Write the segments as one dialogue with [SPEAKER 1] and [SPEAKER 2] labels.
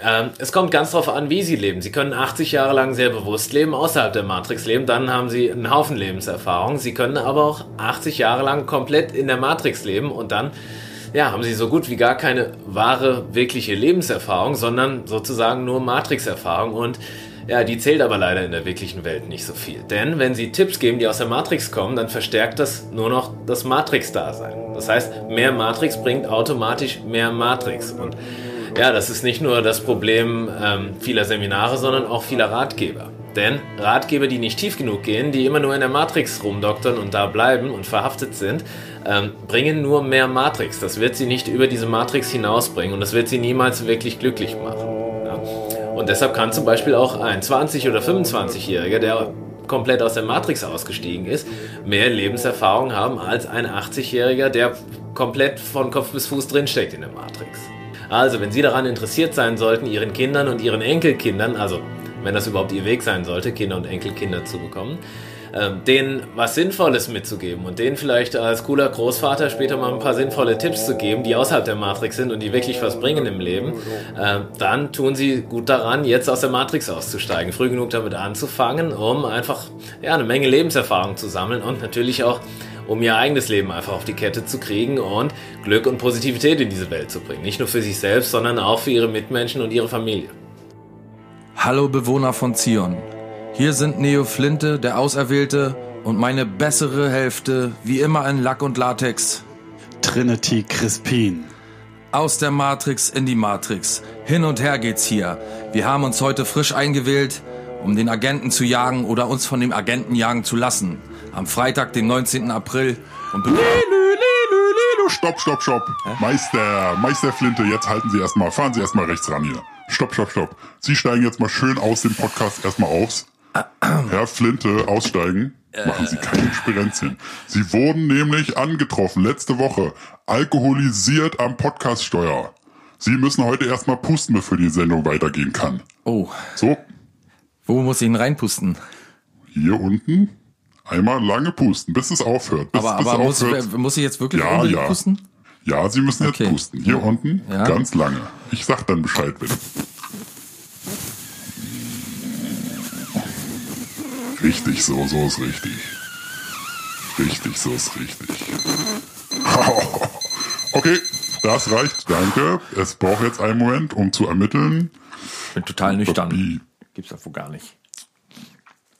[SPEAKER 1] Ähm, es kommt ganz drauf an, wie sie leben. Sie können 80 Jahre lang sehr bewusst leben, außerhalb der Matrix leben, dann haben sie einen Haufen Lebenserfahrung. Sie können aber auch 80 Jahre lang komplett in der Matrix leben und dann ja, haben sie so gut wie gar keine wahre, wirkliche Lebenserfahrung, sondern sozusagen nur Matrix-Erfahrung und ja, die zählt aber leider in der wirklichen Welt nicht so viel. Denn wenn sie Tipps geben, die aus der Matrix kommen, dann verstärkt das nur noch das Matrix-Dasein. Das heißt, mehr Matrix bringt automatisch mehr Matrix. Und ja, das ist nicht nur das Problem ähm, vieler Seminare, sondern auch vieler Ratgeber. Denn Ratgeber, die nicht tief genug gehen, die immer nur in der Matrix rumdoktern und da bleiben und verhaftet sind, ähm, bringen nur mehr Matrix. Das wird sie nicht über diese Matrix hinausbringen und das wird sie niemals wirklich glücklich machen. Ja? Und deshalb kann zum Beispiel auch ein 20- oder 25-Jähriger, der komplett aus der Matrix ausgestiegen ist, mehr Lebenserfahrung haben als ein 80-Jähriger, der komplett von Kopf bis Fuß drinsteckt in der Matrix. Also, wenn Sie daran interessiert sein sollten, Ihren Kindern und Ihren Enkelkindern, also wenn das überhaupt Ihr Weg sein sollte, Kinder und Enkelkinder zu bekommen, ähm, denen was Sinnvolles mitzugeben und denen vielleicht als cooler Großvater später mal ein paar sinnvolle Tipps zu geben, die außerhalb der Matrix sind und die wirklich was bringen im Leben, ähm, dann tun Sie gut daran, jetzt aus der Matrix auszusteigen, früh genug damit anzufangen, um einfach ja, eine Menge Lebenserfahrung zu sammeln und natürlich auch um ihr eigenes Leben einfach auf die Kette zu kriegen und Glück und Positivität in diese Welt zu bringen. Nicht nur für sich selbst, sondern auch für ihre Mitmenschen und ihre Familie.
[SPEAKER 2] Hallo Bewohner von Zion. Hier sind Neo Flinte, der Auserwählte und meine bessere Hälfte, wie immer in Lack und Latex.
[SPEAKER 3] Trinity Crispin.
[SPEAKER 2] Aus der Matrix in die Matrix. Hin und her geht's hier. Wir haben uns heute frisch eingewählt, um den Agenten zu jagen oder uns von dem Agenten jagen zu lassen. Am Freitag, den 19. April und
[SPEAKER 4] Lelu, Lelu, Lelu, stopp, stopp, stopp. Meister, Meister Flinte, jetzt halten Sie erstmal, fahren Sie erstmal rechts ran hier. Stopp, stopp, stopp. Sie steigen jetzt mal schön aus dem Podcast erstmal aus. Herr Flinte, aussteigen.
[SPEAKER 2] Äh.
[SPEAKER 4] Machen Sie keine Spirenzchen. Sie wurden nämlich angetroffen letzte Woche, alkoholisiert am Podcaststeuer. Sie müssen heute erstmal pusten, bevor die Sendung weitergehen kann.
[SPEAKER 2] Oh,
[SPEAKER 4] So,
[SPEAKER 2] wo muss ich ihn reinpusten?
[SPEAKER 4] hier unten. Einmal lange pusten, bis es aufhört. Bis,
[SPEAKER 2] Aber,
[SPEAKER 4] bis
[SPEAKER 2] aber
[SPEAKER 4] es
[SPEAKER 2] muss,
[SPEAKER 4] aufhört.
[SPEAKER 2] muss ich jetzt wirklich
[SPEAKER 4] Ja,
[SPEAKER 2] unbedingt
[SPEAKER 4] ja.
[SPEAKER 2] pusten?
[SPEAKER 4] Ja, Sie müssen jetzt
[SPEAKER 2] Okay.
[SPEAKER 4] pusten. Hier unten,
[SPEAKER 2] Ja.
[SPEAKER 4] ganz lange. Ich sag dann Bescheid, bitte. Richtig, so, so ist richtig. Richtig, so ist richtig. Okay, das reicht, danke. Es braucht jetzt einen Moment, um zu ermitteln.
[SPEAKER 2] Ich bin total nüchtern.
[SPEAKER 4] Wie-
[SPEAKER 2] Gibt's das wohl gar nicht.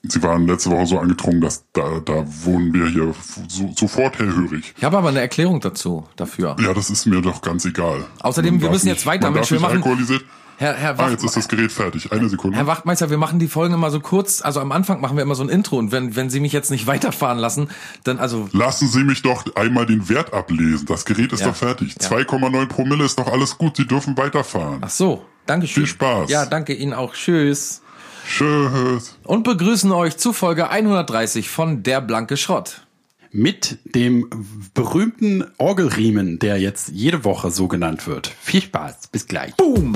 [SPEAKER 4] Sie waren letzte Woche so angetrunken, dass da, da wurden wir hier f- so, sofort hellhörig.
[SPEAKER 2] Ich habe aber eine Erklärung dazu, dafür.
[SPEAKER 4] Ja, das ist mir doch ganz egal.
[SPEAKER 2] Außerdem,
[SPEAKER 4] Man
[SPEAKER 2] wir
[SPEAKER 4] darf
[SPEAKER 2] müssen
[SPEAKER 4] nicht-
[SPEAKER 2] jetzt weiter,
[SPEAKER 4] man
[SPEAKER 2] Mensch,
[SPEAKER 4] darf
[SPEAKER 2] wir
[SPEAKER 4] nicht
[SPEAKER 2] machen-
[SPEAKER 4] alkoholisiert-
[SPEAKER 2] Herr, Herr,
[SPEAKER 4] Ah,
[SPEAKER 2] Wach,
[SPEAKER 4] jetzt ist das Gerät fertig. Eine
[SPEAKER 3] Mhm.
[SPEAKER 4] Sekunde.
[SPEAKER 2] Herr Wachtmeister, wir machen die Folgen immer so kurz. Also am Anfang machen wir immer so ein Intro. Und wenn, wenn Sie mich jetzt nicht weiterfahren lassen, dann also
[SPEAKER 4] Lassen Sie mich doch einmal den Wert ablesen. Das Gerät ist
[SPEAKER 2] Ja.
[SPEAKER 4] doch fertig.
[SPEAKER 2] Ja.
[SPEAKER 4] 2,9 Promille ist doch alles gut. Sie dürfen weiterfahren.
[SPEAKER 2] Ach so, danke schön.
[SPEAKER 4] Viel Spaß.
[SPEAKER 2] Ja, danke Ihnen auch. Tschüss.
[SPEAKER 4] Tschüss.
[SPEAKER 2] Und begrüßen euch zu Folge 130 von Der blanke Schrott.
[SPEAKER 3] Mit dem berühmten Orgelriemen, der jetzt jede Woche so genannt wird. Viel Spaß, bis gleich.
[SPEAKER 2] Boom.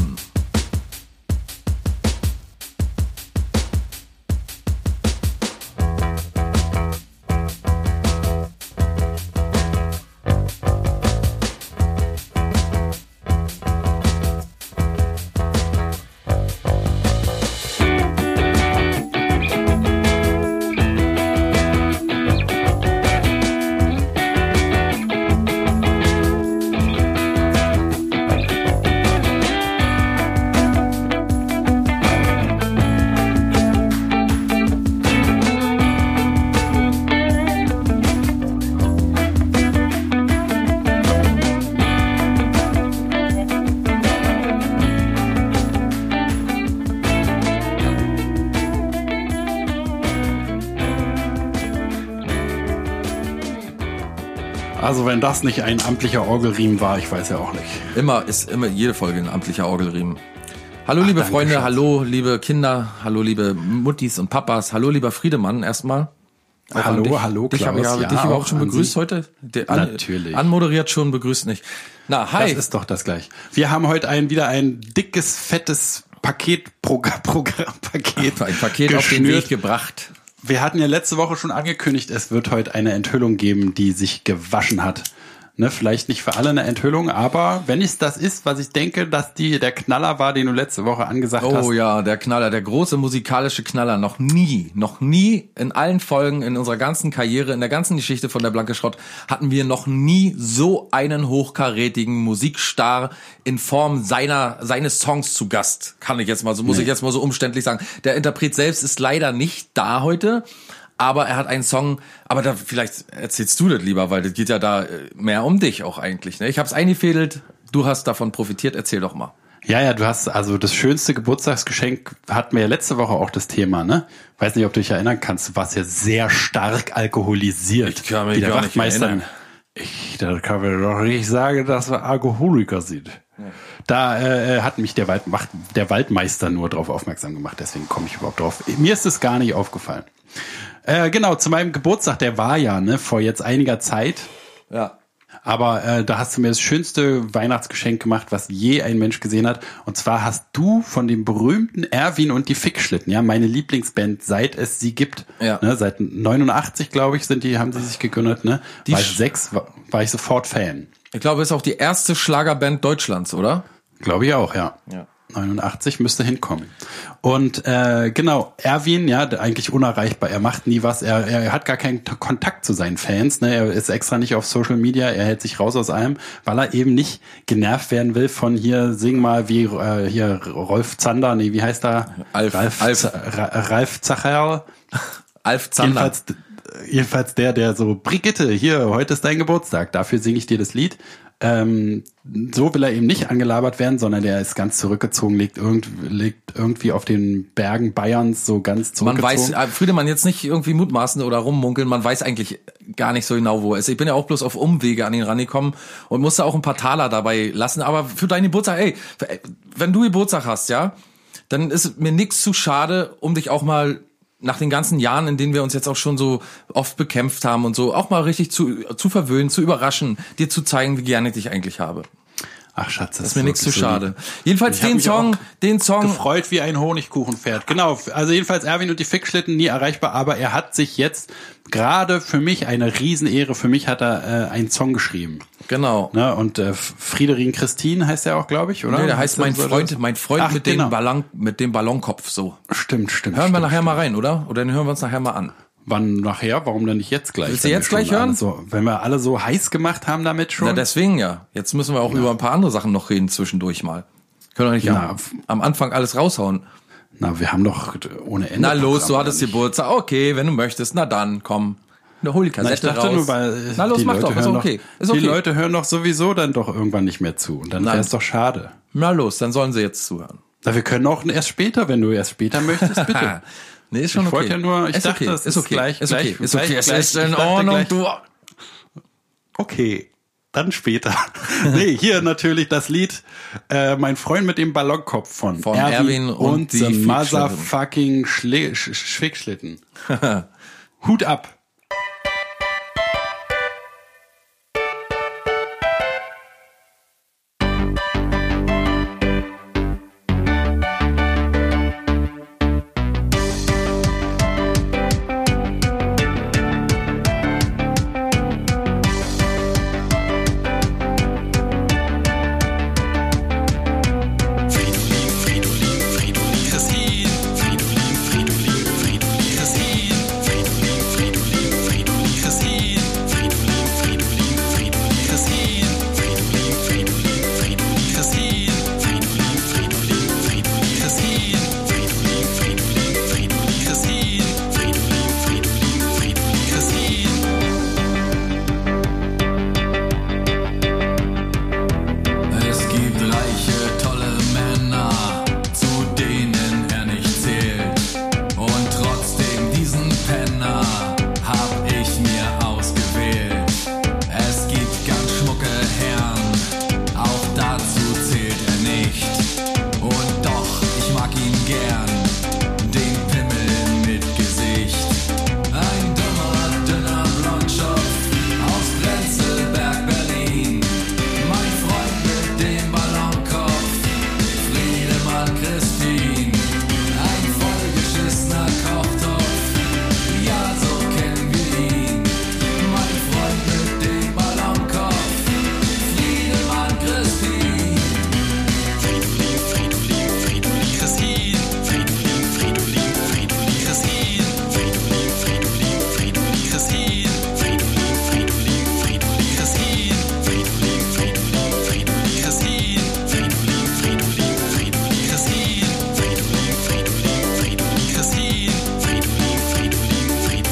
[SPEAKER 3] Also wenn das nicht ein amtlicher Orgelriemen war, ich weiß ja auch nicht.
[SPEAKER 2] Immer ist immer jede Folge ein amtlicher Orgelriemen. Hallo liebe
[SPEAKER 3] danke,
[SPEAKER 2] Freunde,
[SPEAKER 3] Schatz.
[SPEAKER 2] hallo liebe Kinder, hallo liebe Muttis und Papas, hallo lieber Friedemann erstmal. Auch
[SPEAKER 3] Hallo,
[SPEAKER 2] an dich.
[SPEAKER 3] hallo,
[SPEAKER 2] dich habe ich,
[SPEAKER 3] Klaus.
[SPEAKER 2] habe
[SPEAKER 3] Ja,
[SPEAKER 2] dich
[SPEAKER 3] auch
[SPEAKER 2] überhaupt schon
[SPEAKER 3] an
[SPEAKER 2] begrüßt
[SPEAKER 3] Sie.
[SPEAKER 2] heute? Der, an,
[SPEAKER 3] Natürlich.
[SPEAKER 2] Anmoderiert schon, begrüßt nicht. Na, hi.
[SPEAKER 3] Das ist doch das gleich. Wir haben heute ein, wieder ein dickes, fettes Paket, Proga- Programm, Paket,
[SPEAKER 2] ein Paket auf den Weg gebracht.
[SPEAKER 3] Wir hatten ja letzte Woche schon angekündigt, es wird heute eine Enthüllung geben, die sich gewaschen hat Ne, vielleicht nicht für alle eine Enthüllung, aber wenn es das ist, was ich denke, dass die der Knaller war, den du letzte Woche angesagt hast.
[SPEAKER 2] Oh ja, der Knaller, der große musikalische Knaller. Noch nie, noch nie in allen Folgen, in unserer ganzen Karriere, in der ganzen Geschichte von der Blanke Schrott hatten wir noch nie so einen hochkarätigen Musikstar in Form seiner, seines Songs zu Gast. Kann ich jetzt mal so, muss ich jetzt mal so umständlich sagen. Der Interpret selbst ist leider nicht da heute. Aber er hat einen Song, aber da vielleicht erzählst du das lieber, weil das geht ja da äh, mehr um dich auch eigentlich. Ne? Ich hab's eingefädelt, du hast davon profitiert, erzähl doch mal.
[SPEAKER 3] Ja, ja, du hast also das schönste Geburtstagsgeschenk hatten wir ja letzte Woche auch das Thema, ne? Weiß nicht, ob du dich erinnern kannst, du warst ja sehr stark alkoholisiert.
[SPEAKER 2] Ich kann mich
[SPEAKER 3] Wie der
[SPEAKER 2] gar nicht
[SPEAKER 3] Wachtmeister-
[SPEAKER 2] erinnern.
[SPEAKER 3] Ich, da kann man doch nicht sagen, dass wir Alkoholiker sind. Da äh, hat mich der, Wald, macht- der Waldmeister nur drauf aufmerksam gemacht, deswegen komme ich überhaupt drauf. Mir ist es gar nicht aufgefallen. Äh, genau, zu meinem Geburtstag, der war ja, ne, vor jetzt einiger Zeit.
[SPEAKER 2] Ja.
[SPEAKER 3] Aber äh, da hast du mir das schönste Weihnachtsgeschenk gemacht, was je ein Mensch gesehen hat. Und zwar hast du von dem berühmten Erwin und die Fickschlitten, ja, meine Lieblingsband, seit es sie gibt.
[SPEAKER 2] Ja.
[SPEAKER 3] Ne, seit 89, glaube ich, sind die, haben sie sich gegründet, ne?
[SPEAKER 2] Die
[SPEAKER 3] Bei
[SPEAKER 2] Sch-
[SPEAKER 3] sechs war, war ich sofort Fan.
[SPEAKER 2] Ich glaube, ist auch die erste Schlagerband Deutschlands, oder?
[SPEAKER 3] Glaube ich auch, ja.
[SPEAKER 2] Ja.
[SPEAKER 3] 89 müsste hinkommen. Und äh, genau, Erwin, ja, der eigentlich unerreichbar. Er macht nie was. Er, er hat gar keinen T- Kontakt zu seinen Fans. Ne? Er ist extra nicht auf Social Media. Er hält sich raus aus allem, weil er eben nicht genervt werden will von hier, sing mal wie äh, hier Rolf Zander. Nee, wie heißt er?
[SPEAKER 2] Alf-
[SPEAKER 3] Ralf,
[SPEAKER 2] Alf.
[SPEAKER 3] Z- Ra- Ralf Zacherl.
[SPEAKER 2] Alf Zander.
[SPEAKER 3] Jedenfalls, jedenfalls der, der so, Brigitte, hier, heute ist dein Geburtstag, dafür singe ich dir das Lied. Ähm, so will er eben nicht angelabert werden, sondern der ist ganz zurückgezogen, liegt, irgend, liegt irgendwie auf den Bergen Bayerns so ganz
[SPEAKER 2] man weiß,
[SPEAKER 3] zurückgezogen.
[SPEAKER 2] äh, Friedemann, jetzt nicht irgendwie mutmaßen oder rummunkeln, man weiß eigentlich gar nicht so genau, wo er ist. Ich bin ja auch bloß auf Umwege an ihn rangekommen und musste auch ein paar Taler dabei lassen. Aber für deinen Geburtstag, ey, äh, wenn du Geburtstag hast, ja, dann ist mir nichts zu schade, um dich auch mal nach den ganzen Jahren, in denen wir uns jetzt auch schon so oft bekämpft haben und so, auch mal richtig zu, zu verwöhnen, zu überraschen, dir zu zeigen, wie gerne ich dich eigentlich habe.
[SPEAKER 3] Ach Schatz, das
[SPEAKER 2] Ist mir nichts zu
[SPEAKER 3] wirklich so
[SPEAKER 2] schade.
[SPEAKER 3] lieb.
[SPEAKER 2] Jedenfalls
[SPEAKER 3] Ich hab
[SPEAKER 2] den
[SPEAKER 3] mich
[SPEAKER 2] Song, den Song
[SPEAKER 3] Gefreut wie ein Honigkuchenpferd. Genau, also jedenfalls Erwin und die Fickschlitten nie erreichbar, aber er hat sich jetzt gerade für mich eine Riesenehre, für mich hat er äh, einen Song geschrieben.
[SPEAKER 2] Genau.
[SPEAKER 3] Ne? Und äh, Friederin Christine heißt er auch, glaube ich, oder?
[SPEAKER 2] Nee, der heißt mein
[SPEAKER 3] so-
[SPEAKER 2] Freund, mein Freund
[SPEAKER 3] Ach,
[SPEAKER 2] mit
[SPEAKER 3] genau.
[SPEAKER 2] dem Ballon, mit dem Ballonkopf. So.
[SPEAKER 3] Stimmt, stimmt.
[SPEAKER 2] Hören wir
[SPEAKER 3] stimmt.
[SPEAKER 2] nachher mal rein, oder? Oder dann hören wir uns nachher mal an.
[SPEAKER 3] Wann nachher? Warum denn nicht jetzt gleich?
[SPEAKER 2] Willst du
[SPEAKER 3] wenn wir
[SPEAKER 2] jetzt gleich
[SPEAKER 3] schon alle
[SPEAKER 2] hören?
[SPEAKER 3] So, wenn wir alle so heiß gemacht haben damit schon.
[SPEAKER 2] Na, deswegen ja. Jetzt müssen wir auch über ein paar andere Sachen noch reden zwischendurch mal. Können wir nicht
[SPEAKER 3] Na,
[SPEAKER 2] am, am Anfang alles raushauen.
[SPEAKER 3] Na, wir haben doch ohne Ende.
[SPEAKER 2] Na los,
[SPEAKER 3] Programm,
[SPEAKER 2] du hattest
[SPEAKER 3] oder nicht?
[SPEAKER 2] Geburtstag. Okay, wenn du möchtest, na dann, komm. Na, hol die
[SPEAKER 3] Na, ich
[SPEAKER 2] Kassette
[SPEAKER 3] dachte
[SPEAKER 2] raus.
[SPEAKER 3] nur, weil äh,
[SPEAKER 2] na los,
[SPEAKER 3] die
[SPEAKER 2] mach
[SPEAKER 3] Leute
[SPEAKER 2] doch, ist
[SPEAKER 3] hören
[SPEAKER 2] okay.
[SPEAKER 3] doch,
[SPEAKER 2] Ist okay.
[SPEAKER 3] Die Leute hören doch sowieso dann doch irgendwann nicht mehr zu. Und dann
[SPEAKER 2] Nein.
[SPEAKER 3] wäre es doch schade.
[SPEAKER 2] Na los, dann sollen sie jetzt zuhören.
[SPEAKER 3] Na, wir können auch erst später, wenn du erst später möchtest, bitte.
[SPEAKER 2] nee, ist schon
[SPEAKER 3] Ich
[SPEAKER 2] okay.
[SPEAKER 3] wollte ja nur- ich
[SPEAKER 2] ist
[SPEAKER 3] dachte,
[SPEAKER 2] okay.
[SPEAKER 3] es
[SPEAKER 2] ist
[SPEAKER 3] ist
[SPEAKER 2] okay.
[SPEAKER 3] gleich-
[SPEAKER 2] ist
[SPEAKER 3] gleich-
[SPEAKER 2] okay. Ist
[SPEAKER 3] gleich-
[SPEAKER 2] okay. Es
[SPEAKER 3] gleich-
[SPEAKER 2] ist in
[SPEAKER 3] ich dachte
[SPEAKER 2] Ordnung,
[SPEAKER 3] gleich-
[SPEAKER 2] du.
[SPEAKER 3] okay, dann später. nee, hier natürlich das Lied äh, Mein Freund mit dem Ballonkopf von,
[SPEAKER 2] Von Erwin und die
[SPEAKER 3] the
[SPEAKER 2] Fickschlitten.
[SPEAKER 3] Motherfucking Schli Sch Sch- Schwickschlitten. Hut ab.
[SPEAKER 5] Fridolin, Fridolin, Fridolin, Christin. Fridolin, Fridolin, Fridolin, Christin. Fridolin, Fridolin, Fridolin, Christin. Fridolin, Fridolin, Fridolin, Christin. Fridolin, Fridolin, Fridolin, Christin. Fridolin, Fridolin, Fridolin, Christin. Fridolin, Fridolin, Fridolin, Christin. Fridolin, Fridolin, Fridolin, Christin.
[SPEAKER 6] Es gibt reiche, tolle Männer, zu denen er nicht zählt. Und trotzdem diesen Penner hab ich mir ausgewählt. Es gibt ganz schmucke Herren, auch dazu zählt er nicht. Und doch, ich mag ihn gern, den Pimmel mit Gesicht. Ein dummer, dünner Blondschopf aus Prenzlberg, Berlin. Mein Freund mit dem Ballonkopf, Friedemann Christin. Ein vollgeschissener Kochtopf, ja, so kennen wir ihn. Mein Freund mit dem Ballonkopf,
[SPEAKER 5] Friedolin, Friedolin, Friedolin, Friedolin, Friedolin, Friedolin, Friedolin, Friedolin, Friedolin, Friedolin, Friedolin, Friedolin, Friedolin, Friedolin, Friedolin, Friedolin, Friedolin, Friedolin, Friedolin, Friedolin, Friedolin, Friedolin, Friedolin, Friedolin, Friedolin, Friedolin, Friedolin, Friedolin,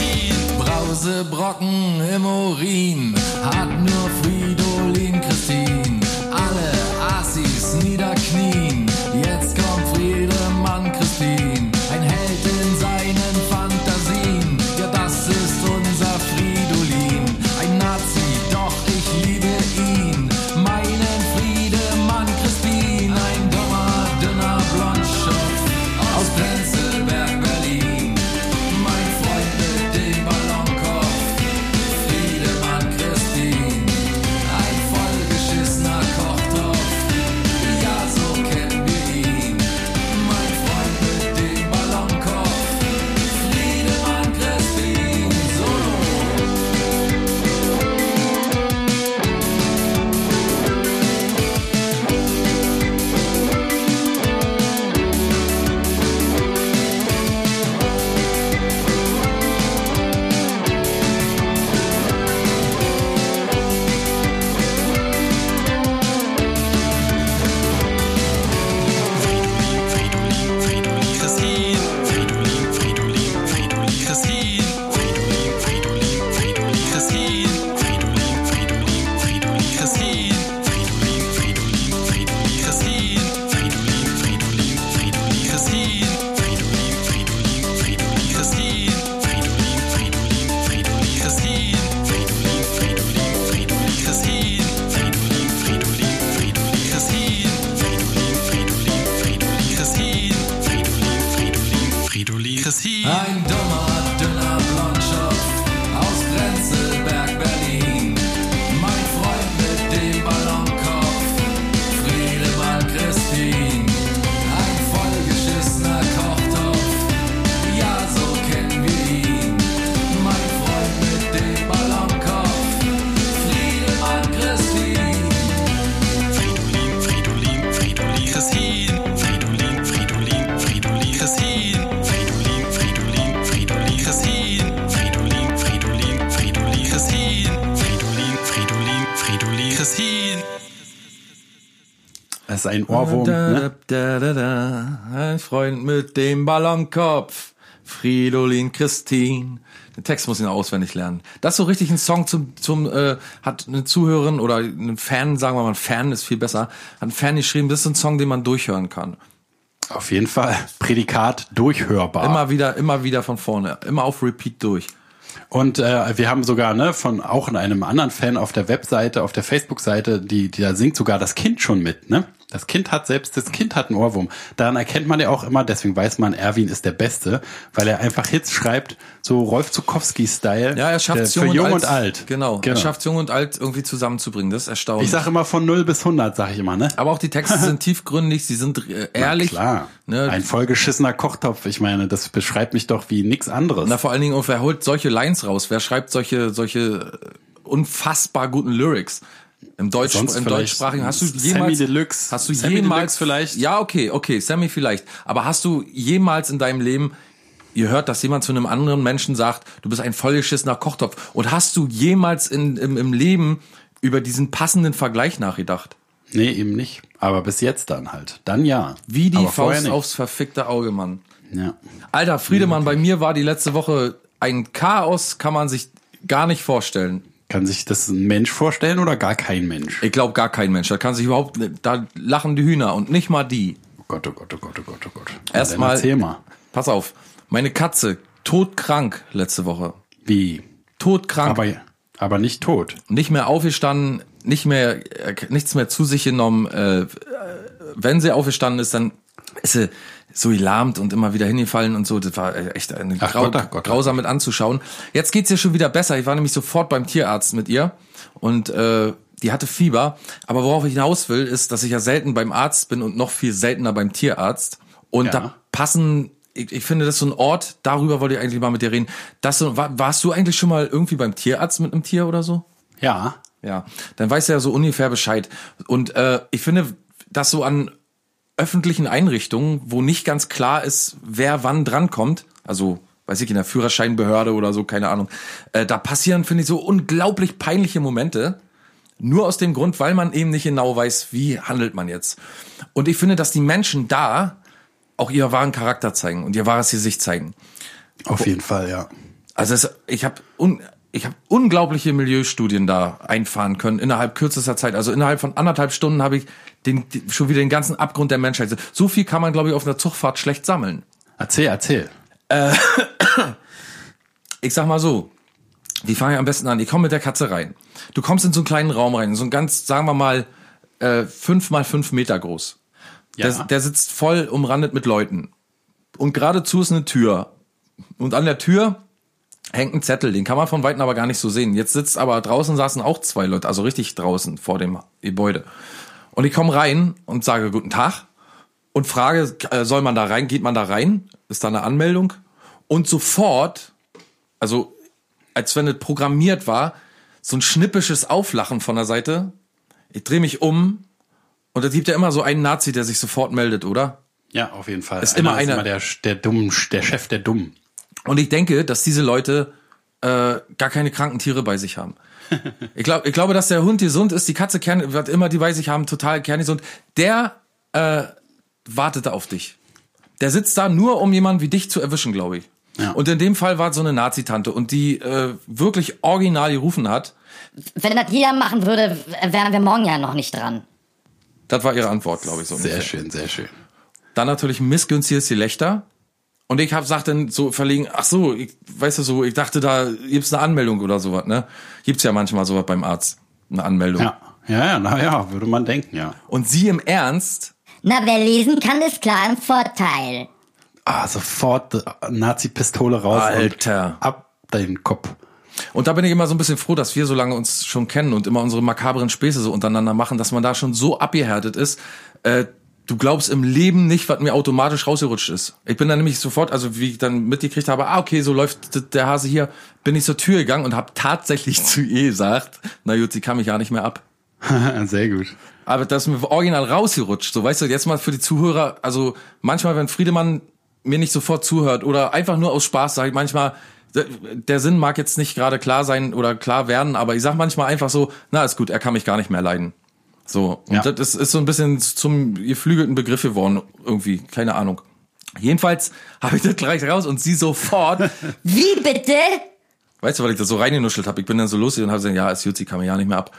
[SPEAKER 5] Friedolin.
[SPEAKER 6] Brausebrocken im Urin hat nur Fridolin Christin. Alle Assis niederknien. Jetzt kommt Friedemann Christin. Ein Held in seinen Fantasien. Ja, das ist unser Fridolin. Ein Nazi, doch ich liebe ihn. Meinen Friedemann Christin. Ein dummer, dünner Blondschopf aus Prenzlberg, Berlin. Mein Freund mit dem Ballonkopf, Friedemann Christin, ein vollgeschissener Kochtopf, ja so kennen wir ihn. Mein Freund mit dem Ballonkopf, Friedemann Christin, solo.
[SPEAKER 5] Fridolin Christine.
[SPEAKER 6] Ein dummer, dünner Blondschopf aus Prenzlberg, Berlin. Mein Freund mit dem Ballonkopf, Friedemann Christin. Ein vollgeschissener Kochtopf, ja, so kennen wir ihn. Mein Freund mit dem Ballonkopf, Friedemann Christin.
[SPEAKER 5] Fridolin, Fridolin, Fridolin, Christin. Fridolin, Fridolin, Fridolin, Christin. Fridolin, Fridolin, Fridolin, Christin. Fridolin, Fridolin, Fridolin, Christin. Fridolin, Fridolin, Fridolin, Christin.
[SPEAKER 3] Das ist ein Ohrwurm.
[SPEAKER 2] Da,
[SPEAKER 3] Ne?
[SPEAKER 2] da, da, da, da. Ein Freund mit dem Ballonkopf. Fridolin Christin. Den Text muss ich noch auswendig lernen. Das ist so richtig ein Song zum, zum äh, hat eine Zuhörerin oder ein Fan, sagen wir mal, ein Fan ist viel besser, hat ein Fan geschrieben, das ist ein Song, den man durchhören kann.
[SPEAKER 3] Auf jeden Fall. Prädikat durchhörbar.
[SPEAKER 2] Immer wieder, immer wieder von vorne, immer auf Repeat durch.
[SPEAKER 3] Und äh, wir haben sogar ne, von auch in einem anderen Fan auf der Webseite, auf der Facebook-Seite, die, die da singt sogar das Kind schon mit. Ne? Das Kind hat selbst, das Kind hat einen Ohrwurm. Daran erkennt man ja auch immer, deswegen weiß man, Erwin ist der Beste, weil er einfach Hits schreibt, so Rolf Zukowski-Style.
[SPEAKER 2] Ja, er schafft
[SPEAKER 3] der-
[SPEAKER 2] es
[SPEAKER 3] für jung und alt.
[SPEAKER 2] Genau, er schafft jung und alt irgendwie zusammenzubringen. Das ist erstaunlich.
[SPEAKER 3] ich sage immer von 0 bis 100, sage ich immer. Ne?
[SPEAKER 2] Genau. aber auch die Texte sind tiefgründig, sie sind äh, ehrlich.
[SPEAKER 3] Klar.
[SPEAKER 2] Ne,
[SPEAKER 3] Ein vollgeschissener Kochtopf. Ich meine, das beschreibt mich doch wie nichts anderes.
[SPEAKER 2] Na, vor allen Dingen, und wer holt solche Lines raus? Wer schreibt solche, solche äh, unfassbar guten Lyrics? Im, Deutsch,
[SPEAKER 3] Sonst
[SPEAKER 2] im
[SPEAKER 3] vielleicht
[SPEAKER 2] deutschsprachigen hast du
[SPEAKER 3] Sammy
[SPEAKER 2] jemals
[SPEAKER 3] Deluxe.
[SPEAKER 2] hast du
[SPEAKER 3] Sammy
[SPEAKER 2] jemals
[SPEAKER 3] Deluxe vielleicht?
[SPEAKER 2] ja okay okay Sammy vielleicht aber hast du jemals in deinem Leben ihr hört dass jemand zu einem anderen Menschen sagt du bist ein vollgeschissener Kochtopf und hast du jemals in, im, im Leben über diesen passenden Vergleich nachgedacht
[SPEAKER 3] Nee, eben nicht. Aber bis jetzt dann halt. Dann ja.
[SPEAKER 2] wie die
[SPEAKER 3] Aber vorher
[SPEAKER 2] Faust
[SPEAKER 3] nicht.
[SPEAKER 2] aufs verfickte Auge Mann
[SPEAKER 3] Ja.
[SPEAKER 2] Alter, Friedemann, bei mir war die letzte Woche ein Chaos, kann man sich gar nicht vorstellen.
[SPEAKER 3] Kann sich das ein Mensch vorstellen oder gar kein Mensch?
[SPEAKER 2] Ich glaube gar kein Mensch. Da kann sich überhaupt, da lachen die Hühner und nicht mal die.
[SPEAKER 3] Oh Gott, oh Gott, oh Gott, oh Gott, oh Gott. Na, dann
[SPEAKER 2] Erstmal,
[SPEAKER 3] Erzähl mal.
[SPEAKER 2] pass auf, meine Katze todkrank letzte Woche,
[SPEAKER 3] Wie?
[SPEAKER 2] todkrank,
[SPEAKER 3] Aber, aber nicht tot.
[SPEAKER 2] nicht mehr aufgestanden, nicht mehr, äh, nichts mehr zu sich genommen. Äh, äh, wenn sie aufgestanden ist, dann ist sie so lahmt und immer wieder hingefallen und so. Das war äh, echt eine
[SPEAKER 3] Ach
[SPEAKER 2] grau
[SPEAKER 3] Gott, ach Gott.
[SPEAKER 2] grausam mit anzuschauen. Jetzt geht's ihr schon wieder besser. Ich war nämlich sofort beim Tierarzt mit ihr und äh, die hatte Fieber. Aber worauf ich hinaus will, ist, dass ich ja selten beim Arzt bin und noch viel seltener beim Tierarzt. Und
[SPEAKER 3] Ja.
[SPEAKER 2] da passen, ich, ich finde, das ist so ein Ort, darüber wollte ich eigentlich mal mit dir reden. Das, so- war, warst du eigentlich schon mal irgendwie beim Tierarzt mit einem Tier oder so?
[SPEAKER 3] Ja.
[SPEAKER 2] Ja, dann weiß er ja so ungefähr Bescheid. Und äh, ich finde, dass so an öffentlichen Einrichtungen, wo nicht ganz klar ist, wer wann drankommt, also weiß ich in der Führerscheinbehörde oder so, keine Ahnung, äh, da passieren, finde ich, so unglaublich peinliche Momente. Nur aus dem Grund, weil man eben nicht genau weiß, wie handelt man jetzt. Und ich finde, dass die Menschen da auch ihr wahren Charakter zeigen und ihr wahres Gesicht zeigen.
[SPEAKER 3] Auf jeden Fall, ja.
[SPEAKER 2] Also es, ich habe un, ich hab unglaubliche Milieustudien da einfahren können innerhalb kürzester Zeit. Also innerhalb von anderthalb Stunden habe ich den, die- schon wieder den ganzen Abgrund der Menschheit. So viel kann man, glaube ich, auf einer Zugfahrt schlecht sammeln.
[SPEAKER 3] Erzähl, erzähl.
[SPEAKER 2] Äh, Ich sag mal so, wie fange ich am besten an? Ich komme mit der Katze rein. Du kommst in so einen kleinen Raum rein, so einen ganz, sagen wir mal, äh, fünf mal fünf Meter groß. Der, der sitzt voll umrandet mit Leuten. Und geradezu ist eine Tür. Und an der Tür hängt ein Zettel, den kann man von Weitem aber gar nicht so sehen. Jetzt sitzt aber draußen saßen auch zwei Leute, also richtig draußen vor dem Gebäude. Und ich komme rein und sage Guten Tag und frage, äh, soll man da rein? Geht man da rein? Ist da eine Anmeldung? Und sofort, also als wenn es programmiert war, so ein schnippisches Auflachen von der Seite. Ich drehe mich um und es gibt ja immer so einen Nazi, der sich sofort meldet, oder?
[SPEAKER 3] Ja, auf jeden Fall.
[SPEAKER 2] Ist immer einer.
[SPEAKER 3] Ist immer der, der, Dummen, der Chef der Dummen.
[SPEAKER 2] Und ich denke, dass diese Leute äh, gar keine kranken Tiere bei sich haben. Ich, glaub, ich glaube, dass der Hund gesund ist, die Katze kern, wird immer die bei sich haben, total kerngesund. Der äh, wartet auf dich. Der sitzt da nur, um jemanden wie dich zu erwischen, glaube ich.
[SPEAKER 3] Ja.
[SPEAKER 2] Und in dem Fall war es so eine Nazi-Tante und die äh, wirklich original gerufen hat,
[SPEAKER 7] Wenn das jeder machen würde, wären wir morgen ja noch nicht dran.
[SPEAKER 2] das war ihre Antwort, glaube ich. So
[SPEAKER 3] Sehr
[SPEAKER 2] ungefähr.
[SPEAKER 3] schön, sehr schön.
[SPEAKER 2] Dann natürlich ein missgünstiges Gelächter. Und ich hab, sag dann so verlegen, ach so, ich, weißt du so, ich dachte, da gibt's eine Anmeldung oder sowas, ne? Gibt's ja manchmal sowas beim Arzt. Eine Anmeldung.
[SPEAKER 3] Ja, ja, ja, naja, würde man denken, ja.
[SPEAKER 2] Und sie im Ernst,
[SPEAKER 7] Na, wer lesen kann, ist klar im Vorteil.
[SPEAKER 3] Ah, sofort äh, Nazi-Pistole raus.
[SPEAKER 2] Alter.
[SPEAKER 3] Und ab deinen Kopf.
[SPEAKER 2] Und da bin ich immer so ein bisschen froh, dass wir so lange uns schon kennen und immer unsere makabren Späße so untereinander machen, dass man da schon so abgehärtet ist. Äh, du glaubst im Leben nicht, was mir automatisch rausgerutscht ist. Ich bin dann nämlich sofort, also wie ich dann mitgekriegt habe, ah, okay, so läuft d- der Hase hier, bin ich zur Tür gegangen und habe tatsächlich zu ihr gesagt, na gut, sie kann mich ja nicht mehr ab.
[SPEAKER 3] sehr gut.
[SPEAKER 2] Aber das ist mir original rausgerutscht. So, weißt du, jetzt mal für die Zuhörer, also manchmal, wenn Friedemann mir nicht sofort zuhört oder einfach nur aus Spaß sagt, manchmal, der- der Sinn mag jetzt nicht gerade klar sein oder klar werden, aber ich sag manchmal einfach so, na, ist gut, er kann mich gar nicht mehr leiden. So. Und
[SPEAKER 3] Ja.
[SPEAKER 2] das ist, ist so ein bisschen zum geflügelten Begriff geworden, irgendwie. Keine Ahnung. Jedenfalls habe ich das gleich raus und sie sofort,
[SPEAKER 7] Wie bitte?
[SPEAKER 2] weißt du, weil ich das so reingenuschelt habe. Ich bin dann so lustig und habe gesagt, ja, ist gut, sie kann mir ja nicht mehr ab.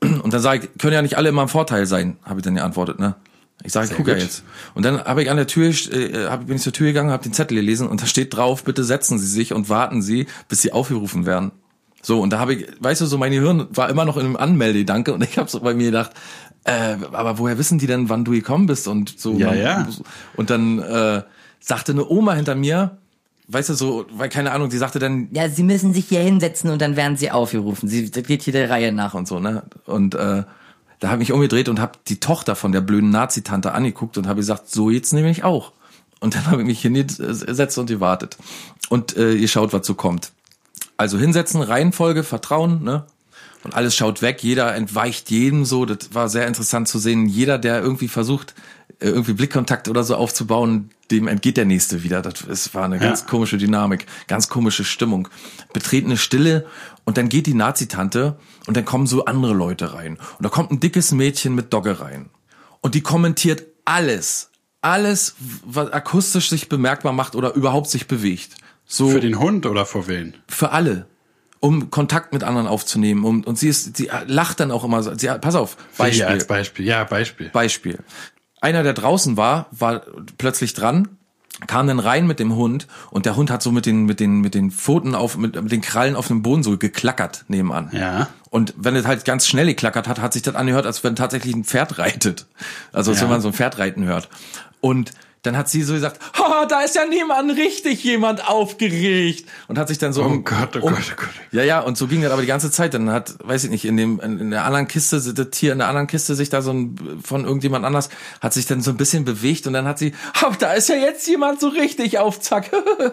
[SPEAKER 2] Und dann sage ich, können ja nicht alle immer im Vorteil sein, habe ich dann geantwortet, ne? Ich sage, guck ja
[SPEAKER 3] gut.
[SPEAKER 2] jetzt. Und dann habe ich an der Tür, äh, hab, bin ich zur Tür gegangen, habe den Zettel gelesen und da steht drauf, bitte setzen Sie sich und warten Sie, bis Sie aufgerufen werden. So, und da habe ich, weißt du, so mein Gehirn war immer noch in einem Anmeldedanke und ich habe so bei mir gedacht, äh, aber woher wissen die denn, wann du gekommen bist und so.
[SPEAKER 3] Ja,
[SPEAKER 2] man,
[SPEAKER 3] ja.
[SPEAKER 2] Und dann äh, sagte eine Oma hinter mir, weißt du, so, weil keine Ahnung, die sagte dann, ja, sie müssen sich hier hinsetzen und dann werden sie aufgerufen. Sie das geht hier der Reihe nach und so, ne? Und äh, da habe ich mich umgedreht und habe die Tochter von der blöden Nazi-Tante angeguckt und habe gesagt, so jetzt nehme ich auch. Und dann habe ich mich hingesetzt und gewartet. Und äh, ihr schaut, was so kommt. Also hinsetzen, Reihenfolge, Vertrauen, ne? Und alles schaut weg, jeder entweicht jedem so. Das war sehr interessant zu sehen. Jeder, der irgendwie versucht, äh, irgendwie Blickkontakt oder so aufzubauen, dem entgeht der nächste wieder. Das es war eine ganz komische Dynamik, ganz komische Stimmung. Betretene Stille und dann geht die Nazi-Tante und dann kommen so andere Leute rein. Und da kommt ein dickes Mädchen mit Dogge rein. Und die kommentiert alles. Alles, was akustisch sich bemerkbar macht oder überhaupt sich bewegt. So
[SPEAKER 3] Für den Hund oder vor wen?
[SPEAKER 2] für alle, um Kontakt mit anderen aufzunehmen. Um, und sie ist, sie lacht dann auch immer so. Sie, pass auf,
[SPEAKER 3] Beispiel.
[SPEAKER 2] Beispiel.
[SPEAKER 3] Als Beispiel. Ja, Beispiel.
[SPEAKER 2] Beispiel. Einer, der draußen war, war plötzlich dran, kam dann rein mit dem Hund und der Hund hat so mit den, mit den, mit den Pfoten auf, mit, mit den Krallen auf dem Boden so geklackert nebenan.
[SPEAKER 3] Ja.
[SPEAKER 2] Und wenn es halt ganz schnell geklackert hat, hat sich das angehört, als wenn tatsächlich ein Pferd reitet. Also als
[SPEAKER 3] Ja.
[SPEAKER 2] wenn man so ein Pferd reiten hört. Und dann hat sie so gesagt, oh, da ist ja niemand richtig jemand aufgeregt. Und hat sich dann so
[SPEAKER 3] Oh
[SPEAKER 2] um,
[SPEAKER 3] Gott, oh
[SPEAKER 2] um,
[SPEAKER 3] Gott, oh Gott.
[SPEAKER 2] ja, ja, und so ging das aber die ganze Zeit. Dann hat, weiß ich nicht, in dem, in, in der anderen Kiste, das Tier in der anderen Kiste sich da so ein, von irgendjemand anders, hat sich dann so ein bisschen bewegt und dann hat sie, oh, da ist ja jetzt jemand so richtig auf Zack.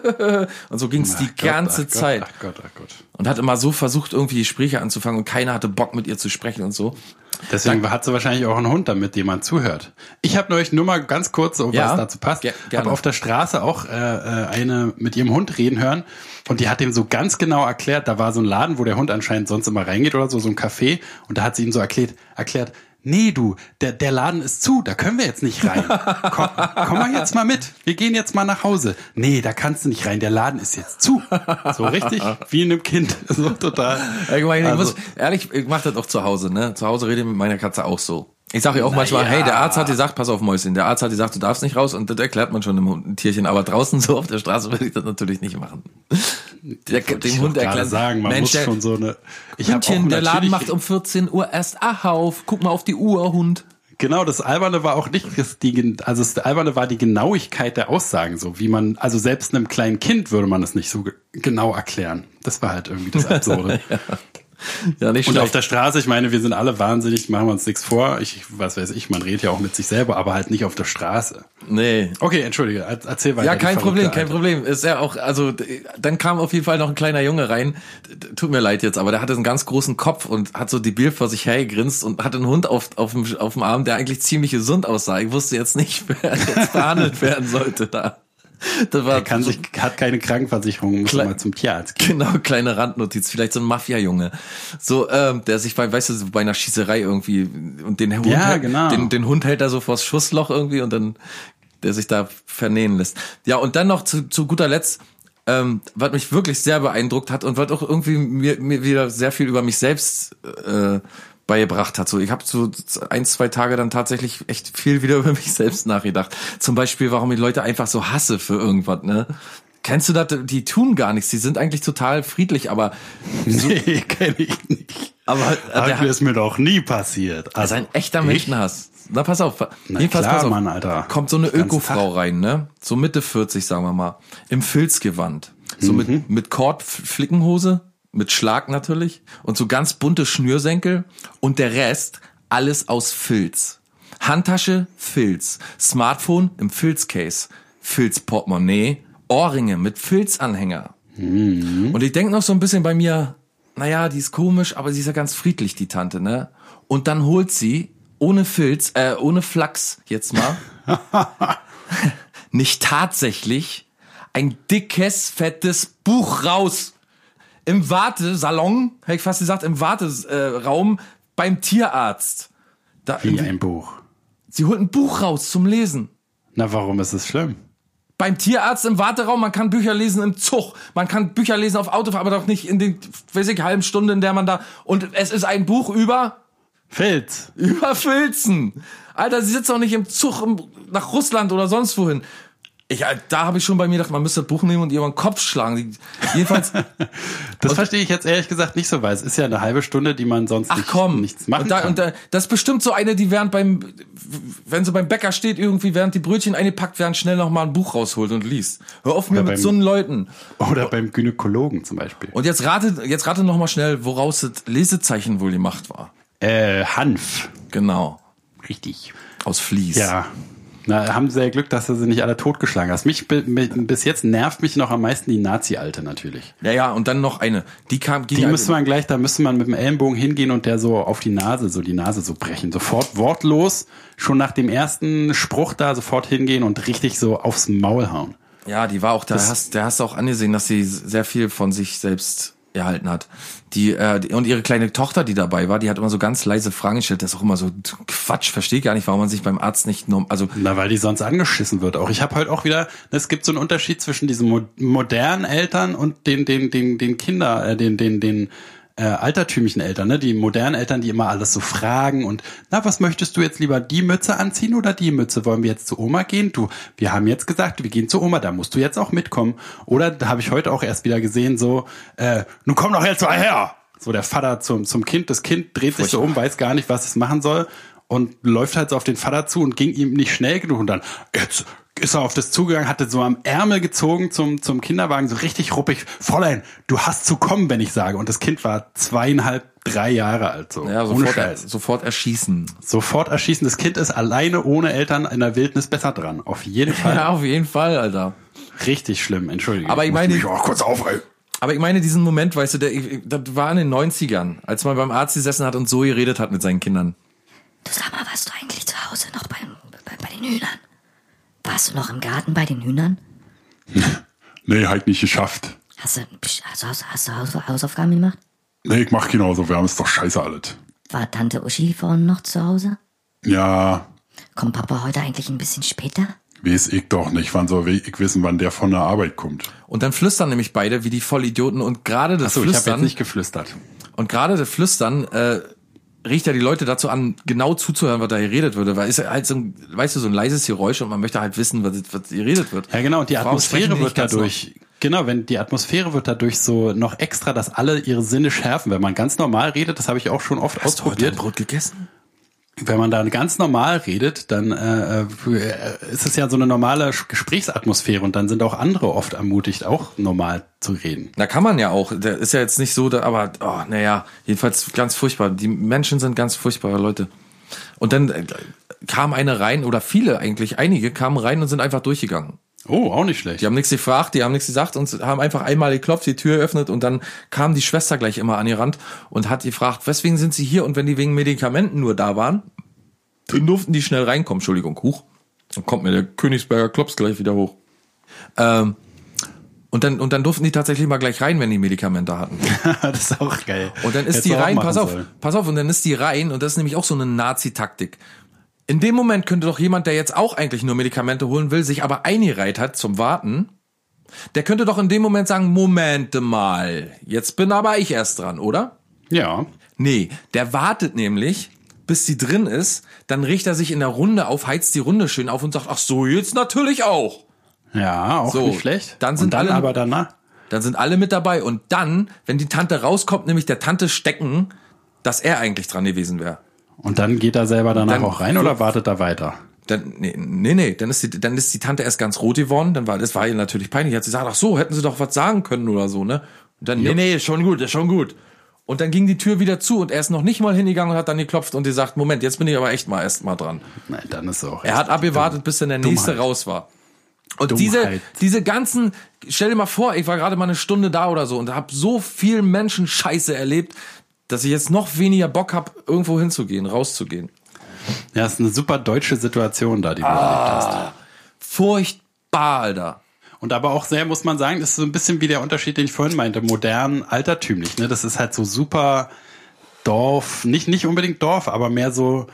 [SPEAKER 2] und so ging's die
[SPEAKER 3] Ach Gott,
[SPEAKER 2] ganze
[SPEAKER 3] ach ah, Gott,
[SPEAKER 2] Zeit.
[SPEAKER 3] Ach Gott, ach Gott.
[SPEAKER 2] Und hat immer so versucht, irgendwie Gespräche anzufangen und keiner hatte Bock mit ihr zu sprechen und so.
[SPEAKER 3] Deswegen hat sie wahrscheinlich auch einen Hund, damit jemand zuhört. Ich habe neulich nur mal ganz kurz, so, was
[SPEAKER 2] Ja,
[SPEAKER 3] dazu passt,
[SPEAKER 2] ge- gerne.
[SPEAKER 3] habe auf der Straße auch äh, äh, eine mit ihrem Hund reden hören und die hat ihm so ganz genau erklärt, da war so ein Laden, wo der Hund anscheinend sonst immer reingeht oder so, so ein Café und da hat sie ihm so erklärt, erklärt, nee du, der, der Laden ist zu, da können wir jetzt nicht rein. Komm, komm mal jetzt mal mit, wir gehen jetzt mal nach Hause. Nee, da kannst du nicht rein, der Laden ist jetzt zu. So richtig wie einem Kind, so total.
[SPEAKER 2] Ich, meine, ich
[SPEAKER 3] Also-
[SPEAKER 2] muss, ehrlich, ich mache das auch zu Hause, ne? Zu Hause rede ich mit meiner Katze auch so. Ich sage ihr auch manchmal, hey, der Arzt hat gesagt, pass auf Mäuschen, der Arzt hat gesagt, du darfst nicht raus und das erklärt man schon dem Hund, ein Tierchen, aber draußen so auf der Straße würde ich das natürlich nicht machen. Der,
[SPEAKER 3] Ich
[SPEAKER 2] dem
[SPEAKER 3] wollte
[SPEAKER 2] Hund
[SPEAKER 3] gerade
[SPEAKER 2] erklären,
[SPEAKER 3] sagen, man
[SPEAKER 2] Mensch,
[SPEAKER 3] muss
[SPEAKER 2] der,
[SPEAKER 3] schon so eine. Ich hab
[SPEAKER 2] Hündchen, der Laden
[SPEAKER 3] natürlich-
[SPEAKER 2] macht um 14 Uhr erst auf, guck mal auf die Uhr, Hund.
[SPEAKER 3] Genau, das Alberne war auch nicht, das- die, also das Alberne war die Genauigkeit der Aussagen so, wie man, also selbst einem kleinen Kind würde man das nicht so ge genau erklären. Das war halt irgendwie das Absurde.
[SPEAKER 2] Ja, nicht
[SPEAKER 3] Und auf
[SPEAKER 2] schlecht.
[SPEAKER 3] der Straße, ich meine, wir sind alle wahnsinnig, machen wir uns nichts vor. Ich, was weiß ich, man redet ja auch mit sich selber, aber halt nicht auf der Straße.
[SPEAKER 2] nee.
[SPEAKER 3] Okay, entschuldige, er- erzähl weiter.
[SPEAKER 2] Ja,
[SPEAKER 3] die
[SPEAKER 2] kein
[SPEAKER 3] verrückte
[SPEAKER 2] Problem, kein
[SPEAKER 3] Alte.
[SPEAKER 2] Problem. Ist ja auch, also d- dann kam auf jeden Fall noch ein kleiner Junge rein. D- d- Tut mir leid jetzt, aber der hatte einen ganz großen Kopf und hat so debil vor sich hergegrinst und hatte einen Hund auf, auf, dem, auf dem Arm, der eigentlich ziemlich gesund aussah. Ich wusste jetzt nicht, wer jetzt behandelt werden sollte da. Das war
[SPEAKER 3] Er kann sich, hat keine Krankenversicherung, muss
[SPEAKER 2] Kle-
[SPEAKER 3] mal zum Tierarzt gehen.
[SPEAKER 2] Genau, kleine Randnotiz. Vielleicht so ein Mafia-Junge. So, ähm, der sich bei, weißt du, so bei einer Schießerei irgendwie und den Hund,
[SPEAKER 3] Ja, genau.
[SPEAKER 2] den, den Hund hält er so vors Schussloch irgendwie und dann der sich da vernähen lässt. Ja, und dann noch zu, zu guter Letzt, ähm, was mich wirklich sehr beeindruckt hat und was auch irgendwie mir, mir wieder sehr viel über mich selbst äh, beigebracht hat. So, ich habe so ein, zwei Tage dann tatsächlich echt viel wieder über mich selbst nachgedacht. Zum Beispiel, warum ich Leute einfach so hasse für irgendwas, ne? Kennst du das? Die tun gar nichts. Die sind eigentlich total friedlich, aber
[SPEAKER 3] Nee, kenne ich nicht.
[SPEAKER 2] aber äh, der
[SPEAKER 3] Hat mir
[SPEAKER 2] hat
[SPEAKER 3] es mir doch nie passiert.
[SPEAKER 2] also ein echter
[SPEAKER 3] ich-
[SPEAKER 2] Menschenhass. Na pass auf. jedenfalls
[SPEAKER 3] klar,
[SPEAKER 2] pass auf.
[SPEAKER 3] Mann, Alter.
[SPEAKER 2] Kommt so eine
[SPEAKER 3] Den ganzen
[SPEAKER 2] Ökofrau rein, ne? So Mitte 40, sagen wir mal, im Filzgewand, so
[SPEAKER 3] Mhm.
[SPEAKER 2] mit mit Kord Flickenhose, mit Schlag natürlich und so ganz bunte Schnürsenkel und der Rest alles aus Filz. Handtasche Filz, Smartphone im Filzcase, Filzportemonnaie, Ohrringe mit Filzanhänger.
[SPEAKER 3] Mhm.
[SPEAKER 2] Und ich denke noch so ein bisschen bei mir, naja, die ist komisch, aber sie ist ja ganz friedlich, die Tante, ne? Und dann holt sie, ohne Filz, äh, ohne Flachs jetzt mal, nicht tatsächlich ein dickes, fettes Buch raus. Im Wartesalon, hätte ich fast gesagt, im Warteraum beim Tierarzt. Da,
[SPEAKER 3] Wie ein Buch.
[SPEAKER 2] sie holt ein Buch raus zum Lesen.
[SPEAKER 3] Na, warum ist es schlimm?
[SPEAKER 2] Beim Tierarzt im Warteraum, man kann Bücher lesen im Zug, man kann Bücher lesen auf Autofahrt, aber doch nicht in den, weiß ich, halben Stunde, in der man da, und es ist ein Buch über,
[SPEAKER 3] Filz.
[SPEAKER 2] über Filzen. Alter, sie sitzt doch nicht im Zug im, nach Russland oder sonst wohin. Ich, äh, da habe ich schon bei mir gedacht, man müsste das Buch nehmen und ihr über den Kopf schlagen. Die, jedenfalls,
[SPEAKER 3] Das verstehe ich jetzt ehrlich gesagt nicht so, weil es ist ja eine halbe Stunde, die man sonst
[SPEAKER 2] ach
[SPEAKER 3] nicht,
[SPEAKER 2] komm.
[SPEAKER 3] nichts machen
[SPEAKER 2] und da,
[SPEAKER 3] kann.
[SPEAKER 2] und da, das ist bestimmt so eine, die während beim, wenn sie beim Bäcker steht, irgendwie während die Brötchen eingepackt werden, schnell nochmal ein Buch rausholt und liest. Hör auf mir
[SPEAKER 3] Oder
[SPEAKER 2] mit
[SPEAKER 3] beim-
[SPEAKER 2] so einen Leuten.
[SPEAKER 3] Oder beim Gynäkologen zum Beispiel.
[SPEAKER 2] Und jetzt rate, jetzt rate noch mal schnell, woraus das Lesezeichen wohl gemacht war.
[SPEAKER 3] Äh, Hanf.
[SPEAKER 2] Genau.
[SPEAKER 3] Richtig.
[SPEAKER 2] Aus Vlies.
[SPEAKER 3] Ja. Na, haben sie ja Glück, dass du sie nicht alle totgeschlagen hast. Mich bi- mi- bis jetzt nervt mich noch am meisten die Nazi-Alte natürlich.
[SPEAKER 2] Ja, ja, und dann noch eine. Die kam, ging halt
[SPEAKER 3] Die
[SPEAKER 2] ja-
[SPEAKER 3] müsste man gleich, da müsste man mit dem Ellenbogen hingehen und der so auf die Nase, so die Nase so brechen. Sofort wortlos, schon nach dem ersten Spruch da sofort hingehen und richtig so aufs Maul hauen.
[SPEAKER 2] ja, die war auch, da hast, der hast du auch angesehen, dass sie sehr viel von sich selbst erhalten hat. Die, äh, die, und ihre kleine Tochter, die dabei war, die hat immer so ganz leise Fragen gestellt. Das ist auch immer so Quatsch. Verstehe gar nicht, warum man sich beim Arzt nicht, norm- also,
[SPEAKER 3] Na, weil die sonst angeschissen wird auch. Ich habe heute auch wieder, es gibt so einen Unterschied zwischen diesen mo modernen Eltern und den, den, den, den Kinder, äh, den, den, den äh, altertümlichen Eltern, ne? Die modernen Eltern, die immer alles so fragen und na, was möchtest du jetzt lieber, die Mütze anziehen oder die Mütze? Wollen wir jetzt zu Oma gehen? Du, wir haben jetzt gesagt, wir gehen zu Oma, da musst du jetzt auch mitkommen. Oder da habe ich heute auch erst wieder gesehen, so, äh, nun komm doch jetzt mal her! So der Vater zum, zum Kind, das Kind dreht sich so um, weiß gar nicht, was es machen soll und läuft halt so auf den Vater zu und ging ihm nicht schnell genug und dann jetzt ist er auf das zugegangen, hatte so am Ärmel gezogen zum, zum Kinderwagen, so richtig ruppig. Fräulein, du hast zu kommen, wenn ich sage. Und das Kind war zweieinhalb, drei Jahre alt, so.
[SPEAKER 2] ja,
[SPEAKER 3] ohne
[SPEAKER 2] sofort,
[SPEAKER 3] Scheiß.
[SPEAKER 2] sofort erschießen.
[SPEAKER 3] Sofort erschießen. Das Kind ist alleine ohne Eltern in der Wildnis besser dran. Auf jeden Fall.
[SPEAKER 2] Ja, auf jeden Fall, Alter.
[SPEAKER 3] Richtig schlimm, entschuldige.
[SPEAKER 2] Aber ich
[SPEAKER 3] muss
[SPEAKER 2] meine-
[SPEAKER 3] mich auch kurz aufreißen.
[SPEAKER 2] Aber ich meine, diesen Moment, weißt du, der, ich, ich- das war in den 90ern, als man beim Arzt gesessen hat und so geredet hat mit seinen Kindern.
[SPEAKER 7] Du sag mal, warst du eigentlich zu Hause noch beim, bei, bei den Hühnern? Warst du noch im Garten bei den Hühnern?
[SPEAKER 4] Nee, halt nicht geschafft.
[SPEAKER 7] Hast du, psch, hast du, Haus- hast du Haus- Hausaufgaben gemacht?
[SPEAKER 4] Nee, ich mach genauso, wir haben es doch scheiße alles.
[SPEAKER 7] War Tante Uschi vorhin noch zu Hause?
[SPEAKER 4] Ja,
[SPEAKER 7] Kommt Papa heute eigentlich ein bisschen später?
[SPEAKER 4] weiß ich doch nicht. Wann soll ich wissen, wann der von der Arbeit kommt?
[SPEAKER 2] Und dann flüstern nämlich beide wie die Vollidioten und gerade das
[SPEAKER 3] Achso, ich habe jetzt
[SPEAKER 2] Flüstern
[SPEAKER 3] nicht geflüstert.
[SPEAKER 2] und gerade das Flüstern äh, riecht ja die Leute dazu an, genau zuzuhören, was da geredet würde, weil ist ja halt so ein, weißt du, so ein leises Geräusch und man möchte halt wissen, was, was geredet wird.
[SPEAKER 3] Ja, genau, und die
[SPEAKER 2] Warum sprechen
[SPEAKER 3] Atmosphäre
[SPEAKER 2] die
[SPEAKER 3] wird
[SPEAKER 2] nicht ganz
[SPEAKER 3] dadurch, genau, wenn die Atmosphäre wird dadurch so noch extra, dass alle ihre Sinne schärfen. Wenn man ganz normal redet, das habe ich auch schon oft
[SPEAKER 2] Hast du heute
[SPEAKER 3] ausprobiert.
[SPEAKER 2] dein Brot gegessen?
[SPEAKER 3] Wenn man dann ganz normal redet, dann äh, äh, ist es ja so eine normale Sch- Gesprächsatmosphäre und dann sind auch andere oft ermutigt, auch normal zu reden.
[SPEAKER 2] Na kann man ja auch. Der ist ja jetzt nicht so, da, aber oh, naja, jedenfalls ganz furchtbar. Die Menschen sind ganz furchtbare Leute. Und dann äh, kam eine rein oder viele eigentlich, einige kamen rein und sind einfach durchgegangen.
[SPEAKER 3] Oh, auch nicht schlecht.
[SPEAKER 2] Die haben nichts gefragt, die haben nichts gesagt und haben einfach einmal geklopft, die Tür geöffnet und dann kam die Schwester gleich immer an ihr Rand und hat gefragt, weswegen sind sie hier und wenn die wegen Medikamenten nur da waren, dann durften die schnell reinkommen. Entschuldigung, Huch. Dann kommt mir der Königsberger Klops gleich wieder hoch. Ähm, und dann, und dann durften die tatsächlich mal gleich rein, wenn die Medikamente hatten.
[SPEAKER 3] das ist auch geil.
[SPEAKER 2] Und dann ist
[SPEAKER 3] Hättest
[SPEAKER 2] die
[SPEAKER 3] du auch
[SPEAKER 2] rein,
[SPEAKER 3] machen
[SPEAKER 2] pass auf,
[SPEAKER 3] sollen.
[SPEAKER 2] pass auf, und dann ist die rein, und das ist nämlich auch so eine Nazi-Taktik. In dem Moment könnte doch jemand, der jetzt auch eigentlich nur Medikamente holen will, sich aber eingereiht hat zum Warten, der könnte doch in dem Moment sagen, Momente mal, jetzt bin aber ich erst dran, oder?
[SPEAKER 3] Ja.
[SPEAKER 2] Nee, der wartet nämlich, bis sie drin ist, dann richtet er sich in der Runde auf, heizt die Runde schön auf und sagt, ach so, jetzt natürlich auch.
[SPEAKER 3] Ja, Ah, auch
[SPEAKER 2] So,
[SPEAKER 3] nicht schlecht.
[SPEAKER 2] dann sind
[SPEAKER 3] und dann
[SPEAKER 2] alle-
[SPEAKER 3] aber danach.
[SPEAKER 2] Dann sind alle mit dabei und dann, wenn die Tante rauskommt, nämlich der Tante stecken, dass er eigentlich dran gewesen wäre.
[SPEAKER 3] Und dann geht er selber danach
[SPEAKER 2] Dann-
[SPEAKER 3] auch rein oder wartet er weiter?
[SPEAKER 2] Dann, nee, nee, nee, dann ist, die, dann ist die Tante erst ganz rot geworden, dann war, das war ihr natürlich peinlich, hat sie gesagt, ach so, hätten sie doch was sagen können oder so, ne? Und dann, nee, nee, ist schon gut, ist schon gut. Und dann ging die Tür wieder zu und er ist noch nicht mal hingegangen und hat dann geklopft und gesagt, Moment, jetzt bin ich aber echt mal erst mal dran.
[SPEAKER 3] Nein, dann ist er auch.
[SPEAKER 2] Er hat abgewartet, bis dann der nächste
[SPEAKER 3] Dummheit.
[SPEAKER 2] raus war. Und diese,
[SPEAKER 3] Dummheit.
[SPEAKER 2] diese ganzen, stell dir mal vor, ich war gerade mal eine Stunde da oder so und habe so viel Menschen Scheiße erlebt, dass ich jetzt noch weniger Bock habe, irgendwo hinzugehen, rauszugehen.
[SPEAKER 3] Ja, ist eine super deutsche Situation da, die du erlebt
[SPEAKER 2] Ah.
[SPEAKER 3] hast.
[SPEAKER 2] Furchtbar, Alter.
[SPEAKER 3] Und aber auch sehr, muss man sagen, das ist so ein bisschen wie der Unterschied, den ich vorhin meinte, modern, altertümlich. Ne? Das ist halt so super Dorf, nicht, nicht unbedingt Dorf, aber mehr so,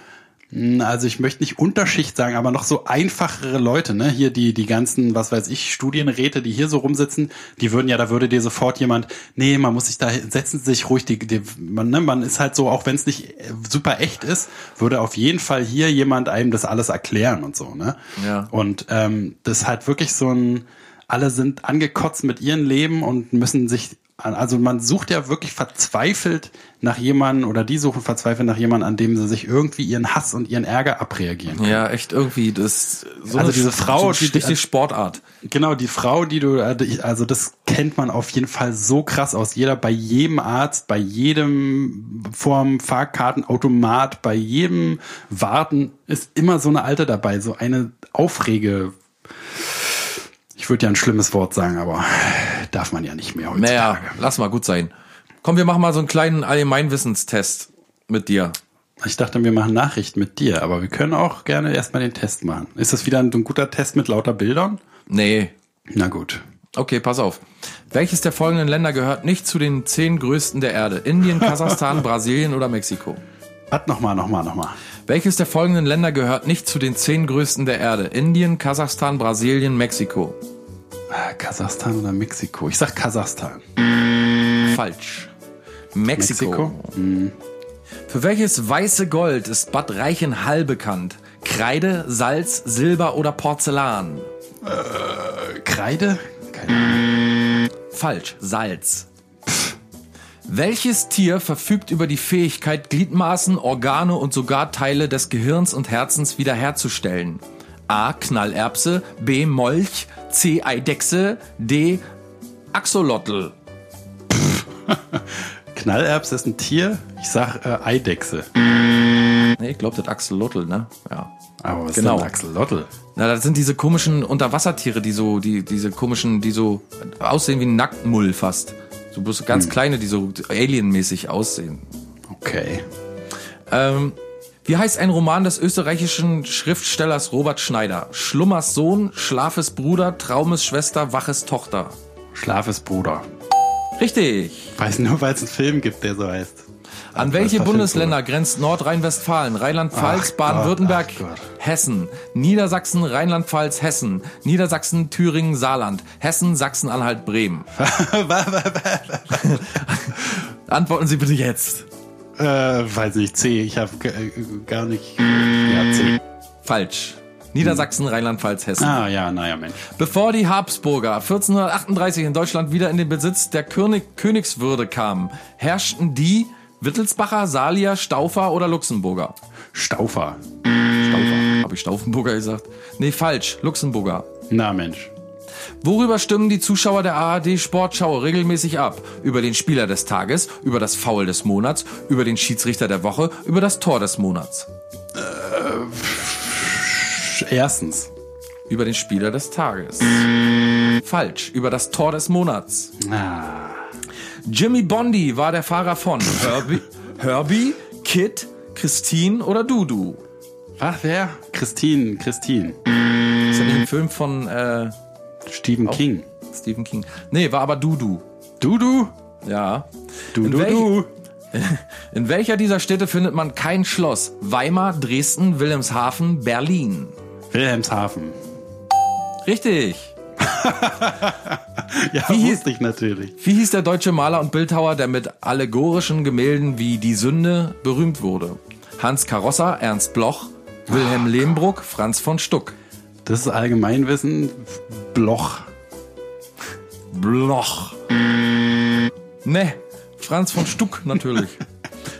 [SPEAKER 3] mh, also ich möchte nicht Unterschicht sagen, aber noch so einfachere Leute, ne? Hier die, die ganzen, was weiß ich, Studienräte, die hier so rumsitzen, die würden ja, da würde dir sofort jemand, nee, man muss sich da, setzen Sie sich ruhig, die, die, man, ne? man ist halt so, auch wenn es nicht äh, super echt ist, würde auf jeden Fall hier jemand einem das alles erklären und so, ne?
[SPEAKER 2] Ja.
[SPEAKER 3] Und ähm, das ist halt wirklich so ein, alle sind angekotzt mit ihrem Leben und müssen sich, an- also man sucht ja wirklich verzweifelt nach jemandem oder die suchen verzweifelt nach jemandem, an dem sie sich irgendwie ihren Hass und ihren Ärger abreagieren.
[SPEAKER 2] Ja, echt irgendwie. Das so
[SPEAKER 3] Also diese Frau,
[SPEAKER 2] so eine
[SPEAKER 3] die-
[SPEAKER 2] richtige Sportart.
[SPEAKER 3] Genau, die Frau, die du, äh, die- also das kennt man auf jeden Fall so krass aus. Jeder, bei jedem Arzt, bei jedem vorm Fahrkartenautomat, bei jedem Warten ist immer so eine Alte dabei, so eine Aufrege. Ich würde ja ein schlimmes Wort sagen, aber darf man ja nicht mehr heutzutage.
[SPEAKER 2] Naja, lass mal gut sein. Komm, wir machen mal so einen kleinen Allgemeinwissenstest mit dir.
[SPEAKER 3] Ich dachte, wir machen Nachricht mit dir, aber wir können auch gerne erstmal den Test machen. Ist das wieder ein, ein guter Test mit lauter Bildern?
[SPEAKER 2] Nee.
[SPEAKER 3] Na gut.
[SPEAKER 2] Okay, pass auf. Welches der folgenden Länder gehört nicht zu den zehn größten der Erde? Indien, Kasachstan, Brasilien oder Mexiko?
[SPEAKER 3] Warte nochmal, nochmal, nochmal.
[SPEAKER 2] Welches der folgenden Länder gehört nicht zu den zehn größten der Erde? Indien, Kasachstan, Brasilien, Mexiko.
[SPEAKER 3] Ah, Kasachstan oder Mexiko? Ich sag Kasachstan.
[SPEAKER 2] Falsch. Mexiko.
[SPEAKER 3] Mexiko? Mhm.
[SPEAKER 2] Für welches weiße Gold ist Bad Reichenhall bekannt? Kreide, Salz, Silber oder Porzellan?
[SPEAKER 3] Äh, Kreide? Keine Ahnung.
[SPEAKER 2] Falsch, Salz. Welches Tier verfügt über die Fähigkeit, Gliedmaßen, Organe und sogar Teile des Gehirns und Herzens wiederherzustellen? A. Knallerbse, B. Molch, C. Eidechse, D. Axolotl.
[SPEAKER 3] Knallerbse ist ein Tier. Ich sag äh, Eidechse.
[SPEAKER 2] Nee, ich glaube, das Axolotl, ne? Ja.
[SPEAKER 3] Aber was
[SPEAKER 2] Genau.
[SPEAKER 3] ist denn Axolotl?
[SPEAKER 2] Na, das sind diese komischen Unterwassertiere, die so, die, diese komischen, die so aussehen wie ein Nacktmull fast. So bloß
[SPEAKER 3] Hm.
[SPEAKER 2] ganz kleine, die so alienmäßig aussehen.
[SPEAKER 3] Okay.
[SPEAKER 2] Ähm, Wie heißt ein Roman des österreichischen Schriftstellers Robert Schneider? Schlummers Sohn, Schlafes Bruder, Traumes Schwester, Waches Tochter.
[SPEAKER 3] Schlafes Bruder.
[SPEAKER 2] Richtig.
[SPEAKER 3] Weiß nur, weil es einen Film gibt, der so heißt.
[SPEAKER 2] An welche
[SPEAKER 3] war
[SPEAKER 2] Bundesländer grenzt Nordrhein-Westfalen, Rheinland-Pfalz,
[SPEAKER 3] Ach
[SPEAKER 2] Baden-Württemberg,
[SPEAKER 3] Gott, ach Gott.
[SPEAKER 2] Hessen, Niedersachsen, Rheinland-Pfalz, Hessen, Niedersachsen, Thüringen, Saarland, Hessen, Sachsen-Anhalt, Bremen? Antworten Sie bitte jetzt.
[SPEAKER 3] Äh, weiß nicht, C. Ich habe gar nicht. Ja, C.
[SPEAKER 2] Falsch. Niedersachsen, Rheinland-Pfalz, Hessen.
[SPEAKER 3] Ah, ja, naja, Mensch.
[SPEAKER 2] Bevor die Habsburger 1438 in Deutschland wieder in den Besitz der König Königswürde kamen, herrschten die Wittelsbacher, Salier, Staufer oder Luxemburger.
[SPEAKER 3] Staufer.
[SPEAKER 2] Staufer. Habe ich Staufenburger gesagt? Nee, falsch. Luxemburger.
[SPEAKER 3] Na, Mensch.
[SPEAKER 2] Worüber stimmen die Zuschauer der ARD Sportschau regelmäßig ab? Über den Spieler des Tages, über das Foul des Monats, über den Schiedsrichter der Woche, über das Tor des Monats.
[SPEAKER 3] äh, Erstens.
[SPEAKER 2] Über den Spieler des Tages. Falsch. Über das Tor des Monats.
[SPEAKER 3] Ah.
[SPEAKER 2] Jimmy Bondi war der Fahrer von Herbie, Herbie Kid, Christine oder Dudu.
[SPEAKER 3] Was, wer? Christine, Christine.
[SPEAKER 2] Ist ja nicht ein Film von äh,
[SPEAKER 3] Stephen King.
[SPEAKER 2] Stephen King. Nee, war aber Dudu.
[SPEAKER 3] Dudu?
[SPEAKER 2] Ja.
[SPEAKER 3] Du,
[SPEAKER 2] In
[SPEAKER 3] du,
[SPEAKER 2] welch-
[SPEAKER 3] du.
[SPEAKER 2] In welcher dieser Städte findet man kein Schloss? Weimar, Dresden, Wilhelmshaven, Berlin.
[SPEAKER 3] Wilhelmshaven.
[SPEAKER 2] Richtig.
[SPEAKER 3] Ja,
[SPEAKER 2] Wie-
[SPEAKER 3] wusste ich natürlich.
[SPEAKER 2] Wie hieß der deutsche Maler und Bildhauer, der mit allegorischen Gemälden wie Die Sünde berühmt wurde? Hans Karossa, Ernst Bloch, Wilhelm Lehmbruck, Franz von Stuck.
[SPEAKER 3] Das ist Allgemeinwissen. Bloch.
[SPEAKER 2] Bloch. Ne, Franz von Stuck natürlich.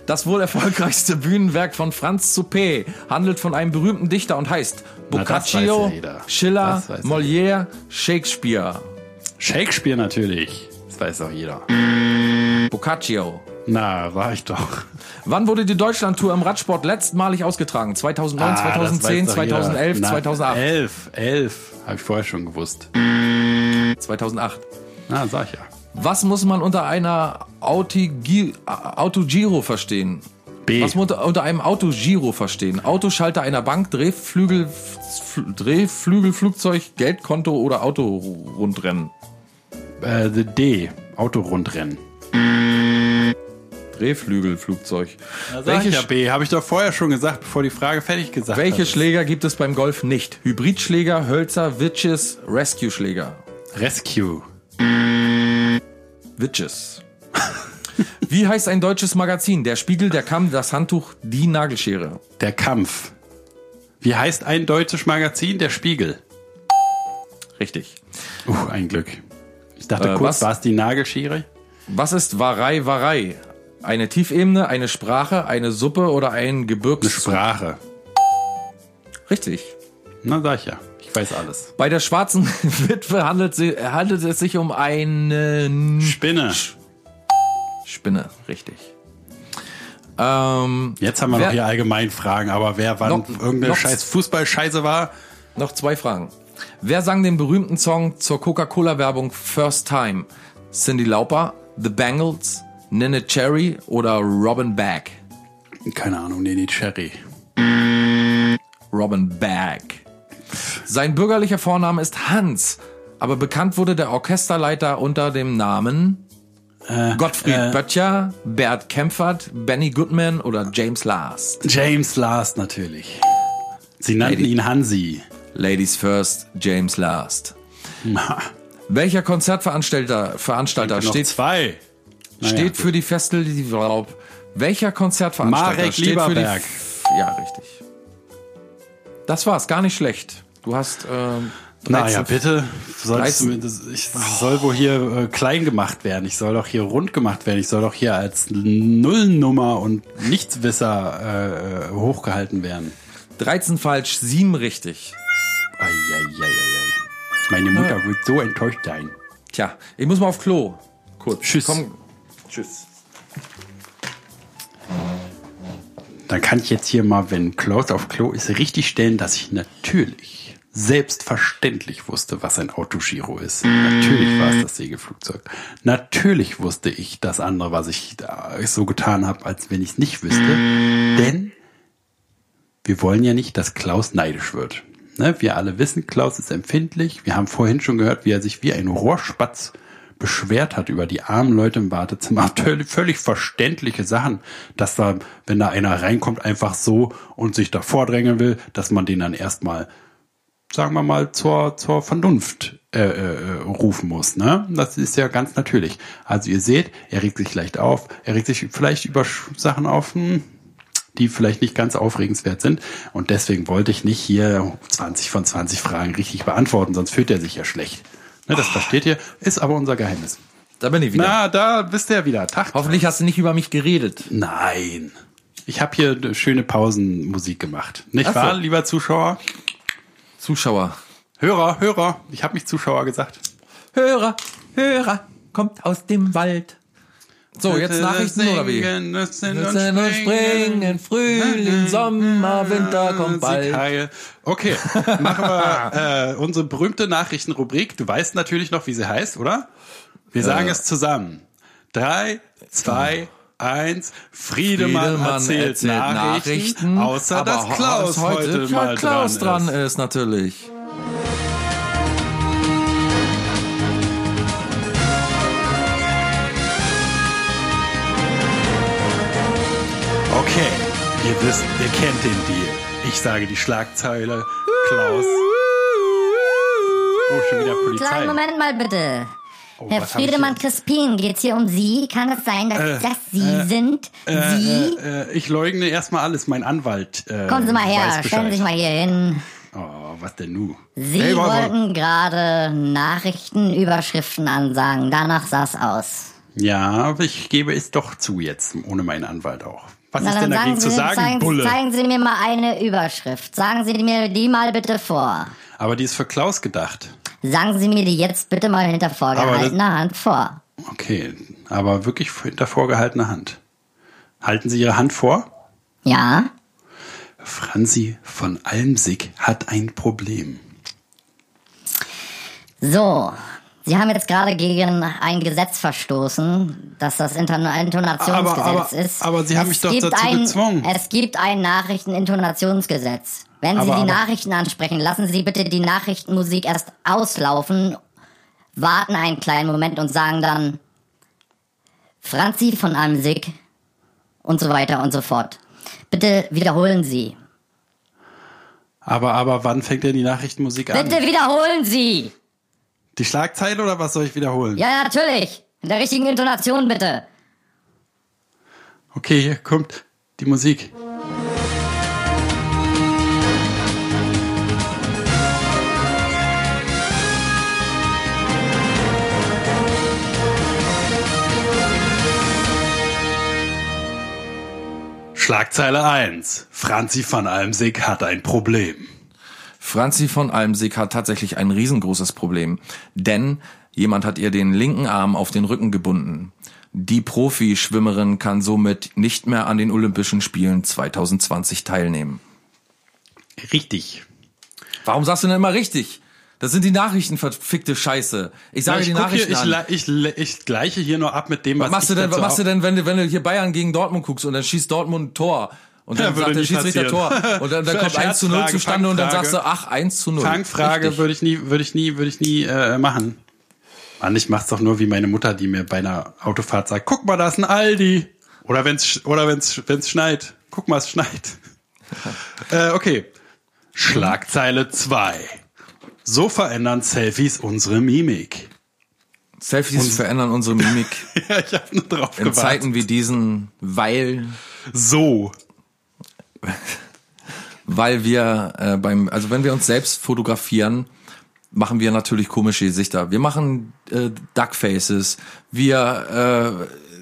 [SPEAKER 2] Das wohl erfolgreichste Bühnenwerk von Franz Suppé handelt von einem berühmten Dichter und heißt
[SPEAKER 3] Na, das weiß ja
[SPEAKER 2] Boccaccio,
[SPEAKER 3] jeder.
[SPEAKER 2] Schiller,
[SPEAKER 3] Das weiß ja
[SPEAKER 2] Molière, Shakespeare.
[SPEAKER 3] Shakespeare natürlich. Das weiß auch jeder.
[SPEAKER 2] Boccaccio.
[SPEAKER 3] Na, war ich doch.
[SPEAKER 2] Wann wurde die Deutschlandtour im Radsport letztmalig ausgetragen? 2009,
[SPEAKER 3] Ah, das
[SPEAKER 2] 2010,
[SPEAKER 3] weiß doch jeder.
[SPEAKER 2] 2011,
[SPEAKER 3] Na, äh.
[SPEAKER 2] 2008.
[SPEAKER 3] 11, 11. Habe ich vorher schon gewusst.
[SPEAKER 2] 2008.
[SPEAKER 3] Na, sag ich ja.
[SPEAKER 2] Was muss man unter einer Auti- äh, Autogiro verstehen?
[SPEAKER 3] B.
[SPEAKER 2] Was man unter, unter einem Autogiro verstehen? Autoschalter einer Bank, Drehflügel, Fl- Drehflügel, Flugzeug, Geldkonto oder Autorundrennen.
[SPEAKER 3] Äh, D. Autorundrennen.
[SPEAKER 2] Drehflügel, Flugzeug.
[SPEAKER 3] Welche
[SPEAKER 2] Welche,
[SPEAKER 3] ja,
[SPEAKER 2] Sch-
[SPEAKER 3] B. Habe ich doch vorher schon gesagt, bevor die Frage fertig gesagt
[SPEAKER 2] welche
[SPEAKER 3] hat.
[SPEAKER 2] Schläger gibt es beim Golf nicht? Hybridschläger, Hölzer, Witches, Rescue-Schläger. Mm.
[SPEAKER 3] Rescue.
[SPEAKER 2] Witches. Wie heißt ein deutsches Magazin? Der Spiegel, der Kamm, das Handtuch, die Nagelschere.
[SPEAKER 3] Der Kampf. Wie heißt ein deutsches Magazin? Der Spiegel.
[SPEAKER 2] Richtig.
[SPEAKER 3] Uh, ein Glück. Ich dachte
[SPEAKER 2] Äh,
[SPEAKER 3] kurz,
[SPEAKER 2] was?
[SPEAKER 3] war es die Nagelschere?
[SPEAKER 2] Was ist Warei Warei? Eine Tiefebene, eine Sprache, eine Suppe oder ein
[SPEAKER 3] Eine
[SPEAKER 2] Gebirgs...
[SPEAKER 3] Sprache.
[SPEAKER 2] Richtig.
[SPEAKER 3] Na, sag ich ja. Ich weiß alles.
[SPEAKER 2] Bei der schwarzen Witwe handelt, sie, handelt es sich um eine
[SPEAKER 3] Spinne.
[SPEAKER 2] Spinne. Richtig. Ähm,
[SPEAKER 3] Jetzt haben wir
[SPEAKER 2] Wer-
[SPEAKER 3] noch hier allgemein Fragen, aber wer wann
[SPEAKER 2] Noch-
[SPEAKER 3] irgendeine
[SPEAKER 2] noch-
[SPEAKER 3] scheiß Fußballscheiße war,
[SPEAKER 2] noch zwei Fragen. Wer sang den berühmten Song zur Coca-Cola-Werbung First Time? Cindy Lauper, The Bangles, Nene Cherry oder Robin Bag?
[SPEAKER 3] keine Ahnung, nee, die Cherry.
[SPEAKER 2] Robin Bag. Sein bürgerlicher Vorname ist Hans, aber bekannt wurde der Orchesterleiter unter dem Namen
[SPEAKER 3] Äh,
[SPEAKER 2] Gottfried Böttcher, Bert Kempfert, Benny Goodman oder James Last.
[SPEAKER 3] James Last natürlich. Sie nannten
[SPEAKER 2] Lady.
[SPEAKER 3] ihn Hansi.
[SPEAKER 2] Ladies first, James Last.
[SPEAKER 3] Na,
[SPEAKER 2] Welcher Konzertveranstalter Veranstalter
[SPEAKER 3] noch
[SPEAKER 2] steht,
[SPEAKER 3] zwei. Naja,
[SPEAKER 2] steht
[SPEAKER 3] gut.
[SPEAKER 2] für die Festel, die Raub? Welcher Konzertveranstalter
[SPEAKER 3] Marek
[SPEAKER 2] steht
[SPEAKER 3] Lieberberg.
[SPEAKER 2] für die... Ja, richtig. Das war's, gar nicht schlecht. Du hast ähm, 13
[SPEAKER 3] Naja, bitte. Sollst du,
[SPEAKER 2] 13.
[SPEAKER 3] mir das- ich soll wohl hier äh, klein gemacht werden. Ich soll doch hier rund gemacht werden. Ich soll doch hier als Nullnummer und Nichtswisser äh, hochgehalten werden.
[SPEAKER 2] 13 falsch, 7 richtig.
[SPEAKER 3] Eieieiei. Meine Mutter wird so enttäuscht sein.
[SPEAKER 2] Tja, ich muss mal auf Klo. Kurz.
[SPEAKER 3] Tschüss.
[SPEAKER 2] Komm. Tschüss.
[SPEAKER 3] Dann kann ich jetzt hier mal, wenn Klaus auf Klo ist, richtig stellen, dass ich natürlich selbstverständlich wusste, was ein Autogiro ist. Natürlich war es das Segelflugzeug. Natürlich wusste ich das andere, was ich da so getan habe, als wenn ich es nicht wüsste. Denn wir wollen ja nicht, dass Klaus neidisch wird. Ne? Wir alle wissen, Klaus ist empfindlich. Wir haben vorhin schon gehört, wie er sich wie ein Rohrspatz beschwert hat über die armen Leute im Wartezimmer. Völ- Völlig verständliche Sachen, dass da, wenn da einer reinkommt, einfach so und sich da vordrängeln will, dass man den dann erstmal sagen wir mal, zur, zur Vernunft äh, äh, rufen muss. Ne? Das ist ja ganz natürlich. Also ihr seht, er regt sich leicht auf, er regt sich vielleicht über Sch- Sachen auf, hm, die vielleicht nicht ganz aufregenswert sind. Und deswegen wollte ich nicht hier 20 von 20 Fragen richtig beantworten, sonst fühlt er sich ja schlecht. Ne, das versteht ihr, ist aber unser Geheimnis.
[SPEAKER 2] Ah. Da bin ich wieder.
[SPEAKER 3] Na, da bist du ja wieder. Tag.
[SPEAKER 2] Hoffentlich hast du nicht über mich geredet.
[SPEAKER 3] Nein. Ich habe hier schöne Pausenmusik gemacht. Nicht
[SPEAKER 2] Ach so.
[SPEAKER 3] wahr, lieber Zuschauer?
[SPEAKER 2] Zuschauer.
[SPEAKER 3] Hörer, Hörer. Ich habe mich Zuschauer gesagt.
[SPEAKER 2] Hörer, Hörer, kommt aus dem Wald. So, jetzt Nachrichten oder wie?
[SPEAKER 3] Singen, Nüssen und
[SPEAKER 2] Nüssen und springen, Frühling, Sommer, Winter kommt
[SPEAKER 3] Sieg
[SPEAKER 2] bald.
[SPEAKER 3] Heil. Okay, machen wir äh, unsere berühmte Nachrichtenrubrik. Du weißt natürlich noch, wie sie heißt, oder? Wir sagen es zusammen. Drei, zwei, eins. Friedemann,
[SPEAKER 2] Friedemann
[SPEAKER 3] erzählt, Nachrichten, außer
[SPEAKER 2] aber
[SPEAKER 3] dass Klaus
[SPEAKER 2] ho-
[SPEAKER 3] heute, halt mal
[SPEAKER 2] Klaus
[SPEAKER 3] dran,
[SPEAKER 2] dran
[SPEAKER 3] ist.
[SPEAKER 2] ist. natürlich.
[SPEAKER 3] Okay, ihr wisst, ihr kennt den Deal. Ich sage die Schlagzeile. Klaus. Oh, schon wieder Polizei.
[SPEAKER 7] Kleinen Moment mal bitte.
[SPEAKER 3] Oh,
[SPEAKER 7] Herr
[SPEAKER 3] was hab ich
[SPEAKER 7] Friedemann
[SPEAKER 3] hier?
[SPEAKER 7] Crispin, geht's hier um Sie? Kann es sein, dass das Sie sind? Sie?
[SPEAKER 3] Äh, äh, ich leugne erstmal alles. Mein Anwalt. Äh,
[SPEAKER 7] Kommen Sie mal
[SPEAKER 3] weiß
[SPEAKER 7] her,
[SPEAKER 3] Bescheid.
[SPEAKER 7] stellen Sie sich mal hier hin.
[SPEAKER 3] Oh, was denn nu?
[SPEAKER 7] Sie
[SPEAKER 3] Hey, wa- wa-
[SPEAKER 7] wollten gerade Nachrichtenüberschriften ansagen. Danach sah's aus.
[SPEAKER 3] Ja, aber ich gebe es doch zu jetzt, ohne meinen Anwalt auch. Was ist
[SPEAKER 7] dann
[SPEAKER 3] denn dagegen zu sagen,
[SPEAKER 7] zeigen,
[SPEAKER 3] Bulle?
[SPEAKER 7] zeigen Sie mir mal eine Überschrift. Sagen Sie mir die mal bitte vor.
[SPEAKER 3] Aber die ist für Klaus gedacht.
[SPEAKER 7] Sagen Sie mir die jetzt bitte mal hinter vorgehaltener Hand vor.
[SPEAKER 3] Okay, aber wirklich hinter vorgehaltener Hand. Halten Sie Ihre Hand vor?
[SPEAKER 7] Ja?
[SPEAKER 3] Franzi von Almsig hat ein Problem.
[SPEAKER 7] So. Sie haben jetzt gerade gegen ein Gesetz verstoßen, das das Interna- Intonationsgesetz
[SPEAKER 3] Aber- aber-
[SPEAKER 7] ist.
[SPEAKER 3] aber Sie haben
[SPEAKER 7] Es
[SPEAKER 3] mich doch
[SPEAKER 7] gibt
[SPEAKER 3] dazu
[SPEAKER 7] ein,
[SPEAKER 3] gezwungen.
[SPEAKER 7] Es gibt ein Nachrichtenintonationsgesetz. Wenn Sie
[SPEAKER 3] Aber-
[SPEAKER 7] die
[SPEAKER 3] aber-
[SPEAKER 7] Nachrichten ansprechen, lassen Sie bitte die Nachrichtenmusik erst auslaufen, warten einen kleinen Moment und sagen dann Franzi von Amsig und so weiter und so fort. Bitte wiederholen Sie.
[SPEAKER 3] Aber, aber wann fängt denn die Nachrichtenmusik an?
[SPEAKER 7] Bitte wiederholen Sie!
[SPEAKER 3] Die Schlagzeile oder was soll ich wiederholen?
[SPEAKER 7] Ja, ja, natürlich. In der richtigen Intonation bitte.
[SPEAKER 3] Okay, hier kommt die Musik. Schlagzeile 1. Franzi van Almsig hat ein Problem.
[SPEAKER 2] Franzi von Almsig hat tatsächlich ein riesengroßes Problem, denn jemand hat ihr den linken Arm auf den Rücken gebunden. Die Profi-Schwimmerin kann somit nicht mehr an den Olympischen Spielen 2020 teilnehmen.
[SPEAKER 3] Richtig.
[SPEAKER 2] Warum sagst du denn immer richtig? Das sind die Nachrichten, verfickte Scheiße. Ich sage
[SPEAKER 3] ich,
[SPEAKER 2] die
[SPEAKER 3] guck
[SPEAKER 2] Nachrichten
[SPEAKER 3] hier, ich,
[SPEAKER 2] an.
[SPEAKER 3] le- ich, le- ich gleiche hier nur ab mit dem, was,
[SPEAKER 2] Was machst
[SPEAKER 3] ich
[SPEAKER 2] du denn, was
[SPEAKER 3] dazu
[SPEAKER 2] machst du
[SPEAKER 3] auch-
[SPEAKER 2] denn, wenn du, wenn du hier Bayern gegen Dortmund guckst und dann schießt Dortmund ein Tor und dann
[SPEAKER 3] Ja, würde
[SPEAKER 2] sagt der
[SPEAKER 3] nicht
[SPEAKER 2] Schiedsrichter
[SPEAKER 3] passieren.
[SPEAKER 2] Tor und dann, dann kommt 1 zu 0
[SPEAKER 3] Scherzfrage,
[SPEAKER 2] zustande und dann
[SPEAKER 3] Fangfrage.
[SPEAKER 2] sagst du, ach, 1 zu 0.
[SPEAKER 3] Fangfrage
[SPEAKER 2] Richtig.
[SPEAKER 3] würde ich nie, würde ich nie, würde ich nie äh, machen. Mann, ich mach's Ah, doch nur wie meine Mutter, die mir bei einer Autofahrt sagt: "Guck mal, da ist ein Aldi." Oder wenn's sch- oder wenn's wenn's schneit. Guck mal, es schneit. äh, okay. Schlagzeile 2. So verändern Selfies unsere Mimik.
[SPEAKER 2] Selfies verändern unsere Mimik
[SPEAKER 3] ja, ich habe nur drauf
[SPEAKER 2] in
[SPEAKER 3] gewartet.
[SPEAKER 2] Zeiten wie diesen, weil,
[SPEAKER 3] so.
[SPEAKER 2] weil wir äh, beim, also wenn wir uns selbst fotografieren, machen wir natürlich komische Gesichter. Wir machen äh, Duckfaces, wir äh,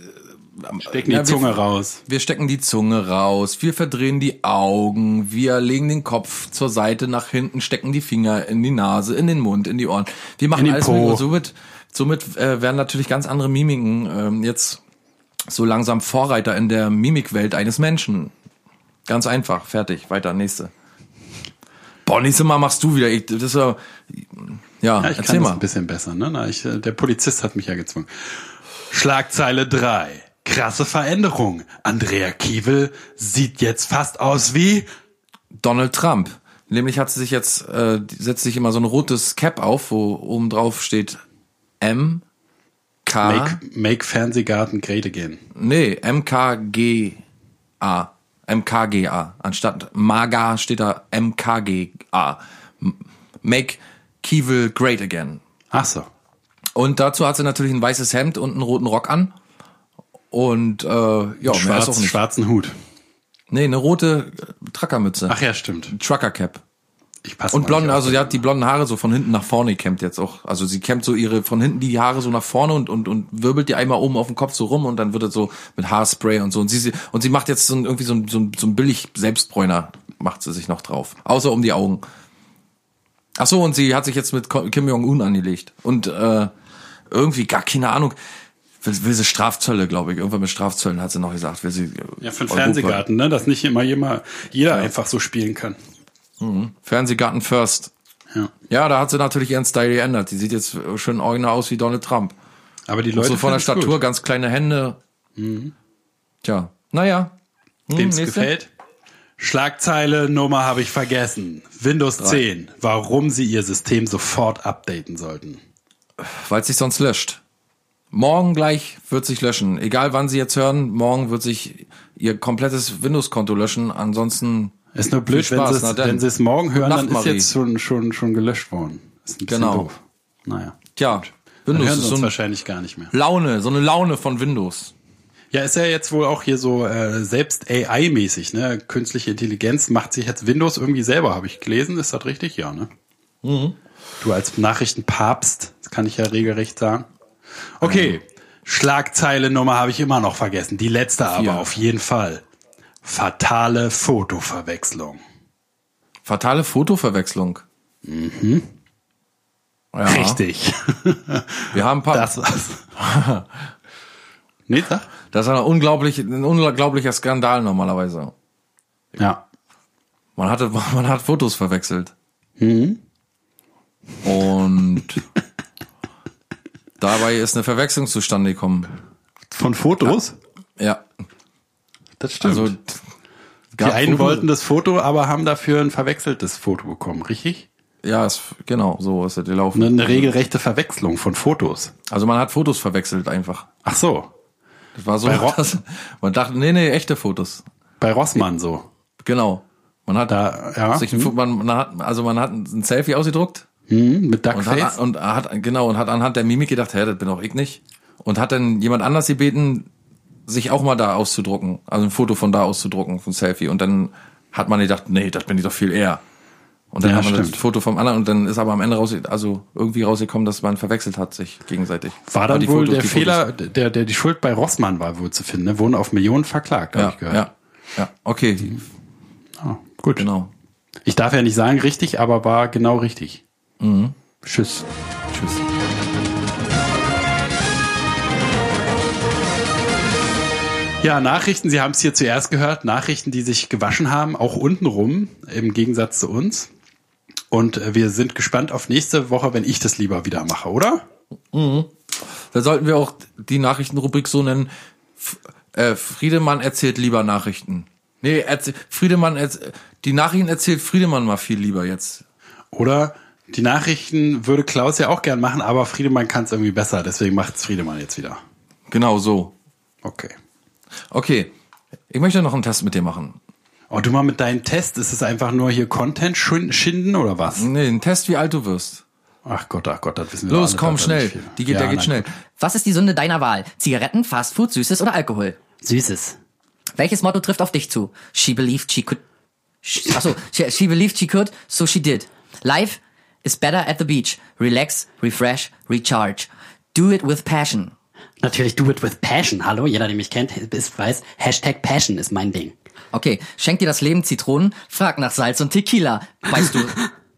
[SPEAKER 3] Steck die
[SPEAKER 2] Ja, wir-
[SPEAKER 3] Zunge raus.
[SPEAKER 2] Wir stecken die Zunge raus, wir verdrehen die Augen, wir legen den Kopf zur Seite nach hinten, stecken die Finger in die Nase, in den Mund, in die Ohren. Wir machen
[SPEAKER 3] In den
[SPEAKER 2] alles
[SPEAKER 3] Po.
[SPEAKER 2] mit und somit, somit äh, werden natürlich ganz andere Mimiken ähm, jetzt so langsam Vorreiter in der Mimikwelt eines Menschen. Ganz einfach, fertig, weiter, nächste. Boah, nächstes Mal machst du wieder. Ich, das ist ja, ja,
[SPEAKER 3] Ja, ich
[SPEAKER 2] erzähl
[SPEAKER 3] kann das
[SPEAKER 2] mal.
[SPEAKER 3] ein bisschen besser, ne? Na, ich, äh, der Polizist hat mich ja gezwungen. Schlagzeile 3. Krasse Veränderung. Andrea Kiewel sieht jetzt fast aus wie
[SPEAKER 2] Donald Trump. Nämlich hat sie sich jetzt, äh, die setzt sich immer so ein rotes Cap auf, wo oben drauf steht M, K,
[SPEAKER 3] Make, make Fernsehgarten great again.
[SPEAKER 2] nee, MKGA, MKGA. Anstatt MAGA steht da MKGA. M- Make Kievel great again.
[SPEAKER 3] Ach so.
[SPEAKER 2] Und dazu hat sie natürlich ein weißes Hemd und einen roten Rock an. Und äh, ja, mehr ist auch
[SPEAKER 3] Schwarz,
[SPEAKER 2] nicht.
[SPEAKER 3] schwarzen Hut.
[SPEAKER 2] Nee, eine rote äh, Truckermütze.
[SPEAKER 3] Ach ja, stimmt.
[SPEAKER 2] Trucker Cap.
[SPEAKER 3] Ich passe
[SPEAKER 2] Und blond,
[SPEAKER 3] nicht auf.
[SPEAKER 2] also sie hat die blonden Haare so von hinten nach vorne gekämmt jetzt auch. Also sie kämmt so ihre von hinten die Haare so nach vorne und und und wirbelt die einmal oben auf dem Kopf so rum und dann wird das so mit Haarspray und so und sie- sie und sie macht jetzt so ein, irgendwie so ein, so ein, so ein billig Selbstbräuner macht sie sich noch drauf, außer um die Augen. Ach so und sie hat sich jetzt mit Ko- Kim Jong Un angelegt und äh, irgendwie gar keine Ahnung. Will, will sie Strafzölle, glaube ich. Irgendwann mit Strafzöllen hat sie noch gesagt. Will sie
[SPEAKER 3] Ja, für den
[SPEAKER 2] Europa-
[SPEAKER 3] Fernsehgarten, ne? Dass nicht immer jemand, jeder einfach so spielen kann.
[SPEAKER 2] Mhm. Fernsehgarten First.
[SPEAKER 3] Ja.
[SPEAKER 2] Ja, da hat sie natürlich ihren Style geändert. Die sieht jetzt schon original aus wie Donald Trump.
[SPEAKER 3] Aber die Leute.
[SPEAKER 2] so von der
[SPEAKER 3] finden's
[SPEAKER 2] Statur,
[SPEAKER 3] gut.
[SPEAKER 2] ganz kleine Hände. Tja, naja. Hm,
[SPEAKER 3] Dem's
[SPEAKER 2] nächste?
[SPEAKER 3] gefällt. Schlagzeile Nummer habe ich vergessen. Windows 10. Warum sie ihr System sofort updaten sollten.
[SPEAKER 2] Weil es sich sonst löscht. Morgen gleich wird sich löschen. Egal wann Sie jetzt hören, morgen wird sich Ihr komplettes Windows-Konto löschen. Ansonsten
[SPEAKER 3] Ist nur blöd,
[SPEAKER 2] Viel Spaß, na dann.
[SPEAKER 3] wenn sie es morgen hören,
[SPEAKER 2] Nacht,
[SPEAKER 3] dann ist
[SPEAKER 2] Marie.
[SPEAKER 3] jetzt schon, schon, schon gelöscht worden. Ist ein bisschen
[SPEAKER 2] Genau.
[SPEAKER 3] doof. Naja.
[SPEAKER 2] Tja,
[SPEAKER 3] Dann
[SPEAKER 2] Windows
[SPEAKER 3] hören
[SPEAKER 2] ist
[SPEAKER 3] sie
[SPEAKER 2] so
[SPEAKER 3] uns
[SPEAKER 2] eine
[SPEAKER 3] wahrscheinlich gar nicht mehr.
[SPEAKER 2] Laune, so eine Laune von Windows.
[SPEAKER 3] Ja, ist ja jetzt wohl auch hier so äh, selbst AI-mäßig, ne? Künstliche Intelligenz macht sich jetzt Windows irgendwie selber, habe ich gelesen. Ist das richtig? Ja, ne?
[SPEAKER 2] Mhm.
[SPEAKER 3] Du als Nachrichtenpapst, das kann ich ja regelrecht sagen. Okay, Schlagzeilennummer habe ich immer noch vergessen. Die letzte
[SPEAKER 2] Vier.
[SPEAKER 3] aber auf jeden Fall. Fatale Fotoverwechslung.
[SPEAKER 2] Fatale Fotoverwechslung. Mhm. Ja,
[SPEAKER 3] Richtig.
[SPEAKER 2] Wir haben ein paar.
[SPEAKER 3] Das war's. nee, sag.
[SPEAKER 2] Das ist ein, unglaublich, ein unglaublicher Skandal normalerweise.
[SPEAKER 3] Ja.
[SPEAKER 2] Man, hatte, man hat Fotos verwechselt.
[SPEAKER 3] Mhm.
[SPEAKER 2] Und dabei ist eine Verwechslung zustande gekommen.
[SPEAKER 3] Von Fotos?
[SPEAKER 2] Ja,
[SPEAKER 3] Das stimmt.
[SPEAKER 2] also
[SPEAKER 3] Die einen wollten das Foto, aber haben dafür ein verwechseltes Foto bekommen, richtig?
[SPEAKER 2] Ja, es, genau, so ist es gelaufen.
[SPEAKER 3] Eine, eine regelrechte Verwechslung von Fotos.
[SPEAKER 2] Also man hat Fotos verwechselt einfach.
[SPEAKER 3] Ach so,
[SPEAKER 2] Das war so,
[SPEAKER 3] Bei Rock-
[SPEAKER 2] dass, man dachte, nee, nee, echte Fotos.
[SPEAKER 3] bei Rossmann so.
[SPEAKER 2] Genau. Man hat
[SPEAKER 3] Da, ja,
[SPEAKER 2] sich ein, Fo- man, man hat, also man hat ein Selfie ausgedruckt
[SPEAKER 3] hm,
[SPEAKER 2] Und
[SPEAKER 3] mit Duckface.
[SPEAKER 2] hat, und hat genau und hat anhand der Mimik gedacht, hä, das bin doch ich nicht. Und hat dann jemand anders gebeten, sich auch mal da auszudrucken, also ein Foto von da auszudrucken, von Selfie. Und dann hat man gedacht, nee, das bin ich doch viel eher. Und dann
[SPEAKER 3] Ja,
[SPEAKER 2] hat man
[SPEAKER 3] stimmt.
[SPEAKER 2] das Foto vom anderen und dann ist aber am Ende raus, also irgendwie rausgekommen, dass man verwechselt hat sich gegenseitig.
[SPEAKER 3] War
[SPEAKER 2] Aber
[SPEAKER 3] dann
[SPEAKER 2] die
[SPEAKER 3] wohl
[SPEAKER 2] Fotos-
[SPEAKER 3] der
[SPEAKER 2] die
[SPEAKER 3] Fehler, der, der die Schuld bei Rossmann war wohl zu finden. Ne? Wurden auf Millionen verklagt, habe ich
[SPEAKER 2] Fotos, ja,
[SPEAKER 3] gehört.
[SPEAKER 2] ja, ja, okay, die-
[SPEAKER 3] Ah, gut.
[SPEAKER 2] genau.
[SPEAKER 3] Ich darf ja nicht sagen richtig, aber war genau richtig.
[SPEAKER 2] Mhm.
[SPEAKER 3] Tschüss.
[SPEAKER 2] Tschüss.
[SPEAKER 3] Ja, Nachrichten, Sie haben es hier zuerst gehört, Nachrichten, die sich gewaschen haben, auch untenrum, im Gegensatz zu uns. Und äh, wir sind gespannt auf nächste Woche, wenn ich das lieber wieder mache, oder?
[SPEAKER 2] Da sollten wir auch die Nachrichtenrubrik so nennen. F äh, Friedemann erzählt lieber Nachrichten. Nee, erzäh Friedemann erz die Nachrichten erzählt Friedemann mal viel lieber jetzt.
[SPEAKER 3] Oder die Nachrichten würde Klaus ja auch gern machen, aber Friedemann kann es irgendwie besser, deswegen macht es Friedemann jetzt wieder.
[SPEAKER 2] Genau so.
[SPEAKER 3] Okay.
[SPEAKER 2] Okay. Ich möchte noch einen Test mit dir machen.
[SPEAKER 3] Oh, du mal mit deinem Test, ist es einfach nur hier Content schun- schinden oder was?
[SPEAKER 2] Nee, einen Test, wie alt du wirst.
[SPEAKER 3] Ach Gott, ach Gott, das wissen wir
[SPEAKER 2] Los,
[SPEAKER 3] alle,
[SPEAKER 2] komm,
[SPEAKER 3] dass da
[SPEAKER 2] schnell.
[SPEAKER 3] nicht viel-
[SPEAKER 2] Die geht,
[SPEAKER 3] Ja,
[SPEAKER 2] der geht
[SPEAKER 3] nein.
[SPEAKER 2] schnell.
[SPEAKER 8] Was ist die Sünde deiner Wahl? Zigaretten, Fastfood, Süßes oder Alkohol?
[SPEAKER 9] Süßes.
[SPEAKER 8] Welches Motto trifft auf dich zu? She believed she could. Sh- Achso, she, she believed she could, so she did. Life is better at the beach. Relax, refresh, recharge. Do it with passion.
[SPEAKER 9] Natürlich do it with passion. Hallo, jeder, der mich kennt, ist, weiß, Hashtag Passion ist mein Ding.
[SPEAKER 8] Okay, schenk dir das Leben Zitronen, frag nach Salz und Tequila. Beißt du,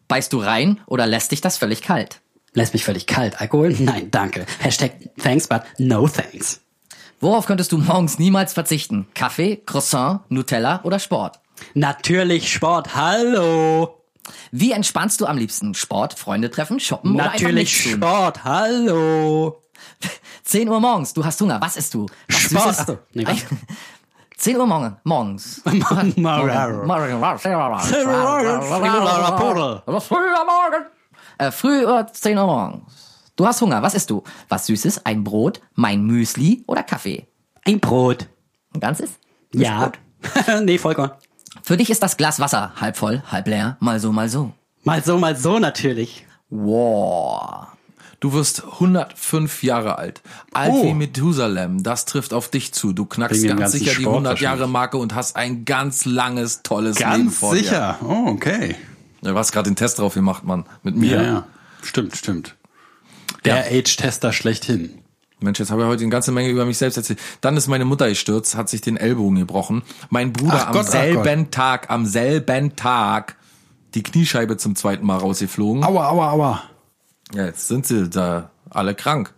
[SPEAKER 8] beißt du rein oder lässt dich das völlig kalt?
[SPEAKER 9] Lässt mich völlig kalt. Alkohol? Nein, danke. Hashtag thanks, but no thanks.
[SPEAKER 8] Worauf könntest du morgens niemals verzichten? Kaffee, Croissant, Nutella oder Sport?
[SPEAKER 9] Natürlich Sport. Hallo.
[SPEAKER 8] Wie entspannst du am liebsten? Sport, Freunde treffen, shoppen oder einfach
[SPEAKER 9] Natürlich
[SPEAKER 8] nichts tun?
[SPEAKER 9] Sport. Hallo.
[SPEAKER 8] 10 Uhr morgens, du hast Hunger, was isst du? Was
[SPEAKER 9] Sport.
[SPEAKER 8] Süßes?
[SPEAKER 9] Nee, was?
[SPEAKER 8] Ein- 10 Uhr morgen, morgens.
[SPEAKER 9] Mararo.
[SPEAKER 8] Morgen, morgen,
[SPEAKER 9] Zehn Uhr morgens, Friedel Portal.
[SPEAKER 8] Aber früh am Morgen. Äh, früh Uhr, 10 Uhr morgens. Du hast Hunger, was isst du? Was Süßes, ein Brot, mein Müsli oder Kaffee?
[SPEAKER 9] Ein Brot.
[SPEAKER 8] Ein ganzes?
[SPEAKER 9] Ja. nee, Vollkorn.
[SPEAKER 8] Für dich ist das Glas Wasser halb voll, halb leer, mal so, mal so.
[SPEAKER 9] Mal so, mal so natürlich.
[SPEAKER 8] Wow.
[SPEAKER 2] Du wirst 105 Jahre alt. Alt wie Methusalem. Das trifft auf dich zu. Du knackst
[SPEAKER 3] Oh. Wegen dem
[SPEAKER 2] ganz
[SPEAKER 3] ganzen
[SPEAKER 2] sicher die
[SPEAKER 3] Sport
[SPEAKER 2] 100 Jahre
[SPEAKER 3] wahrscheinlich.
[SPEAKER 2] Marke und hast ein ganz langes, tolles Leben
[SPEAKER 3] Ganz
[SPEAKER 2] vor dir.
[SPEAKER 3] sicher. Oh, okay.
[SPEAKER 2] Du hast gerade den Test drauf gemacht, Mann. Mit mir.
[SPEAKER 3] Ja, ja. Stimmt, stimmt. Der Age-Tester schlechthin.
[SPEAKER 2] Mensch, jetzt habe ich heute eine ganze Menge über mich selbst erzählt. Dann ist meine Mutter gestürzt, hat sich den Ellbogen gebrochen. Mein Bruder
[SPEAKER 3] Ach
[SPEAKER 2] am
[SPEAKER 3] Gott, ach
[SPEAKER 2] selben Tag, am selben Tag die Kniescheibe zum zweiten Mal rausgeflogen.
[SPEAKER 3] Aua, aua, aua.
[SPEAKER 2] Ja, jetzt sind sie da alle krank.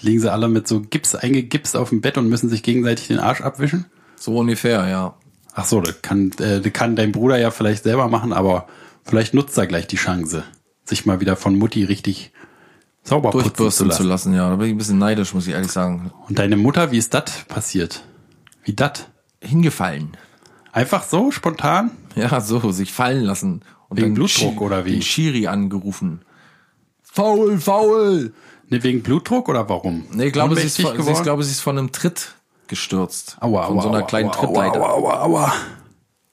[SPEAKER 3] Liegen sie alle mit so Gips eingegipst auf dem Bett und müssen sich gegenseitig den Arsch abwischen?
[SPEAKER 2] So ungefähr, ja.
[SPEAKER 3] Ach so, das kann, äh, das kann dein Bruder ja vielleicht selber machen, aber vielleicht nutzt er gleich die Chance, sich mal wieder von Mutti richtig sauber putzen zu
[SPEAKER 2] Durchbürsten zu
[SPEAKER 3] lassen.
[SPEAKER 2] lassen, ja. Da bin ich ein bisschen neidisch, muss ich ehrlich sagen.
[SPEAKER 3] Und deine Mutter, wie ist das passiert? Wie das?
[SPEAKER 2] Hingefallen.
[SPEAKER 3] Einfach so, spontan?
[SPEAKER 2] Ja, so, sich fallen lassen. Und
[SPEAKER 3] Wegen
[SPEAKER 2] dann
[SPEAKER 3] Blutdruck oder wie?
[SPEAKER 2] Den Schiri angerufen. Faul, faul!
[SPEAKER 3] Ne, wegen Blutdruck oder warum?
[SPEAKER 2] Nee, ich glaube, sie ist,
[SPEAKER 3] Ohnmächtig
[SPEAKER 2] von, sie ist, glaube, sie ist von einem Tritt gestürzt.
[SPEAKER 3] aua, aua,
[SPEAKER 2] von so einer
[SPEAKER 3] aua,
[SPEAKER 2] kleinen
[SPEAKER 3] aua,
[SPEAKER 2] Trittleiter.
[SPEAKER 3] Aua, aua, aua.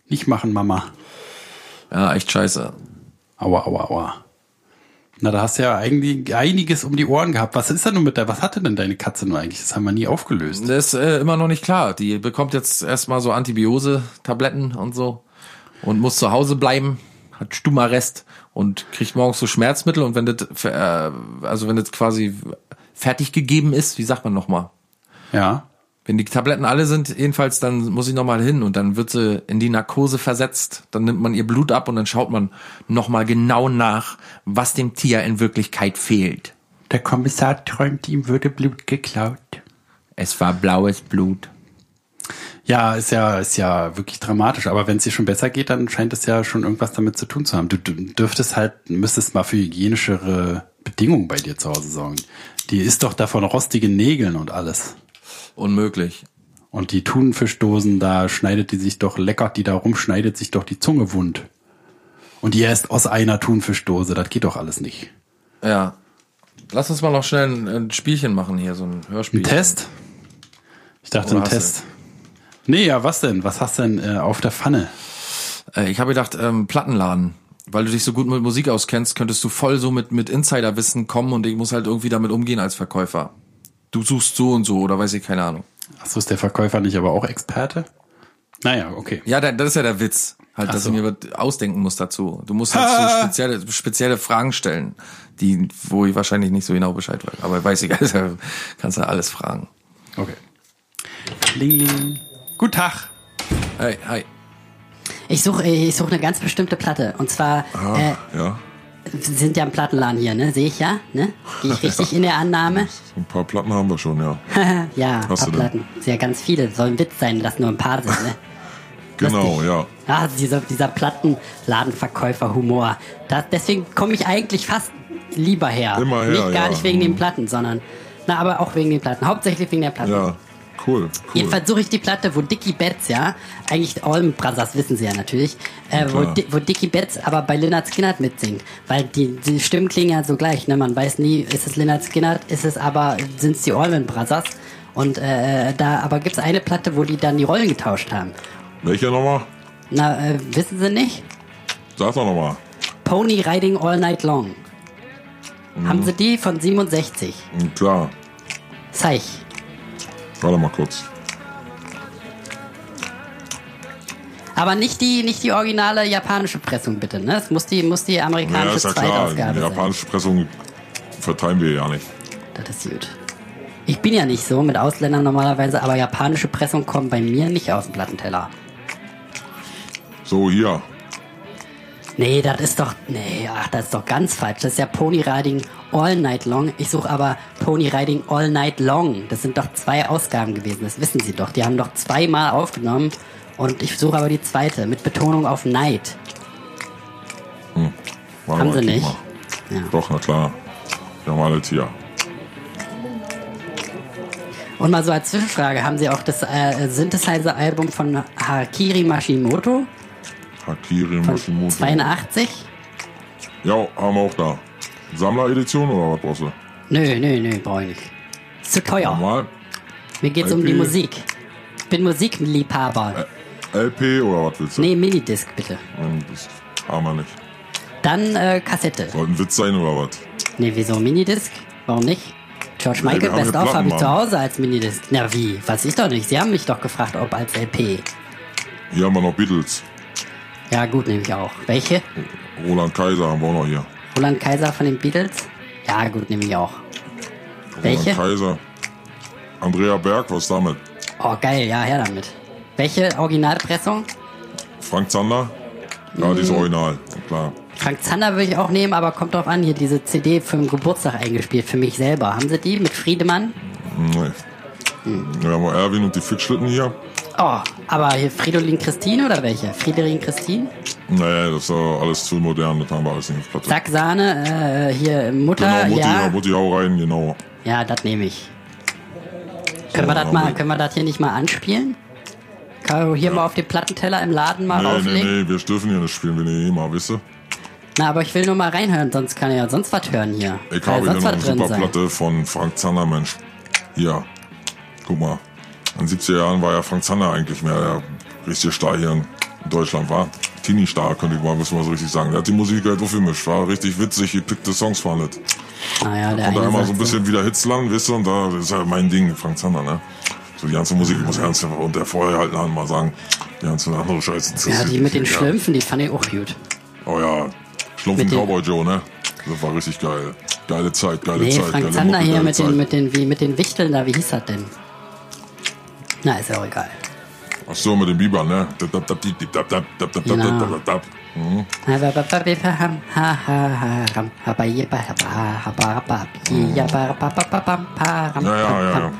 [SPEAKER 3] Nicht machen, Mama.
[SPEAKER 2] Ja, echt scheiße.
[SPEAKER 3] Aua, aua, aua. Na, da hast du ja eigentlich einiges um die Ohren gehabt. Was ist denn nun mit der, was hatte denn deine Katze nun eigentlich? Das haben wir nie aufgelöst.
[SPEAKER 2] Das ist äh, immer noch nicht klar. Die bekommt jetzt erstmal so Antibiose-Tabletten und so und muss zu Hause bleiben, hat Stummarrest und kriegt morgens so Schmerzmittel und wenn das, äh, also wenn das quasi fertig gegeben ist, wie sagt man nochmal?
[SPEAKER 3] Ja.
[SPEAKER 2] Wenn die Tabletten alle sind, jedenfalls, dann muss ich nochmal hin und dann wird sie in die Narkose versetzt. Dann nimmt man ihr Blut ab und dann schaut man nochmal genau nach, was dem Tier in Wirklichkeit fehlt.
[SPEAKER 3] Der Kommissar träumt, ihm würde Blut geklaut.
[SPEAKER 2] Es war blaues Blut.
[SPEAKER 3] Ja, ist ja, ist ja wirklich dramatisch. Aber wenn es dir schon besser geht, dann scheint es ja schon irgendwas damit zu tun zu haben. Du dü- dürftest halt, müsstest mal für hygienischere Bedingungen bei dir zu Hause sorgen. Die ist doch davon rostigen Nägeln und alles.
[SPEAKER 2] Unmöglich.
[SPEAKER 3] Und die Thunfischdosen, da schneidet die sich doch, leckert die da rum, schneidet sich doch die Zunge wund. Und ihr esst aus einer Thunfischdose, das geht doch alles nicht.
[SPEAKER 2] Ja. Lass uns mal noch schnell ein, ein Spielchen machen hier, so ein Hörspiel.
[SPEAKER 3] Ein Test? Ich dachte,
[SPEAKER 2] Oder
[SPEAKER 3] ein
[SPEAKER 2] hast du-
[SPEAKER 3] Test. Nee, ja, was denn? Was hast du denn äh, auf der Pfanne?
[SPEAKER 2] Äh, ich habe gedacht, ähm, Plattenladen. Weil du dich so gut mit Musik auskennst, könntest du voll so mit, mit Insiderwissen kommen und ich muss halt irgendwie damit umgehen als Verkäufer. Du suchst so und so oder weiß ich, keine Ahnung.
[SPEAKER 3] Achso, ist der Verkäufer nicht aber auch Experte? Naja, okay.
[SPEAKER 2] Ja, da, das ist ja der Witz. Halt, dass
[SPEAKER 3] so.
[SPEAKER 2] du mir was ausdenken musst dazu. Du musst halt so spezielle, spezielle Fragen stellen, die, wo ich wahrscheinlich nicht so genau Bescheid weiß. Aber weiß ich, also kannst du alles fragen.
[SPEAKER 3] Okay. Ling, ling. Guten Tag.
[SPEAKER 2] Hey, hi.
[SPEAKER 9] Ich suche ich such eine ganz bestimmte Platte. Und zwar äh,
[SPEAKER 10] Ja,
[SPEAKER 9] sind ja im Plattenladen hier, ne? Sehe ich ja, ne? Gehe ich richtig in der Annahme?
[SPEAKER 10] ein paar Platten haben wir schon, ja.
[SPEAKER 9] Ja,
[SPEAKER 10] Hast du denn?
[SPEAKER 9] Platten. Ist ja ganz viele. Soll ein Witz sein, dass nur ein paar sind, ne?
[SPEAKER 10] Genau,
[SPEAKER 9] Lustig.
[SPEAKER 10] ja.
[SPEAKER 9] Ah, dieser, dieser Plattenladenverkäufer-Humor. Das, deswegen komme ich eigentlich fast lieber her.
[SPEAKER 10] Immer her,
[SPEAKER 9] Nicht, gar
[SPEAKER 10] ja.
[SPEAKER 9] nicht wegen den
[SPEAKER 10] Hm.
[SPEAKER 9] Platten, sondern. Na, aber auch wegen den Platten. Hauptsächlich wegen der Platten.
[SPEAKER 10] Ja, cool. cool.
[SPEAKER 9] Jedenfalls suche ich die Platte, wo Dicky Betts, ja, eigentlich Allman Brothers wissen sie ja natürlich, äh, wo,
[SPEAKER 10] klar.
[SPEAKER 9] Di wo Dicky Betts aber bei Lynyrd Skynyrd mitsingt. Weil die, die Stimmen klingen ja so gleich, ne? Man weiß nie, ist es Lynyrd Skynyrd, ist es aber, sind es die Allman Brothers? Und äh, da aber gibt es eine Platte, wo die dann die Rollen getauscht haben.
[SPEAKER 10] Welcher nochmal?
[SPEAKER 9] Na, äh, wissen sie nicht?
[SPEAKER 10] Sag doch nochmal.
[SPEAKER 9] Pony Riding All Night Long.
[SPEAKER 10] Mhm.
[SPEAKER 9] Haben sie die von 67?
[SPEAKER 10] Hm, Klar.
[SPEAKER 9] Zeig.
[SPEAKER 10] Warte mal kurz.
[SPEAKER 9] Aber nicht die, nicht die originale japanische Pressung, bitte. Ne? Es muss die, muss die
[SPEAKER 10] Ja,
[SPEAKER 9] amerikanische
[SPEAKER 10] ist ja klar.
[SPEAKER 9] Zweitausgabe
[SPEAKER 10] Die
[SPEAKER 9] sein.
[SPEAKER 10] japanische Pressung verteilen wir ja nicht.
[SPEAKER 9] Das ist gut. Ich bin ja nicht so mit Ausländern normalerweise, aber japanische Pressung kommen bei mir nicht auf den Plattenteller.
[SPEAKER 10] So, hier.
[SPEAKER 9] Nee, das ist doch. Nee, ach, das ist doch ganz falsch. Das ist ja Pony Riding All Night Long. Ich suche aber Pony Riding All Night Long. Das sind doch zwei Ausgaben gewesen, das wissen Sie doch. Die haben doch zweimal aufgenommen und ich suche aber die zweite mit Betonung auf Night.
[SPEAKER 10] Warte
[SPEAKER 9] Haben
[SPEAKER 10] mal,
[SPEAKER 9] sie
[SPEAKER 10] guck
[SPEAKER 9] nicht.
[SPEAKER 10] Mal.
[SPEAKER 9] Ja.
[SPEAKER 10] Doch, na klar. Wir haben alles hier.
[SPEAKER 9] Und mal so als Zwischenfrage, haben Sie auch das äh, Synthesizer-Album von Harakiri Mashimoto
[SPEAKER 10] Hakiri
[SPEAKER 9] von
[SPEAKER 10] Mashimoto.
[SPEAKER 9] 82?
[SPEAKER 10] Ja, haben wir auch da. Sammleredition oder was brauchst du?
[SPEAKER 9] Nö, nö, nö, brauche ich nicht. Ist zu teuer.
[SPEAKER 10] Normal?
[SPEAKER 9] Mir geht's um die
[SPEAKER 10] LP.
[SPEAKER 9] Musik. Ich bin Musikliebhaber.
[SPEAKER 10] LP oder was willst du?
[SPEAKER 9] Nee, Minidisc bitte.
[SPEAKER 10] Nein, Das haben wir nicht.
[SPEAKER 9] Dann äh, Kassette.
[SPEAKER 10] Sollte ein Witz sein oder was?
[SPEAKER 9] Nee, wieso Minidisc? Warum nicht? George
[SPEAKER 10] Nee,
[SPEAKER 9] Michael
[SPEAKER 10] wir haben
[SPEAKER 9] Best
[SPEAKER 10] eine
[SPEAKER 9] auf habe ich
[SPEAKER 10] Plattenmann.
[SPEAKER 9] zu Hause als Minidisc. Na wie? Weiß ich doch nicht. Sie haben mich doch gefragt, ob als LP.
[SPEAKER 10] Hier haben wir noch Beatles.
[SPEAKER 9] Ja, gut, nehme ich auch. Welche?
[SPEAKER 10] Roland Kaiser haben wir auch noch hier.
[SPEAKER 9] Roland Kaiser von den Beatles? Ja, gut, nehme ich auch. Welche?
[SPEAKER 10] Roland Kaiser. Andrea Berg, was damit?
[SPEAKER 9] Oh, geil, ja, her damit. Welche Originalpressung?
[SPEAKER 10] Frank Zander? Ja, die ist original. Klar.
[SPEAKER 9] Frank Zander würde ich auch nehmen, aber kommt drauf an, hier diese CD für den Geburtstag eingespielt, für mich selber. Haben Sie die mit Friedemann?
[SPEAKER 10] Nee. Wir haben auch Erwin und die Fickschlitten hier.
[SPEAKER 9] Oh, aber hier Fridolin Christine oder welche? Friederin Christine?
[SPEAKER 10] Nee, das ist äh, alles zu modern, das haben wir alles nicht auf Platte.
[SPEAKER 9] Zack, Sahne, äh, hier Mutter,
[SPEAKER 10] Genau, Mutti,
[SPEAKER 9] ja.
[SPEAKER 10] ja, Mutti, hau rein, genau.
[SPEAKER 9] Ja, das nehme ich. Können wir das
[SPEAKER 10] aber-
[SPEAKER 9] mal, können wir das hier nicht mal anspielen? Können wir hier mal auf den Plattenteller im Laden mal
[SPEAKER 10] Nee, nee,
[SPEAKER 9] auflegen?
[SPEAKER 10] nee, wir dürfen hier nicht spielen, wenn ihr eh mal, wisst ihr?
[SPEAKER 9] Na, aber ich will nur mal reinhören, sonst kann er ja sonst was hören hier.
[SPEAKER 10] Ich
[SPEAKER 9] Kann
[SPEAKER 10] habe
[SPEAKER 9] ja
[SPEAKER 10] hier
[SPEAKER 9] sonst
[SPEAKER 10] noch eine
[SPEAKER 9] was drin
[SPEAKER 10] super
[SPEAKER 9] sein.
[SPEAKER 10] Platte von Frank Zander, Mensch. Hier, guck mal. In den 70er Jahren war ja Frank Zander eigentlich mehr der richtige Star hier in Deutschland, war. Teenie-Star, könnte ich mal, müssen wir so richtig sagen. Der hat die Musik halt aufgemischt, war richtig witzig, gepickte Songs waren das.
[SPEAKER 9] Naja, der ne?
[SPEAKER 10] Und da
[SPEAKER 9] eine
[SPEAKER 10] immer
[SPEAKER 9] sagt
[SPEAKER 10] so ein bisschen wieder Hits lang, wisst ihr, und da das ist halt mein Ding, Frank Zander, ne? So die ganze Musik, ich muss ernst und der vorher halt noch mal sagen, die ganze andere Scheiße. das
[SPEAKER 9] Ja,
[SPEAKER 10] ist-
[SPEAKER 9] die mit den
[SPEAKER 10] ja.
[SPEAKER 9] Schlümpfen, die fand ich auch gut.
[SPEAKER 10] Oh ja, Schlumpfen
[SPEAKER 9] Mit den-
[SPEAKER 10] Cowboy Joe, ne? Das war richtig geil. Geile Zeit, geile
[SPEAKER 9] Nee,
[SPEAKER 10] Zeit.
[SPEAKER 9] Frank
[SPEAKER 10] geile
[SPEAKER 9] Zander
[SPEAKER 10] Mucke,
[SPEAKER 9] hier
[SPEAKER 10] geile
[SPEAKER 9] mit
[SPEAKER 10] Zeit.
[SPEAKER 9] den, mit, den, wie, mit den Wichteln da, wie hieß das denn? Na, ist ja auch egal.
[SPEAKER 10] Ach so, mit dem Biber, ne? Dab, dab, dab, dip, dip, dab, dab, dab, dab, dab,
[SPEAKER 9] Genau.
[SPEAKER 10] dab, dab, dab. Mhm. Ja, ja, ja, ja.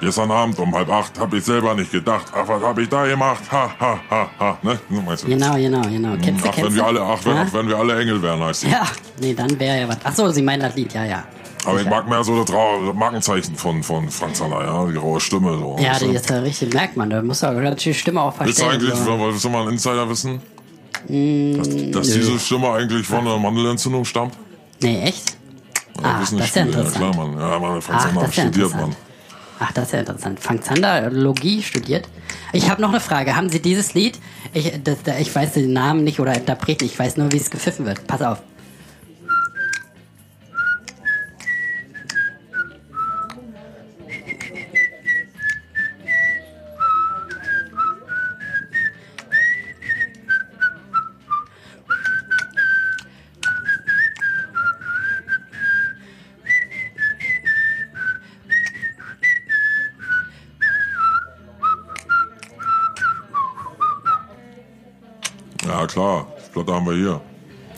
[SPEAKER 10] Gestern Abend um halb acht hab ich selber nicht gedacht. Ach, was hab ich da gemacht? Ha, ha, ha, ha. Ne? So meinst du? Hm,
[SPEAKER 9] Genau, genau, genau. Kennst du,
[SPEAKER 10] Ach, wenn
[SPEAKER 9] kennst
[SPEAKER 10] wir alle,
[SPEAKER 9] du?
[SPEAKER 10] ach, wenn,
[SPEAKER 9] Ja?
[SPEAKER 10] ach, wenn wir alle Engel wären, heißt die.
[SPEAKER 9] Ja, nee, dann wäre ja was. Achso, Sie meinen das Lied, ja, ja.
[SPEAKER 10] Aber ich mag mehr so das Ra- das Markenzeichen von, von Frank Zander, ja? Die raue Stimme, so.
[SPEAKER 9] Ja,
[SPEAKER 10] Weißt du?
[SPEAKER 9] die ist ja richtig, merkt man, da muss ja ganz schön Stimme auch
[SPEAKER 10] Willst du
[SPEAKER 9] verstellen.
[SPEAKER 10] eigentlich,
[SPEAKER 9] so. Mm,
[SPEAKER 10] willst du mal einen Insider wissen? Dass, dass diese Stimme eigentlich von einer Mandelentzündung stammt?
[SPEAKER 9] Nee, echt?
[SPEAKER 10] Ja,
[SPEAKER 9] Ah, das
[SPEAKER 10] wissen die
[SPEAKER 9] ist ja
[SPEAKER 10] Spiele,
[SPEAKER 9] interessant.
[SPEAKER 10] klar, Mann. Ja, Mann, Frank
[SPEAKER 9] Ach,
[SPEAKER 10] Zander
[SPEAKER 9] das
[SPEAKER 10] hat
[SPEAKER 9] ist ja
[SPEAKER 10] studiert,
[SPEAKER 9] interessant.
[SPEAKER 10] Mann.
[SPEAKER 9] Ach, das ist ja interessant. Frank Zander, Logie studiert. Ich habe noch eine Frage. Haben Sie dieses Lied? Ich, das, da- ich weiß den Namen nicht oder Interpreten. Ich weiß nur, wie es gepfiffen wird. Pass auf.
[SPEAKER 10] Ja, klar. Die Platte haben wir hier.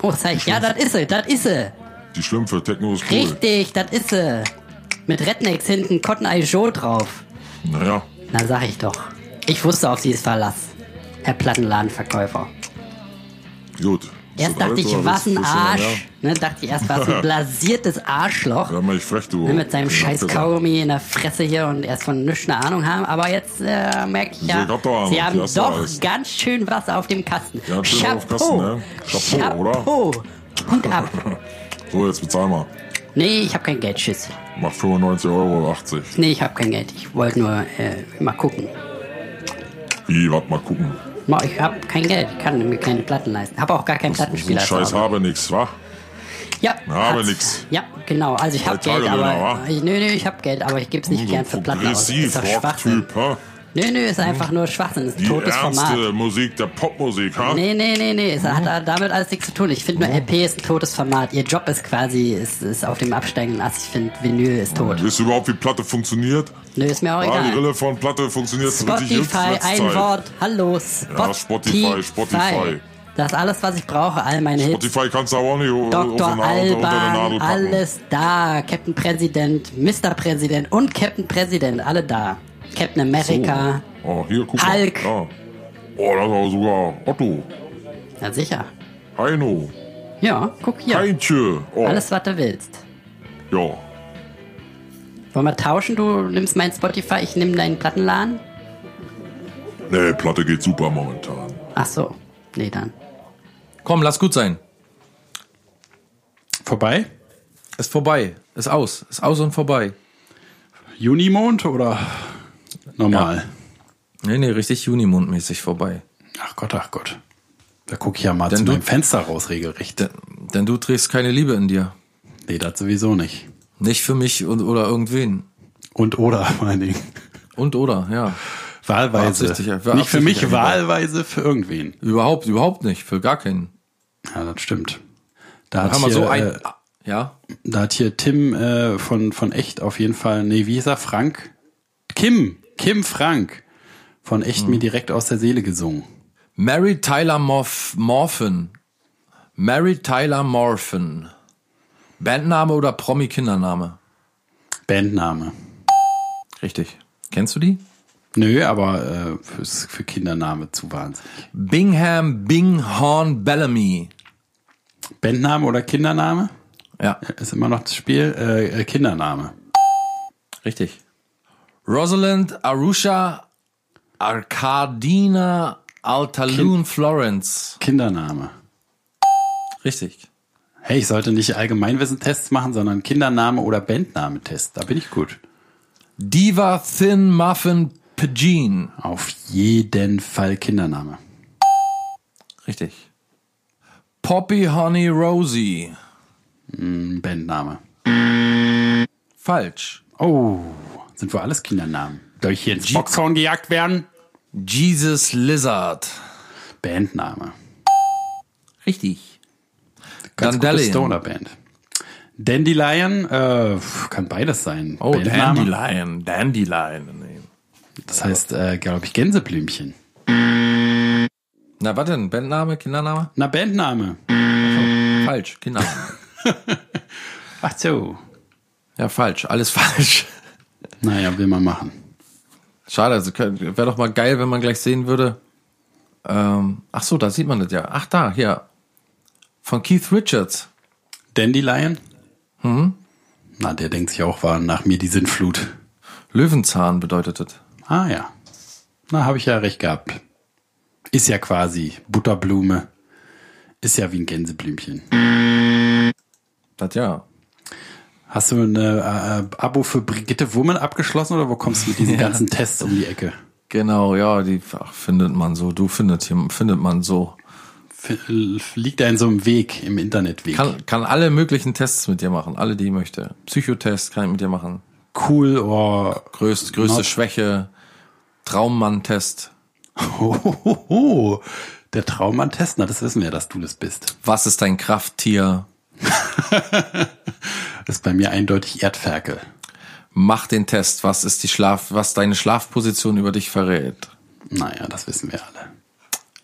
[SPEAKER 9] Oh, zeig. Ja, das ist sie, das ist sie.
[SPEAKER 10] Die Schlümpfe, Techno ist cool.
[SPEAKER 9] Richtig, das ist sie. Mit Rednecks hinten Cotton Eye Joe drauf.
[SPEAKER 10] Naja,
[SPEAKER 9] Na, sag ich doch. Ich wusste, auf sie ist Verlass. Herr Plattenladenverkäufer.
[SPEAKER 10] gut. Ist
[SPEAKER 9] Erst
[SPEAKER 10] das
[SPEAKER 9] dachte ich,
[SPEAKER 10] alles, oder
[SPEAKER 9] was
[SPEAKER 10] willst-
[SPEAKER 9] ein
[SPEAKER 10] willst du noch mehr?
[SPEAKER 9] Arsch. Ne, dachte ich erst, was ein blasiertes Arschloch.
[SPEAKER 10] Hör mal, ich frech, du.
[SPEAKER 9] Ne, mit seinem
[SPEAKER 10] Ja,
[SPEAKER 9] scheiß
[SPEAKER 10] bitte.
[SPEAKER 9] Kaugummi in der Fresse hier und erst von nichts eine Ahnung haben. Aber jetzt äh, merke ich ja,
[SPEAKER 10] Sie hat doch Ahnung,
[SPEAKER 9] sie haben
[SPEAKER 10] die hast du
[SPEAKER 9] doch
[SPEAKER 10] alles.
[SPEAKER 9] ganz schön was auf dem Kasten.
[SPEAKER 10] Ja, schön auf dem Kasten, ne? Chapeau, oder?
[SPEAKER 9] Chapeau. Hut ab.
[SPEAKER 10] So, jetzt bezahl mal.
[SPEAKER 9] Nee, ich habe kein Geld, Schiss.
[SPEAKER 10] Mach 95,80 Euro.
[SPEAKER 9] Nee, ich habe kein Geld. Ich wollte nur äh, mal gucken.
[SPEAKER 10] Wie, warte mal gucken.
[SPEAKER 9] Ma, Ich habe kein Geld, kann mir keine Platten leisten. Habe auch gar keinen
[SPEAKER 10] So ein
[SPEAKER 9] Plattenspieler. zu
[SPEAKER 10] Scheiß
[SPEAKER 9] Hause.
[SPEAKER 10] habe nix, wa?
[SPEAKER 9] Ja,
[SPEAKER 10] Habe
[SPEAKER 9] hat's.
[SPEAKER 10] nix.
[SPEAKER 9] Ja, genau. Also ich habe
[SPEAKER 10] Drei
[SPEAKER 9] Geld,
[SPEAKER 10] Tagelöhner,
[SPEAKER 9] aber
[SPEAKER 10] wa?
[SPEAKER 9] ich, nö, nö, ich habe Geld, aber ich gebe es nicht gern für Platten aus. Ist doch Schwachsinn.
[SPEAKER 10] Rock-Typ, ha?
[SPEAKER 9] Nö, nö, ist einfach nur Schwachsinn. Ist ein
[SPEAKER 10] Die
[SPEAKER 9] totes
[SPEAKER 10] ernste
[SPEAKER 9] Format.
[SPEAKER 10] Musik der Popmusik, ha?
[SPEAKER 9] Nee, nee, nee, nee. Es hat da- damit alles nichts zu tun. Ich finde nur LP ist ein totes Format. Ihr Job ist quasi, ist, ist auf dem absteigenden Ast. Ich finde Vinyl ist tot.
[SPEAKER 10] Wisst ihr überhaupt, wie Platte funktioniert?
[SPEAKER 9] Nö, ist mir auch
[SPEAKER 10] Ah, die
[SPEAKER 9] egal.
[SPEAKER 10] Rille von Platte funktioniert richtig gut.
[SPEAKER 9] Spotify,
[SPEAKER 10] letzte
[SPEAKER 9] ein
[SPEAKER 10] Zeit.
[SPEAKER 9] Wort. Hallo,
[SPEAKER 10] Ja,
[SPEAKER 9] Spotify.
[SPEAKER 10] Spotify, Spotify.
[SPEAKER 9] Das ist alles, was ich brauche. All meine Hits.
[SPEAKER 10] Spotify kannst du aber auch nicht o-
[SPEAKER 9] Dr.
[SPEAKER 10] unter, unter, unter der Nadel
[SPEAKER 9] Alban,
[SPEAKER 10] packen.
[SPEAKER 9] alles da. Captain Präsident, Mr. Präsident und Captain Präsident, alle da. Captain America.
[SPEAKER 10] Oh, hier, guck mal.
[SPEAKER 9] Hulk.
[SPEAKER 10] Ja. Oh, das war sogar Otto,
[SPEAKER 9] Na sicher.
[SPEAKER 10] Heino,
[SPEAKER 9] Ja, guck hier.
[SPEAKER 10] Heintje. Oh,
[SPEAKER 9] Alles, was du willst.
[SPEAKER 10] ja.
[SPEAKER 9] Wollen wir tauschen? Du nimmst meinen Spotify, ich nehme deinen Plattenladen?
[SPEAKER 10] Nee, Platte geht super momentan.
[SPEAKER 9] Ach so. Nee, dann.
[SPEAKER 2] Komm, lass gut sein.
[SPEAKER 3] Vorbei?
[SPEAKER 2] Ist vorbei. Ist aus. Ist aus und vorbei.
[SPEAKER 3] Junimond oder normal?
[SPEAKER 2] Nee, nee, richtig Junimund-mäßig vorbei.
[SPEAKER 3] Ach Gott, ach Gott. Da gucke ich ja mal
[SPEAKER 2] Denn
[SPEAKER 3] zu
[SPEAKER 2] du-
[SPEAKER 3] meinem Fenster raus regelrecht.
[SPEAKER 2] Denn, denn du trägst keine Liebe in dir.
[SPEAKER 3] Nee, das sowieso nicht.
[SPEAKER 2] Nicht für mich und, oder irgendwen.
[SPEAKER 3] Und oder vor allen Dingen.
[SPEAKER 2] Und oder, ja.
[SPEAKER 3] Wahlweise.
[SPEAKER 2] Beabsichtigt, ja, beabsichtigt
[SPEAKER 3] nicht für mich,
[SPEAKER 2] ja,
[SPEAKER 3] wahlweise für irgendwen.
[SPEAKER 2] Überhaupt, überhaupt nicht. Für gar keinen.
[SPEAKER 3] Ja, das stimmt. Da hat,
[SPEAKER 2] Haben
[SPEAKER 3] hier,
[SPEAKER 2] wir so ein.
[SPEAKER 3] äh,
[SPEAKER 2] ja?
[SPEAKER 3] da hat hier Tim äh, von, von Echt auf jeden Fall, nee, wie hieß er? Frank? Kim, Kim Frank von Echt
[SPEAKER 2] Hm.
[SPEAKER 3] mir direkt aus der Seele gesungen.
[SPEAKER 2] Mary Tyler Morf Morphin. Mary Tyler Morphin. Bandname oder Promi-Kindername?
[SPEAKER 3] Bandname.
[SPEAKER 2] Richtig. Kennst du die?
[SPEAKER 3] Nö, aber äh, fürs, für Kindername zu wahnsinnig.
[SPEAKER 2] Bingham Binghorn Bellamy.
[SPEAKER 3] Bandname oder Kindername?
[SPEAKER 2] Ja,
[SPEAKER 3] Ist immer noch das Spiel. Äh, äh, Kindername.
[SPEAKER 2] richtig. Rosalind Arusha Arkadina Altaloon Florence.
[SPEAKER 3] Kindername.
[SPEAKER 2] Richtig.
[SPEAKER 3] Hey, ich sollte nicht Allgemeinwissen-Tests machen, sondern Kindername oder Bandname-Test. Da bin ich gut.
[SPEAKER 2] Diva Thin Muffin Pidgin.
[SPEAKER 3] Auf jeden Fall Kindername.
[SPEAKER 2] Richtig. Poppy Honey Rosie.
[SPEAKER 3] Ein Hm, Bandname.
[SPEAKER 2] Falsch.
[SPEAKER 3] Oh, sind wohl alles Kindernamen. Soll ich hier ins Boxhorn gejagt werden?
[SPEAKER 2] Jesus Lizard.
[SPEAKER 3] Bandname.
[SPEAKER 2] Richtig.
[SPEAKER 3] Ganz gute
[SPEAKER 2] Dandelion.
[SPEAKER 3] Stoner-Band. Dandelion, äh, kann beides sein.
[SPEAKER 2] Oh,
[SPEAKER 3] Bandname.
[SPEAKER 2] Dandelion. Dandelion. Nee.
[SPEAKER 3] Das heißt, äh, glaube ich, Gänseblümchen.
[SPEAKER 2] Na, was denn? Bandname, Kindername?
[SPEAKER 3] Na, Bandname.
[SPEAKER 2] Falsch, Kindername.
[SPEAKER 3] Ach so.
[SPEAKER 2] ja, falsch. Alles falsch.
[SPEAKER 3] Naja, will man machen.
[SPEAKER 2] Schade, also wäre doch mal geil, wenn man gleich sehen würde. Ähm, ach so, da sieht man das ja. Ach da, hier. Von Keith Richards.
[SPEAKER 3] Dandelion?
[SPEAKER 2] Mhm.
[SPEAKER 3] Na, der denkt sich auch, war nach mir die Sintflut.
[SPEAKER 2] Löwenzahn bedeutet das.
[SPEAKER 3] Ah ja. Na, habe ich ja recht gehabt. Ist ja quasi Butterblume. Ist ja wie ein Gänseblümchen.
[SPEAKER 2] Das ja.
[SPEAKER 3] Hast du ein äh, äh, Abo für Brigitte Woman abgeschlossen oder wo kommst du mit diesen ganzen Tests um die Ecke?
[SPEAKER 2] Genau, ja, die ach, findet man so. Du findet hier, findet man so.
[SPEAKER 3] F liegt da in so einem Weg, im Internetweg.
[SPEAKER 2] Kann, kann alle möglichen Tests mit dir machen, alle, die ich möchte. Psychotest kann ich mit dir machen.
[SPEAKER 3] cool or
[SPEAKER 2] Größt, größte
[SPEAKER 3] Not-
[SPEAKER 2] Schwäche, Traummann-Test.
[SPEAKER 3] Hohoho. Der Traum an Test, na, das wissen wir, dass du das bist.
[SPEAKER 2] Was ist dein Krafttier?
[SPEAKER 3] Das ist bei mir eindeutig Erdferkel.
[SPEAKER 2] Mach den Test. Was ist die Schlaf, was deine Schlafposition über dich verrät?
[SPEAKER 3] Naja, das wissen wir alle.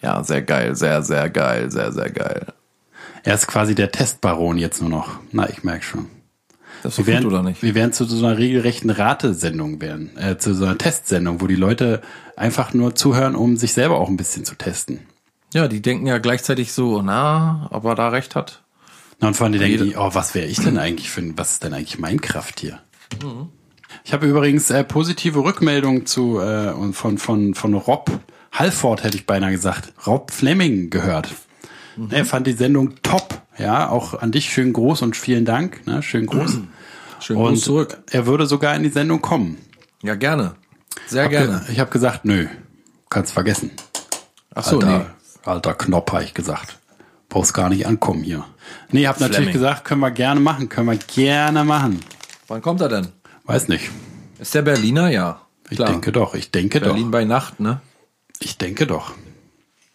[SPEAKER 2] Ja, sehr geil, sehr, sehr geil, sehr, sehr geil.
[SPEAKER 3] Er ist quasi der Testbaron jetzt nur noch. Na, ich merke schon.
[SPEAKER 2] Das ist
[SPEAKER 3] Wir
[SPEAKER 2] gut
[SPEAKER 3] werden,
[SPEAKER 2] oder nicht?
[SPEAKER 3] wir werden zu so einer regelrechten Ratesendung werden, äh, zu so einer Testsendung, wo die Leute einfach nur zuhören, um sich selber auch ein bisschen zu testen.
[SPEAKER 2] Ja, die denken ja gleichzeitig so, na, ob er da recht hat.
[SPEAKER 3] Na, und vor allem denken
[SPEAKER 2] Jede-
[SPEAKER 3] die, oh, was wäre ich denn eigentlich für ein, was ist denn eigentlich mein Krafttier? Ich habe übrigens äh, positive Rückmeldungen zu äh, und von, von, von Rob Halford, hätte ich beinahe gesagt. Rob Fleming gehört.
[SPEAKER 2] Mhm.
[SPEAKER 3] Er fand die Sendung top. Ja, auch an dich schönen Gruß und vielen Dank. Ne, schönen Gruß.
[SPEAKER 2] Schön
[SPEAKER 3] Und
[SPEAKER 2] Gruß zurück.
[SPEAKER 3] er würde sogar in die Sendung kommen.
[SPEAKER 2] Ja, gerne. Sehr gerne.
[SPEAKER 3] Ich habe gesagt, nö, kannst vergessen.
[SPEAKER 2] Ach so, nee.
[SPEAKER 3] Alter, alter Knopf, habe ich gesagt. Brauchst gar nicht ankommen hier. Nee, hab natürlich
[SPEAKER 2] Fleming.
[SPEAKER 3] gesagt, können wir gerne machen, können wir gerne machen.
[SPEAKER 2] Wann kommt er denn?
[SPEAKER 3] Weiß nicht.
[SPEAKER 2] Ist der Berliner? Ja.
[SPEAKER 3] Ich denke doch, ich denke
[SPEAKER 2] Berlin
[SPEAKER 3] doch.
[SPEAKER 2] bei Nacht, ne?
[SPEAKER 3] Ich denke doch.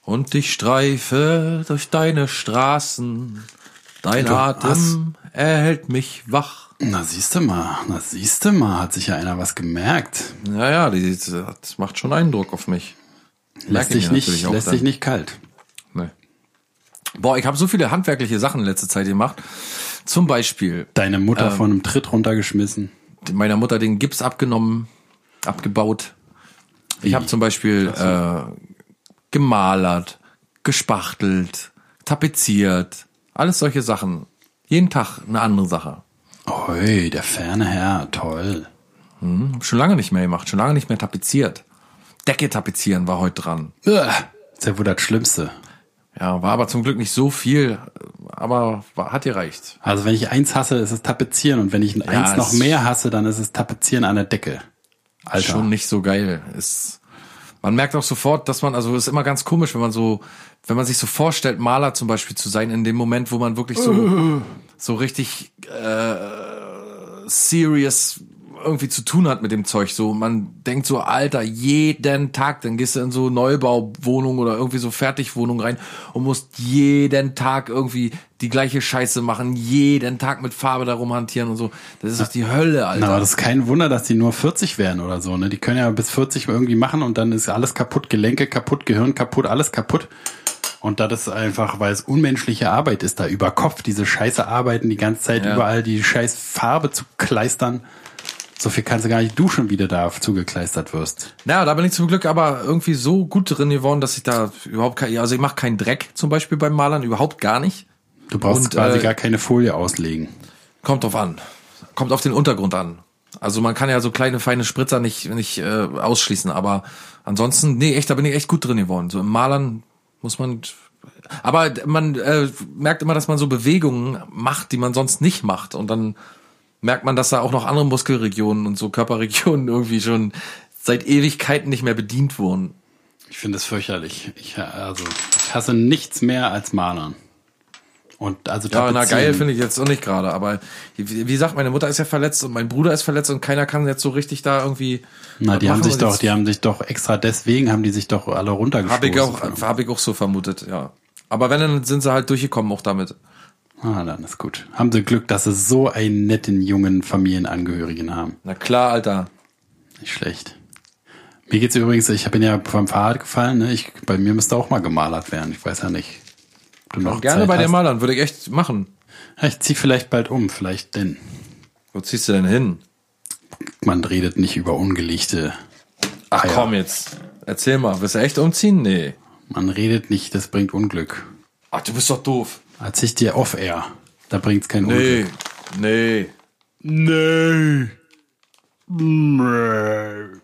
[SPEAKER 2] Und ich streife durch deine Straßen. Dein
[SPEAKER 3] Du-
[SPEAKER 2] Atem erhält mich wach.
[SPEAKER 3] Na siehste mal, na siehste mal, hat sich ja einer was gemerkt.
[SPEAKER 2] Naja, die- das macht schon Eindruck auf mich.
[SPEAKER 3] Lässt
[SPEAKER 2] Merke ich
[SPEAKER 3] sich
[SPEAKER 2] mir
[SPEAKER 3] nicht,
[SPEAKER 2] natürlich auch
[SPEAKER 3] lässt
[SPEAKER 2] dann.
[SPEAKER 3] sich nicht kalt.
[SPEAKER 2] Nee. Boah, ich habe so viele handwerkliche Sachen letzte Zeit gemacht. Zum Beispiel
[SPEAKER 3] Deine Mutter von einem Tritt runtergeschmissen.
[SPEAKER 2] meiner Mutter den Gips abgenommen, abgebaut. Ich habe zum Beispiel äh, gemalert, gespachtelt, tapeziert, alles solche Sachen. Jeden Tag eine andere Sache.
[SPEAKER 3] Oi, der ferne Herr, toll.
[SPEAKER 2] Hm, Hab schon lange nicht mehr gemacht, schon lange nicht mehr tapeziert. Decke tapezieren war heute dran.
[SPEAKER 3] Ist ja wohl das Schlimmste.
[SPEAKER 2] Ja, war aber zum Glück nicht so viel, aber war, hat gereicht.
[SPEAKER 3] Also wenn ich eins hasse, ist es Tapezieren. Und wenn ich ein eins
[SPEAKER 2] es-
[SPEAKER 3] noch mehr hasse, dann ist es Tapezieren an der Decke. Alter.
[SPEAKER 2] Schon nicht so geil. Ist, man merkt auch sofort, dass man, also ist immer ganz komisch, wenn man so, wenn man sich so vorstellt, Maler zum Beispiel zu sein, in dem Moment, wo man wirklich so, so richtig äh, serious irgendwie zu tun hat mit dem Zeug. So, man denkt so, Alter, jeden Tag, dann gehst du in so Neubauwohnungen oder irgendwie so Fertigwohnungen rein und musst jeden Tag irgendwie die gleiche Scheiße machen, jeden Tag mit Farbe darum hantieren und so. Das ist doch die Hölle, Alter.
[SPEAKER 3] Na, aber das ist kein Wunder, dass die nur 40 werden oder so. Ne? Die können ja bis 40 irgendwie machen und dann ist alles kaputt, Gelenke kaputt, Gehirn kaputt, alles kaputt. Und das ist einfach, weil es unmenschliche Arbeit ist, da über Kopf diese scheiße Arbeiten die ganze Zeit
[SPEAKER 2] Ja.
[SPEAKER 3] überall die scheiß Farbe zu kleistern. So viel kannst du gar nicht duschen, wie du da zugekleistert wirst.
[SPEAKER 2] Na, da bin ich zum Glück aber irgendwie so gut drin geworden, dass ich da überhaupt kein, also ich mache keinen Dreck zum Beispiel beim Malern, überhaupt gar nicht.
[SPEAKER 3] Du brauchst
[SPEAKER 2] Und,
[SPEAKER 3] quasi
[SPEAKER 2] äh,
[SPEAKER 3] gar keine Folie auslegen.
[SPEAKER 2] Kommt drauf an. Kommt auf den Untergrund an. Also man kann ja so kleine, feine Spritzer nicht, nicht äh, ausschließen, aber ansonsten, nee, echt, da bin ich echt gut drin geworden. So im Malern muss man. Aber man äh, merkt immer, dass man so Bewegungen macht, die man sonst nicht macht. Und dann merkt man, dass da auch noch andere Muskelregionen und so Körperregionen irgendwie schon seit Ewigkeiten nicht mehr bedient wurden.
[SPEAKER 3] Ich finde es fürchterlich. Ich, also, ich hasse nichts mehr als Malern. Und also
[SPEAKER 2] Ja, na
[SPEAKER 3] Tapezieren.
[SPEAKER 2] geil finde ich jetzt auch nicht gerade, aber wie, wie gesagt, meine Mutter ist ja verletzt und mein Bruder ist verletzt und keiner kann jetzt so richtig da irgendwie.
[SPEAKER 3] Na,
[SPEAKER 2] was
[SPEAKER 3] die haben
[SPEAKER 2] machen
[SPEAKER 3] sich
[SPEAKER 2] und
[SPEAKER 3] doch,
[SPEAKER 2] jetzt
[SPEAKER 3] die haben sich doch extra deswegen haben die sich doch alle
[SPEAKER 2] Hab
[SPEAKER 3] runtergestoßen.
[SPEAKER 2] ich auch, hab ich auch so vermutet, ja. Aber wenn dann sind sie halt durchgekommen auch damit.
[SPEAKER 3] Ah, dann ist gut. Haben sie Glück, dass sie so einen netten jungen Familienangehörigen haben.
[SPEAKER 2] Na klar, Alter.
[SPEAKER 3] Nicht schlecht. Mir geht's übrigens, ich bin ja vom Fahrrad gefallen, ne? Ich, bei mir müsste auch mal gemalert werden. Ich weiß ja nicht. ob Du noch
[SPEAKER 2] Gerne
[SPEAKER 3] Zeit
[SPEAKER 2] bei dir
[SPEAKER 3] hast.
[SPEAKER 2] Malern, würde ich echt machen.
[SPEAKER 3] Ja, Ich zieh vielleicht bald um, vielleicht denn.
[SPEAKER 2] Wo ziehst du denn hin?
[SPEAKER 3] Man redet nicht über ungelegte.
[SPEAKER 2] Ach
[SPEAKER 3] ja.
[SPEAKER 2] komm jetzt. Erzähl mal, willst du echt umziehen? Nee.
[SPEAKER 3] Man redet nicht, das bringt Unglück.
[SPEAKER 2] Ach, du bist doch doof.
[SPEAKER 3] Als ich dir off-air, da bringt's kein
[SPEAKER 2] Nee.
[SPEAKER 3] Unglück.
[SPEAKER 2] Nee.
[SPEAKER 3] Nee.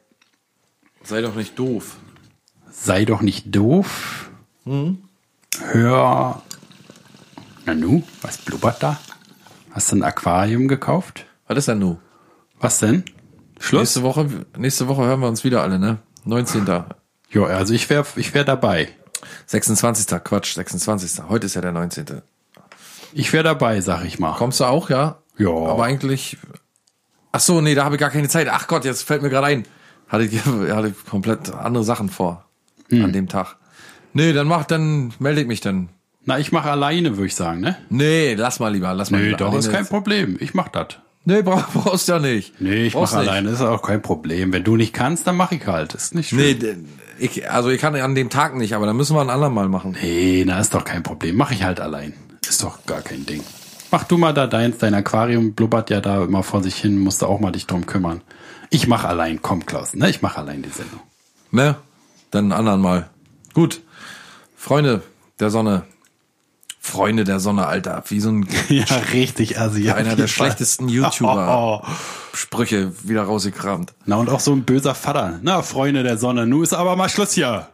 [SPEAKER 2] Sei doch nicht doof. Hm?
[SPEAKER 3] sei doch nicht doof. Hör. Nanu, was blubbert da? Hast du ein Aquarium gekauft?
[SPEAKER 2] Was ist denn nun?
[SPEAKER 3] Was denn? Schluss?
[SPEAKER 2] Nächste Woche, nächste Woche hören wir uns wieder alle, ne? 19.
[SPEAKER 3] Ja, also ich wäre ich wär dabei.
[SPEAKER 2] 26. Quatsch, 26. Heute ist ja der 19.
[SPEAKER 3] Ich wäre dabei, sag ich mal.
[SPEAKER 2] Kommst du auch, ja?
[SPEAKER 3] Ja.
[SPEAKER 2] Aber eigentlich. Ach so, nee, da habe ich gar keine Zeit. Ach Gott, jetzt fällt mir gerade ein. Hatte ich, hatte ich komplett andere Sachen vor
[SPEAKER 3] Hm.
[SPEAKER 2] an dem Tag. Nee, dann mach, dann melde ich mich dann.
[SPEAKER 3] Na, ich mache alleine, würde ich sagen, ne?
[SPEAKER 2] Nee, lass mal lieber, lass mal
[SPEAKER 3] Nee,
[SPEAKER 2] lieber.
[SPEAKER 3] doch, ist
[SPEAKER 2] Alleine
[SPEAKER 3] kein Problem. Ich mach das.
[SPEAKER 2] Nee, bra brauchst ja nicht.
[SPEAKER 3] Nee, ich
[SPEAKER 2] Brauchst
[SPEAKER 3] mache
[SPEAKER 2] nicht.
[SPEAKER 3] alleine, ist auch kein Problem. Wenn du nicht kannst, dann mache ich halt. Ist nicht schlimm.
[SPEAKER 2] Nee, d- ich, also ich kann an dem Tag nicht, aber dann müssen wir einen anderen Mal machen.
[SPEAKER 3] Nee, na, ist doch kein Problem. Mache ich halt allein. Ist doch gar kein Ding. Mach du mal da deins, dein Aquarium blubbert ja da immer vor sich hin, musst du auch mal dich drum kümmern. Ich mach allein, komm Klaus, ne? Ich mach allein die Sendung.
[SPEAKER 2] Ne? Dann einen anderen Mal. Gut. Freunde der Sonne. Freunde der Sonne, Alter. Wie so ein
[SPEAKER 3] Ja, richtig, also ja.
[SPEAKER 2] einer der schlechtesten YouTuber.
[SPEAKER 3] Oh.
[SPEAKER 2] Sprüche wieder rausgekramt.
[SPEAKER 3] Na und auch so ein böser Vater. Na, Freunde der Sonne, nu ist aber mal Schluss hier.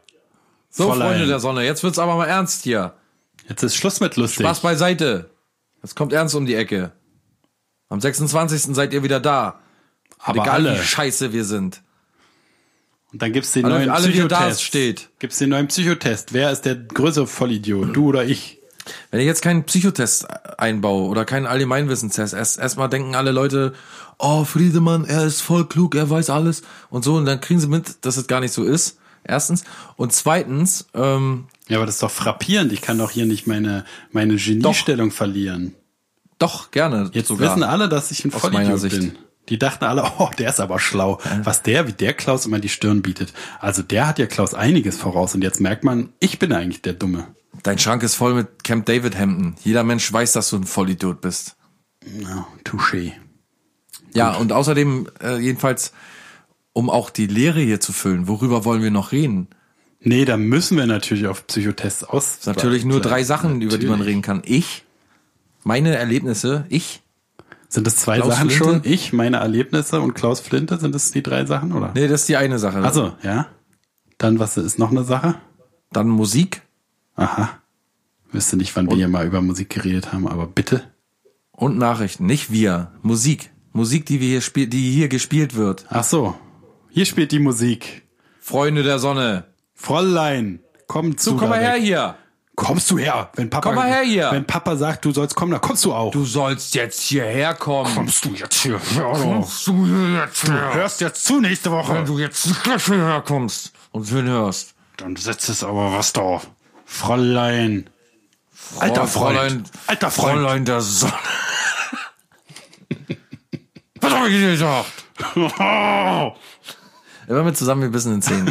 [SPEAKER 2] So,
[SPEAKER 3] Fräulein.
[SPEAKER 2] Freunde der Sonne, jetzt wird's aber mal ernst hier.
[SPEAKER 3] Jetzt ist Schluss mit lustig.
[SPEAKER 2] Spaß beiseite. Jetzt kommt Ernst um die Ecke. Am 26. seid ihr wieder da.
[SPEAKER 3] aber
[SPEAKER 2] Egal
[SPEAKER 3] alle.
[SPEAKER 2] wie scheiße wir sind.
[SPEAKER 3] Und dann gibt's den
[SPEAKER 2] Alle-
[SPEAKER 3] neuen
[SPEAKER 2] alle, die da
[SPEAKER 3] Psychotest.
[SPEAKER 2] steht.
[SPEAKER 3] Gibt's den neuen Psychotest. Wer ist der größere Vollidiot, du oder ich?
[SPEAKER 2] Wenn ich jetzt keinen Psychotest einbaue oder keinen Allgemeinwissenstest, erst erstmal denken alle Leute, oh Friedemann, er ist voll klug, er weiß alles und so und dann kriegen sie mit, dass es gar nicht so ist. Erstens und zweitens, ähm,
[SPEAKER 3] Ja, aber das ist doch frappierend. Ich kann doch hier nicht meine, meine Geniestellung verlieren.
[SPEAKER 2] doch gerne.
[SPEAKER 3] Jetzt wissen alle, dass ich ein
[SPEAKER 2] Aus
[SPEAKER 3] Vollidiot
[SPEAKER 2] meiner Sicht.
[SPEAKER 3] bin. Die dachten alle, oh, der ist aber schlau. Was der, wie der Klaus immer die Stirn bietet. Also der hat ja Klaus einiges voraus. Und jetzt merkt man, ich bin eigentlich der Dumme.
[SPEAKER 2] Dein Schrank ist voll mit Camp David Hemden. Jeder Mensch weiß, dass du ein Vollidiot bist.
[SPEAKER 3] Ja, touché.
[SPEAKER 2] Ja, und außerdem äh, jedenfalls, um auch die Leere hier zu füllen, worüber wollen wir noch reden?
[SPEAKER 3] Nee, da müssen wir natürlich auf Psychotests aus.
[SPEAKER 2] Natürlich nur drei Sachen, über die man reden kann. Ich, meine Erlebnisse, ich
[SPEAKER 3] Sind das zwei
[SPEAKER 2] Klaus
[SPEAKER 3] Sachen
[SPEAKER 2] Flinte?
[SPEAKER 3] schon? Ich, meine Erlebnisse und Klaus Flinte, sind das die drei Sachen, oder?
[SPEAKER 2] Nee, das ist die eine Sache.
[SPEAKER 3] Also, ja. Dann, was ist noch eine Sache?
[SPEAKER 2] Dann Musik
[SPEAKER 3] Aha. Wüsste nicht, wann wir hier mal über Musik geredet haben, aber bitte.
[SPEAKER 2] und Nachrichten. Nicht wir. Musik. Musik, die wir hier spiel die hier gespielt wird.
[SPEAKER 3] Ach so. Hier spielt die Musik.
[SPEAKER 2] Freunde der Sonne.
[SPEAKER 3] Fräulein, komm zu.
[SPEAKER 2] Du, komm mal
[SPEAKER 3] da
[SPEAKER 2] her
[SPEAKER 3] weg.
[SPEAKER 2] hier.
[SPEAKER 3] Kommst du her, wenn Papa.
[SPEAKER 2] Komm mal her hier.
[SPEAKER 3] Wenn Papa sagt, du sollst kommen, dann kommst du auch.
[SPEAKER 2] Du sollst jetzt hierher kommen.
[SPEAKER 3] kommst du jetzt hier. Hör doch.
[SPEAKER 2] du jetzt
[SPEAKER 3] Du hörst jetzt zu nächste Woche.
[SPEAKER 2] du jetzt nicht gleich hierher kommst und schön hörst.
[SPEAKER 3] Dann setzt es aber was da. Fräulein. Alter Freund. Alter Freund.
[SPEAKER 2] Fräulein der Sonne. Was hab ich dir gesagt? Immer mit zusammen, wir bissen in Zähnen.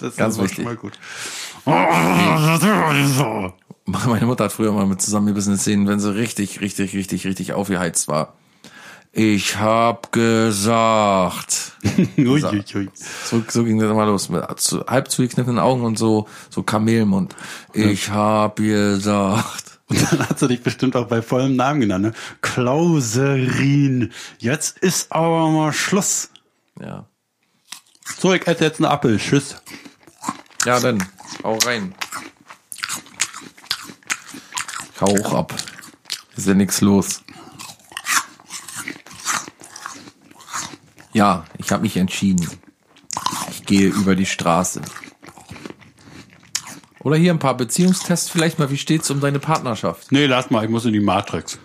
[SPEAKER 3] Das
[SPEAKER 2] Ganz
[SPEAKER 3] ist aber
[SPEAKER 2] wichtig.
[SPEAKER 3] schon mal gut.
[SPEAKER 2] Meine Mutter hat früher mal mit zusammen, wir bissen in Zähnen, wenn sie richtig, richtig, richtig, richtig aufgeheizt war. Ich hab gesagt.
[SPEAKER 3] Uiuiui.
[SPEAKER 2] So, so ging das immer los. Mit zu, halb zugekniffenen Augen und so, so Kamelmund. Ich hab gesagt.
[SPEAKER 3] Und dann hat sie dich bestimmt auch bei vollem Namen genannt. Ne? Klauserin. Jetzt ist aber mal Schluss.
[SPEAKER 2] Ja.
[SPEAKER 3] So, ich esse jetzt einen Apfel. Tschüss.
[SPEAKER 2] Ja, dann. Hau rein. Ich hau auch ab. Ist ja nix los. Ja, ich habe mich entschieden. Ich gehe über die Straße. Oder hier ein paar Beziehungstests vielleicht mal. Wie steht's um deine Partnerschaft?
[SPEAKER 3] Nee, lass mal, ich muss in die Matrix.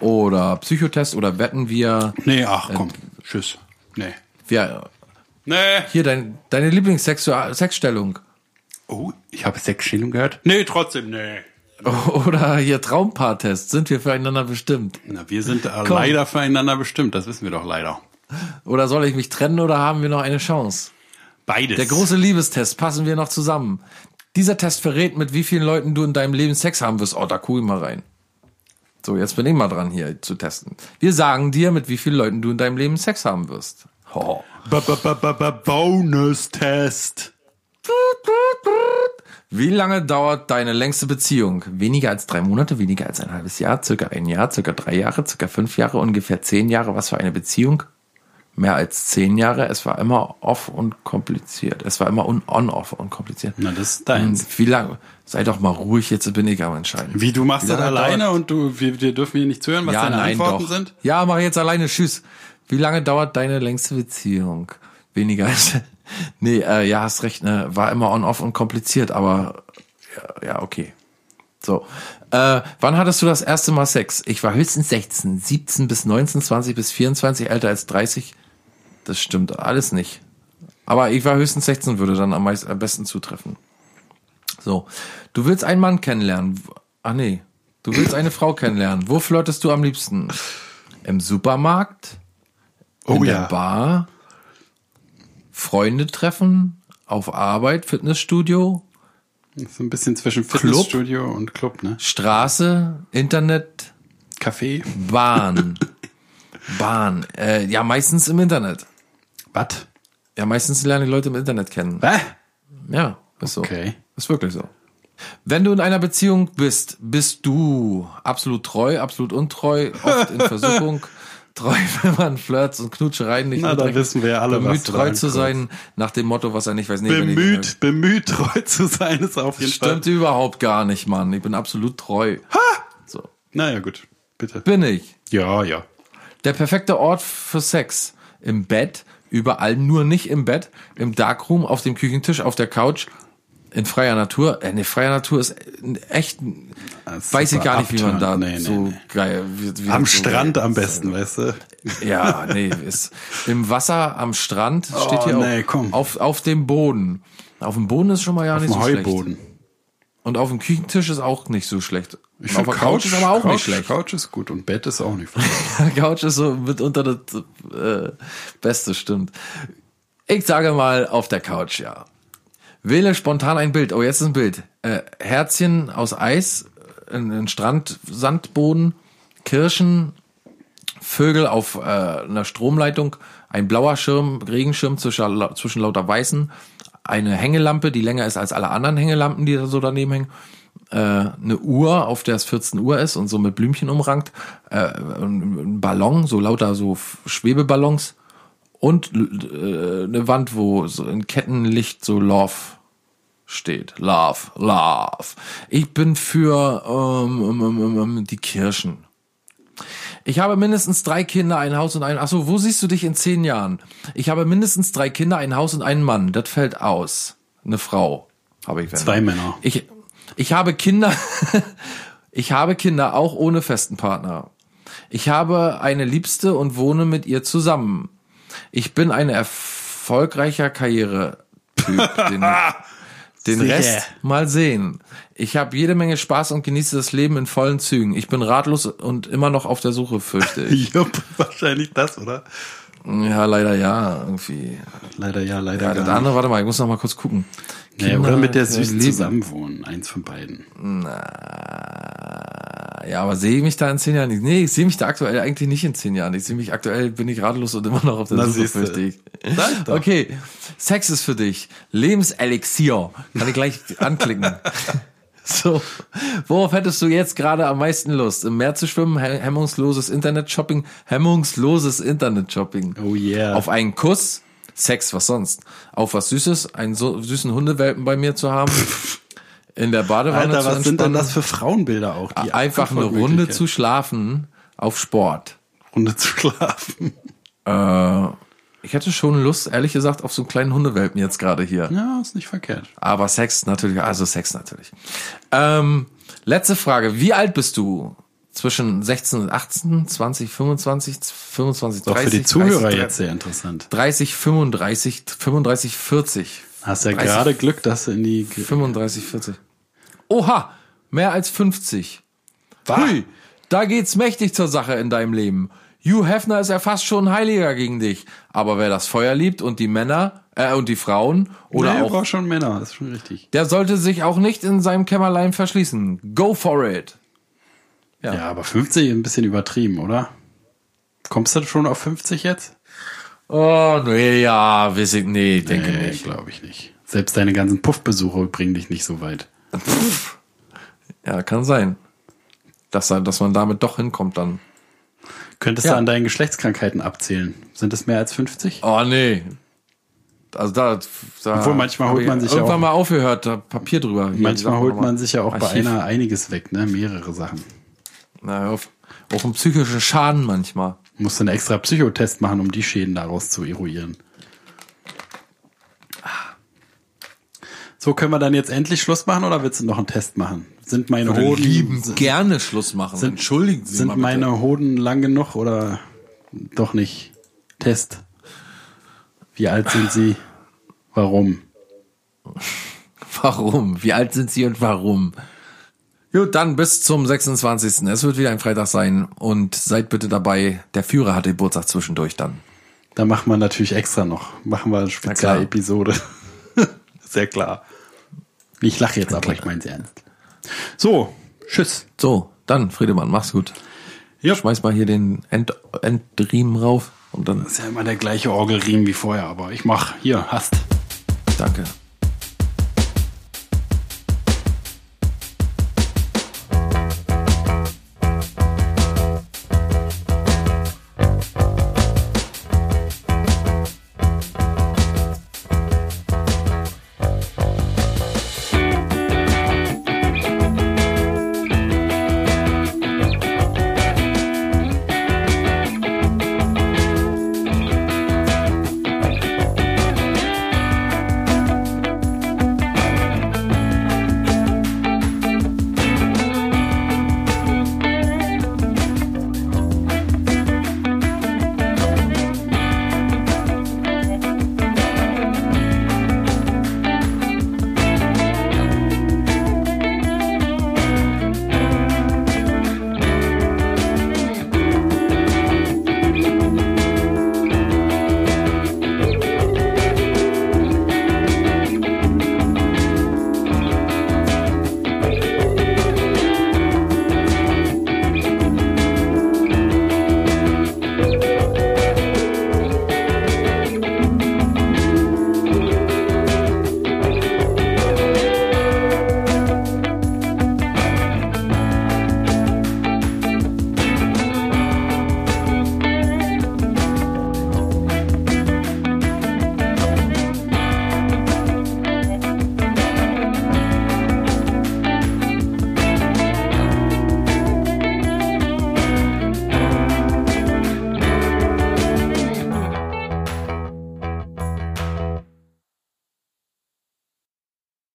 [SPEAKER 2] Oder Psychotest oder wetten wir, Äh,
[SPEAKER 3] Nee, ach komm. Tschüss. Nee.
[SPEAKER 2] wir
[SPEAKER 3] Nee.
[SPEAKER 2] hier dein, deine Lieblingssexstellung.
[SPEAKER 3] Oh, ich habe Sexstellung gehört. Nee, trotzdem, nee.
[SPEAKER 2] Oder hier Traumpaartest. Sind wir füreinander bestimmt?
[SPEAKER 3] Na, wir sind äh, leider füreinander bestimmt, das wissen wir doch leider.
[SPEAKER 2] Oder soll ich mich trennen oder haben wir noch eine Chance?
[SPEAKER 3] Beides.
[SPEAKER 2] Der große Liebestest, passen wir noch zusammen. Dieser Test verrät, mit wie vielen Leuten du in deinem Leben Sex haben wirst. Oh, da guck ich mal rein. So, jetzt bin ich mal dran, hier zu testen. Wir sagen dir, mit wie vielen Leuten du in deinem Leben Sex haben wirst. Oh.
[SPEAKER 3] B -b -b -b -b Bonus-Test.
[SPEAKER 2] Wie lange dauert deine längste Beziehung? Weniger als drei Monate, weniger als ein halbes Jahr, circa ein Jahr, circa drei Jahre, circa fünf Jahre, ungefähr zehn Jahre. Was für eine Beziehung? Mehr als zehn Jahre. Es war immer off und kompliziert. Es war immer un- on-off und kompliziert.
[SPEAKER 3] Na, das ist deins.
[SPEAKER 2] Hm, Wie lange? Sei doch mal ruhig, jetzt bin ich am Entscheiden.
[SPEAKER 3] Wie, du machst
[SPEAKER 2] Wie
[SPEAKER 3] das
[SPEAKER 2] lange
[SPEAKER 3] alleine
[SPEAKER 2] dauert-
[SPEAKER 3] und du, wir, wir dürfen hier nicht zuhören, was
[SPEAKER 2] ja,
[SPEAKER 3] deine
[SPEAKER 2] nein,
[SPEAKER 3] Antworten
[SPEAKER 2] doch.
[SPEAKER 3] sind?
[SPEAKER 2] Ja, mach ich jetzt alleine. Tschüss. Wie lange dauert deine längste Beziehung? Weniger als. Nee, äh, ja, hast recht, ne? War immer on-off und kompliziert, aber ja, ja okay. So. Äh, wann hattest du das erste Mal Sex? Ich war höchstens 16, 17 bis 19, 20 bis 24, älter als 30. Das stimmt alles nicht. Aber ich war höchstens 16, würde dann am, meist, am besten zutreffen. So. Du willst einen Mann kennenlernen. Ach nee. Du willst eine Frau kennenlernen. Wo flirtest du am liebsten? Im Supermarkt?
[SPEAKER 3] Oh
[SPEAKER 2] in
[SPEAKER 3] ja.
[SPEAKER 2] der Bar? Freunde treffen? Auf Arbeit? Fitnessstudio?
[SPEAKER 3] So ein bisschen zwischen Fitnessstudio und Club, ne?
[SPEAKER 2] Straße? Internet?
[SPEAKER 3] Café.
[SPEAKER 2] Bahn. Bahn. Äh, ja, meistens im Internet.
[SPEAKER 3] Was?
[SPEAKER 2] Ja, meistens lernen die Leute im Internet kennen.
[SPEAKER 3] Was?
[SPEAKER 2] Ja, ist
[SPEAKER 3] Okay.
[SPEAKER 2] so. Ist wirklich so. Wenn du in einer Beziehung bist, bist du absolut treu, absolut untreu, oft in Versuchung. Treu, wenn man Flirts und Knutschereien nicht
[SPEAKER 3] Na, da
[SPEAKER 2] mitträgt.
[SPEAKER 3] wissen wir ja alle,
[SPEAKER 2] Bemüht
[SPEAKER 3] was
[SPEAKER 2] treu
[SPEAKER 3] dran
[SPEAKER 2] zu sein, nach dem Motto, was er nicht weiß. Nee, wenn ich-
[SPEAKER 3] Bemüht, bemüht, treu zu sein ist auf jeden Fall.
[SPEAKER 2] Stimmt überhaupt gar nicht, Mann. Ich bin absolut treu. Ha! So.
[SPEAKER 3] Naja, gut. Bitte.
[SPEAKER 2] Bin ich.
[SPEAKER 3] Ja, ja.
[SPEAKER 2] Der perfekte Ort für Sex. Im Bett, überall, nur nicht im Bett, im Darkroom, auf dem Küchentisch, auf der Couch, in freier Natur. Äh, nee, freier Natur ist äh, echt,
[SPEAKER 3] ist
[SPEAKER 2] weiß ich
[SPEAKER 3] Ah, super
[SPEAKER 2] gar nicht, wie man da
[SPEAKER 3] abturnt. Nee, nee,
[SPEAKER 2] so
[SPEAKER 3] nee.
[SPEAKER 2] geil. Wie, wie
[SPEAKER 3] Am
[SPEAKER 2] das so
[SPEAKER 3] Strand
[SPEAKER 2] geil
[SPEAKER 3] am
[SPEAKER 2] ist.
[SPEAKER 3] besten, weißt du?
[SPEAKER 2] Ja, nee, ist im Wasser, am Strand, steht hier
[SPEAKER 3] Oh, nee,
[SPEAKER 2] auch
[SPEAKER 3] komm.
[SPEAKER 2] auf, auf dem Boden. Auf dem Boden ist schon mal ja nicht so schlecht.
[SPEAKER 3] Heuboden.
[SPEAKER 2] Und auf dem Küchentisch ist auch nicht so schlecht.
[SPEAKER 3] Ich
[SPEAKER 2] auf
[SPEAKER 3] finde
[SPEAKER 2] der Couch, ist aber auch
[SPEAKER 3] Couch,
[SPEAKER 2] nicht schlecht.
[SPEAKER 3] Couch ist gut und Bett ist auch nicht verkehrt.
[SPEAKER 2] Couch ist so mitunter das äh, Beste, stimmt. Ich sage mal auf der Couch, ja. Wähle spontan ein Bild. Oh, jetzt ist ein Bild. Äh, Herzchen aus Eis, ein, ein Strand, Sandboden, Kirschen, Vögel auf äh, einer Stromleitung, ein blauer Schirm, Regenschirm zwischen, lau- zwischen lauter Weißen, eine Hängelampe, die länger ist als alle anderen Hängelampen, die da so daneben hängen, äh, eine Uhr, auf der es 14 Uhr ist und so mit Blümchen umrankt, äh, ein Ballon, so lauter so F- Schwebeballons und äh, eine Wand, wo so in Kettenlicht so Love steht. Love, Love. Ich bin für ähm, ähm, ähm, ähm, die Kirschen. Ich habe mindestens drei Kinder, ein Haus und einen. Achso, wo siehst du dich in zehn Jahren? Ich habe mindestens drei Kinder, ein Haus und einen Mann. Das fällt aus. Eine Frau habe ich. wenn-
[SPEAKER 3] Zwei Männer.
[SPEAKER 2] Ich, ich habe Kinder. ich habe Kinder auch ohne festen Partner. Ich habe eine Liebste und wohne mit ihr zusammen. Ich bin ein erfolgreicher Karriere-Typ. Den, den
[SPEAKER 3] Sicher.
[SPEAKER 2] Rest mal sehen. Ich habe jede Menge Spaß und genieße das Leben in vollen Zügen. Ich bin ratlos und immer noch auf der Suche, fürchte ich.
[SPEAKER 3] Jupp, wahrscheinlich das, oder?
[SPEAKER 2] Ja, leider ja, irgendwie.
[SPEAKER 3] Leider ja, leider
[SPEAKER 2] Ja,
[SPEAKER 3] gar
[SPEAKER 2] das
[SPEAKER 3] nicht.
[SPEAKER 2] andere, warte mal, ich muss noch mal kurz gucken.
[SPEAKER 3] Nee, oder mit der Süßen
[SPEAKER 2] Leben.
[SPEAKER 3] zusammenwohnen, eins von beiden.
[SPEAKER 2] Ja, aber sehe ich mich da in zehn Jahren nicht? Nee, ich sehe mich da aktuell eigentlich nicht in zehn Jahren. Ich sehe mich aktuell, bin ich ratlos und immer noch auf der
[SPEAKER 3] Na,
[SPEAKER 2] Suche,
[SPEAKER 3] siehste.
[SPEAKER 2] fürchte ich. Okay, Sex ist für dich. Lebenselixier. Kann ich gleich anklicken. So, worauf hättest du jetzt gerade am meisten Lust? Im Meer zu schwimmen, hä- hemmungsloses Internet-Shopping, hemmungsloses Internet-Shopping.
[SPEAKER 3] Oh yeah.
[SPEAKER 2] Auf einen Kuss, Sex, was sonst? Auf was Süßes, einen so süßen Hundewelpen bei mir zu haben, in der Badewanne
[SPEAKER 3] Alter,
[SPEAKER 2] zu
[SPEAKER 3] was sind denn
[SPEAKER 2] entspannen.
[SPEAKER 3] das für Frauenbilder auch? Die
[SPEAKER 2] einfach eine
[SPEAKER 3] Antwortmöglichkeit-
[SPEAKER 2] Runde zu schlafen auf Sport.
[SPEAKER 3] Runde zu schlafen.
[SPEAKER 2] Äh, ich hätte schon Lust, ehrlich gesagt, auf so einen kleinen Hundewelpen jetzt gerade hier.
[SPEAKER 3] Ja, ist nicht verkehrt.
[SPEAKER 2] Aber Sex natürlich, also Sex natürlich. Ähm, letzte Frage, wie alt bist du? Zwischen 16 und 18, 20, 25, 25,
[SPEAKER 3] Ist auch
[SPEAKER 2] 30,
[SPEAKER 3] für die Zuhörer
[SPEAKER 2] 30,
[SPEAKER 3] jetzt sehr interessant.
[SPEAKER 2] 30, 35, 35, 40.
[SPEAKER 3] Hast ja
[SPEAKER 2] 30,
[SPEAKER 3] gerade Glück, dass du in die...
[SPEAKER 2] 35, 40. Oha, mehr als 50. Hui, da geht's mächtig zur Sache in deinem Leben. Hugh Hefner ist ja fast schon ein Heiliger gegen dich. Aber wer das Feuer liebt und die Männer, äh, und die Frauen, oder
[SPEAKER 3] nee,
[SPEAKER 2] auch,
[SPEAKER 3] brauchst schon Männer, das ist schon richtig.
[SPEAKER 2] der sollte sich auch nicht in seinem Kämmerlein verschließen. Go for it.
[SPEAKER 3] Ja. aber 50 ist ein bisschen übertrieben, oder? Kommst du schon auf 50 jetzt?
[SPEAKER 2] Oh, nee, ja, weiß ich, nee, denke
[SPEAKER 3] Nee,
[SPEAKER 2] nicht.
[SPEAKER 3] glaube ich nicht. Selbst deine ganzen Puffbesuche bringen dich nicht so weit.
[SPEAKER 2] Ja, kann sein. Dass, er- dass man damit doch hinkommt dann.
[SPEAKER 3] Könntest
[SPEAKER 2] Ja.
[SPEAKER 3] du an deinen Geschlechtskrankheiten abzählen? Sind es mehr als 50?
[SPEAKER 2] Oh nee. Also da, da
[SPEAKER 3] Obwohl, manchmal holt
[SPEAKER 2] hab ich
[SPEAKER 3] man sich ja
[SPEAKER 2] irgendwann
[SPEAKER 3] auch-
[SPEAKER 2] mal aufgehört, da Papier drüber. Hier,
[SPEAKER 3] Manchmal
[SPEAKER 2] sag
[SPEAKER 3] holt
[SPEAKER 2] mal.
[SPEAKER 3] man sich ja auch bei
[SPEAKER 2] Archiv.
[SPEAKER 3] einer einiges weg, ne? Mehrere Sachen.
[SPEAKER 2] Na, auf, auch einen psychischen Schaden manchmal.
[SPEAKER 3] Musst du einen extra Psychotest machen, um die Schäden daraus zu eruieren. So, können wir dann jetzt endlich Schluss machen oder willst du noch einen Test machen? Sind meine Hoden
[SPEAKER 2] gerne Schluss machen.
[SPEAKER 3] sind-
[SPEAKER 2] Entschuldigen Sie
[SPEAKER 3] sind
[SPEAKER 2] mal bitte.
[SPEAKER 3] meine Hoden lang genug oder doch nicht? Test. Wie alt sind sie? Warum?
[SPEAKER 2] Warum? Wie alt sind Sie und warum? Gut, dann bis zum 26. Es wird wieder ein Freitag sein und seid bitte dabei. Der Führer hat Geburtstag zwischendurch dann.
[SPEAKER 3] Da machen wir natürlich extra noch. Machen wir eine Spezialepisode. Sehr klar. Ich lache jetzt, aber ich meine es ernst. So, tschüss.
[SPEAKER 2] So, dann Friedemann, mach's gut.
[SPEAKER 3] Ja.
[SPEAKER 2] Schmeiß mal hier den End Endriemen rauf und dann
[SPEAKER 3] Ist ja immer der gleiche Orgelriemen wie vorher, aber ich mach. Hier, hast.
[SPEAKER 2] danke.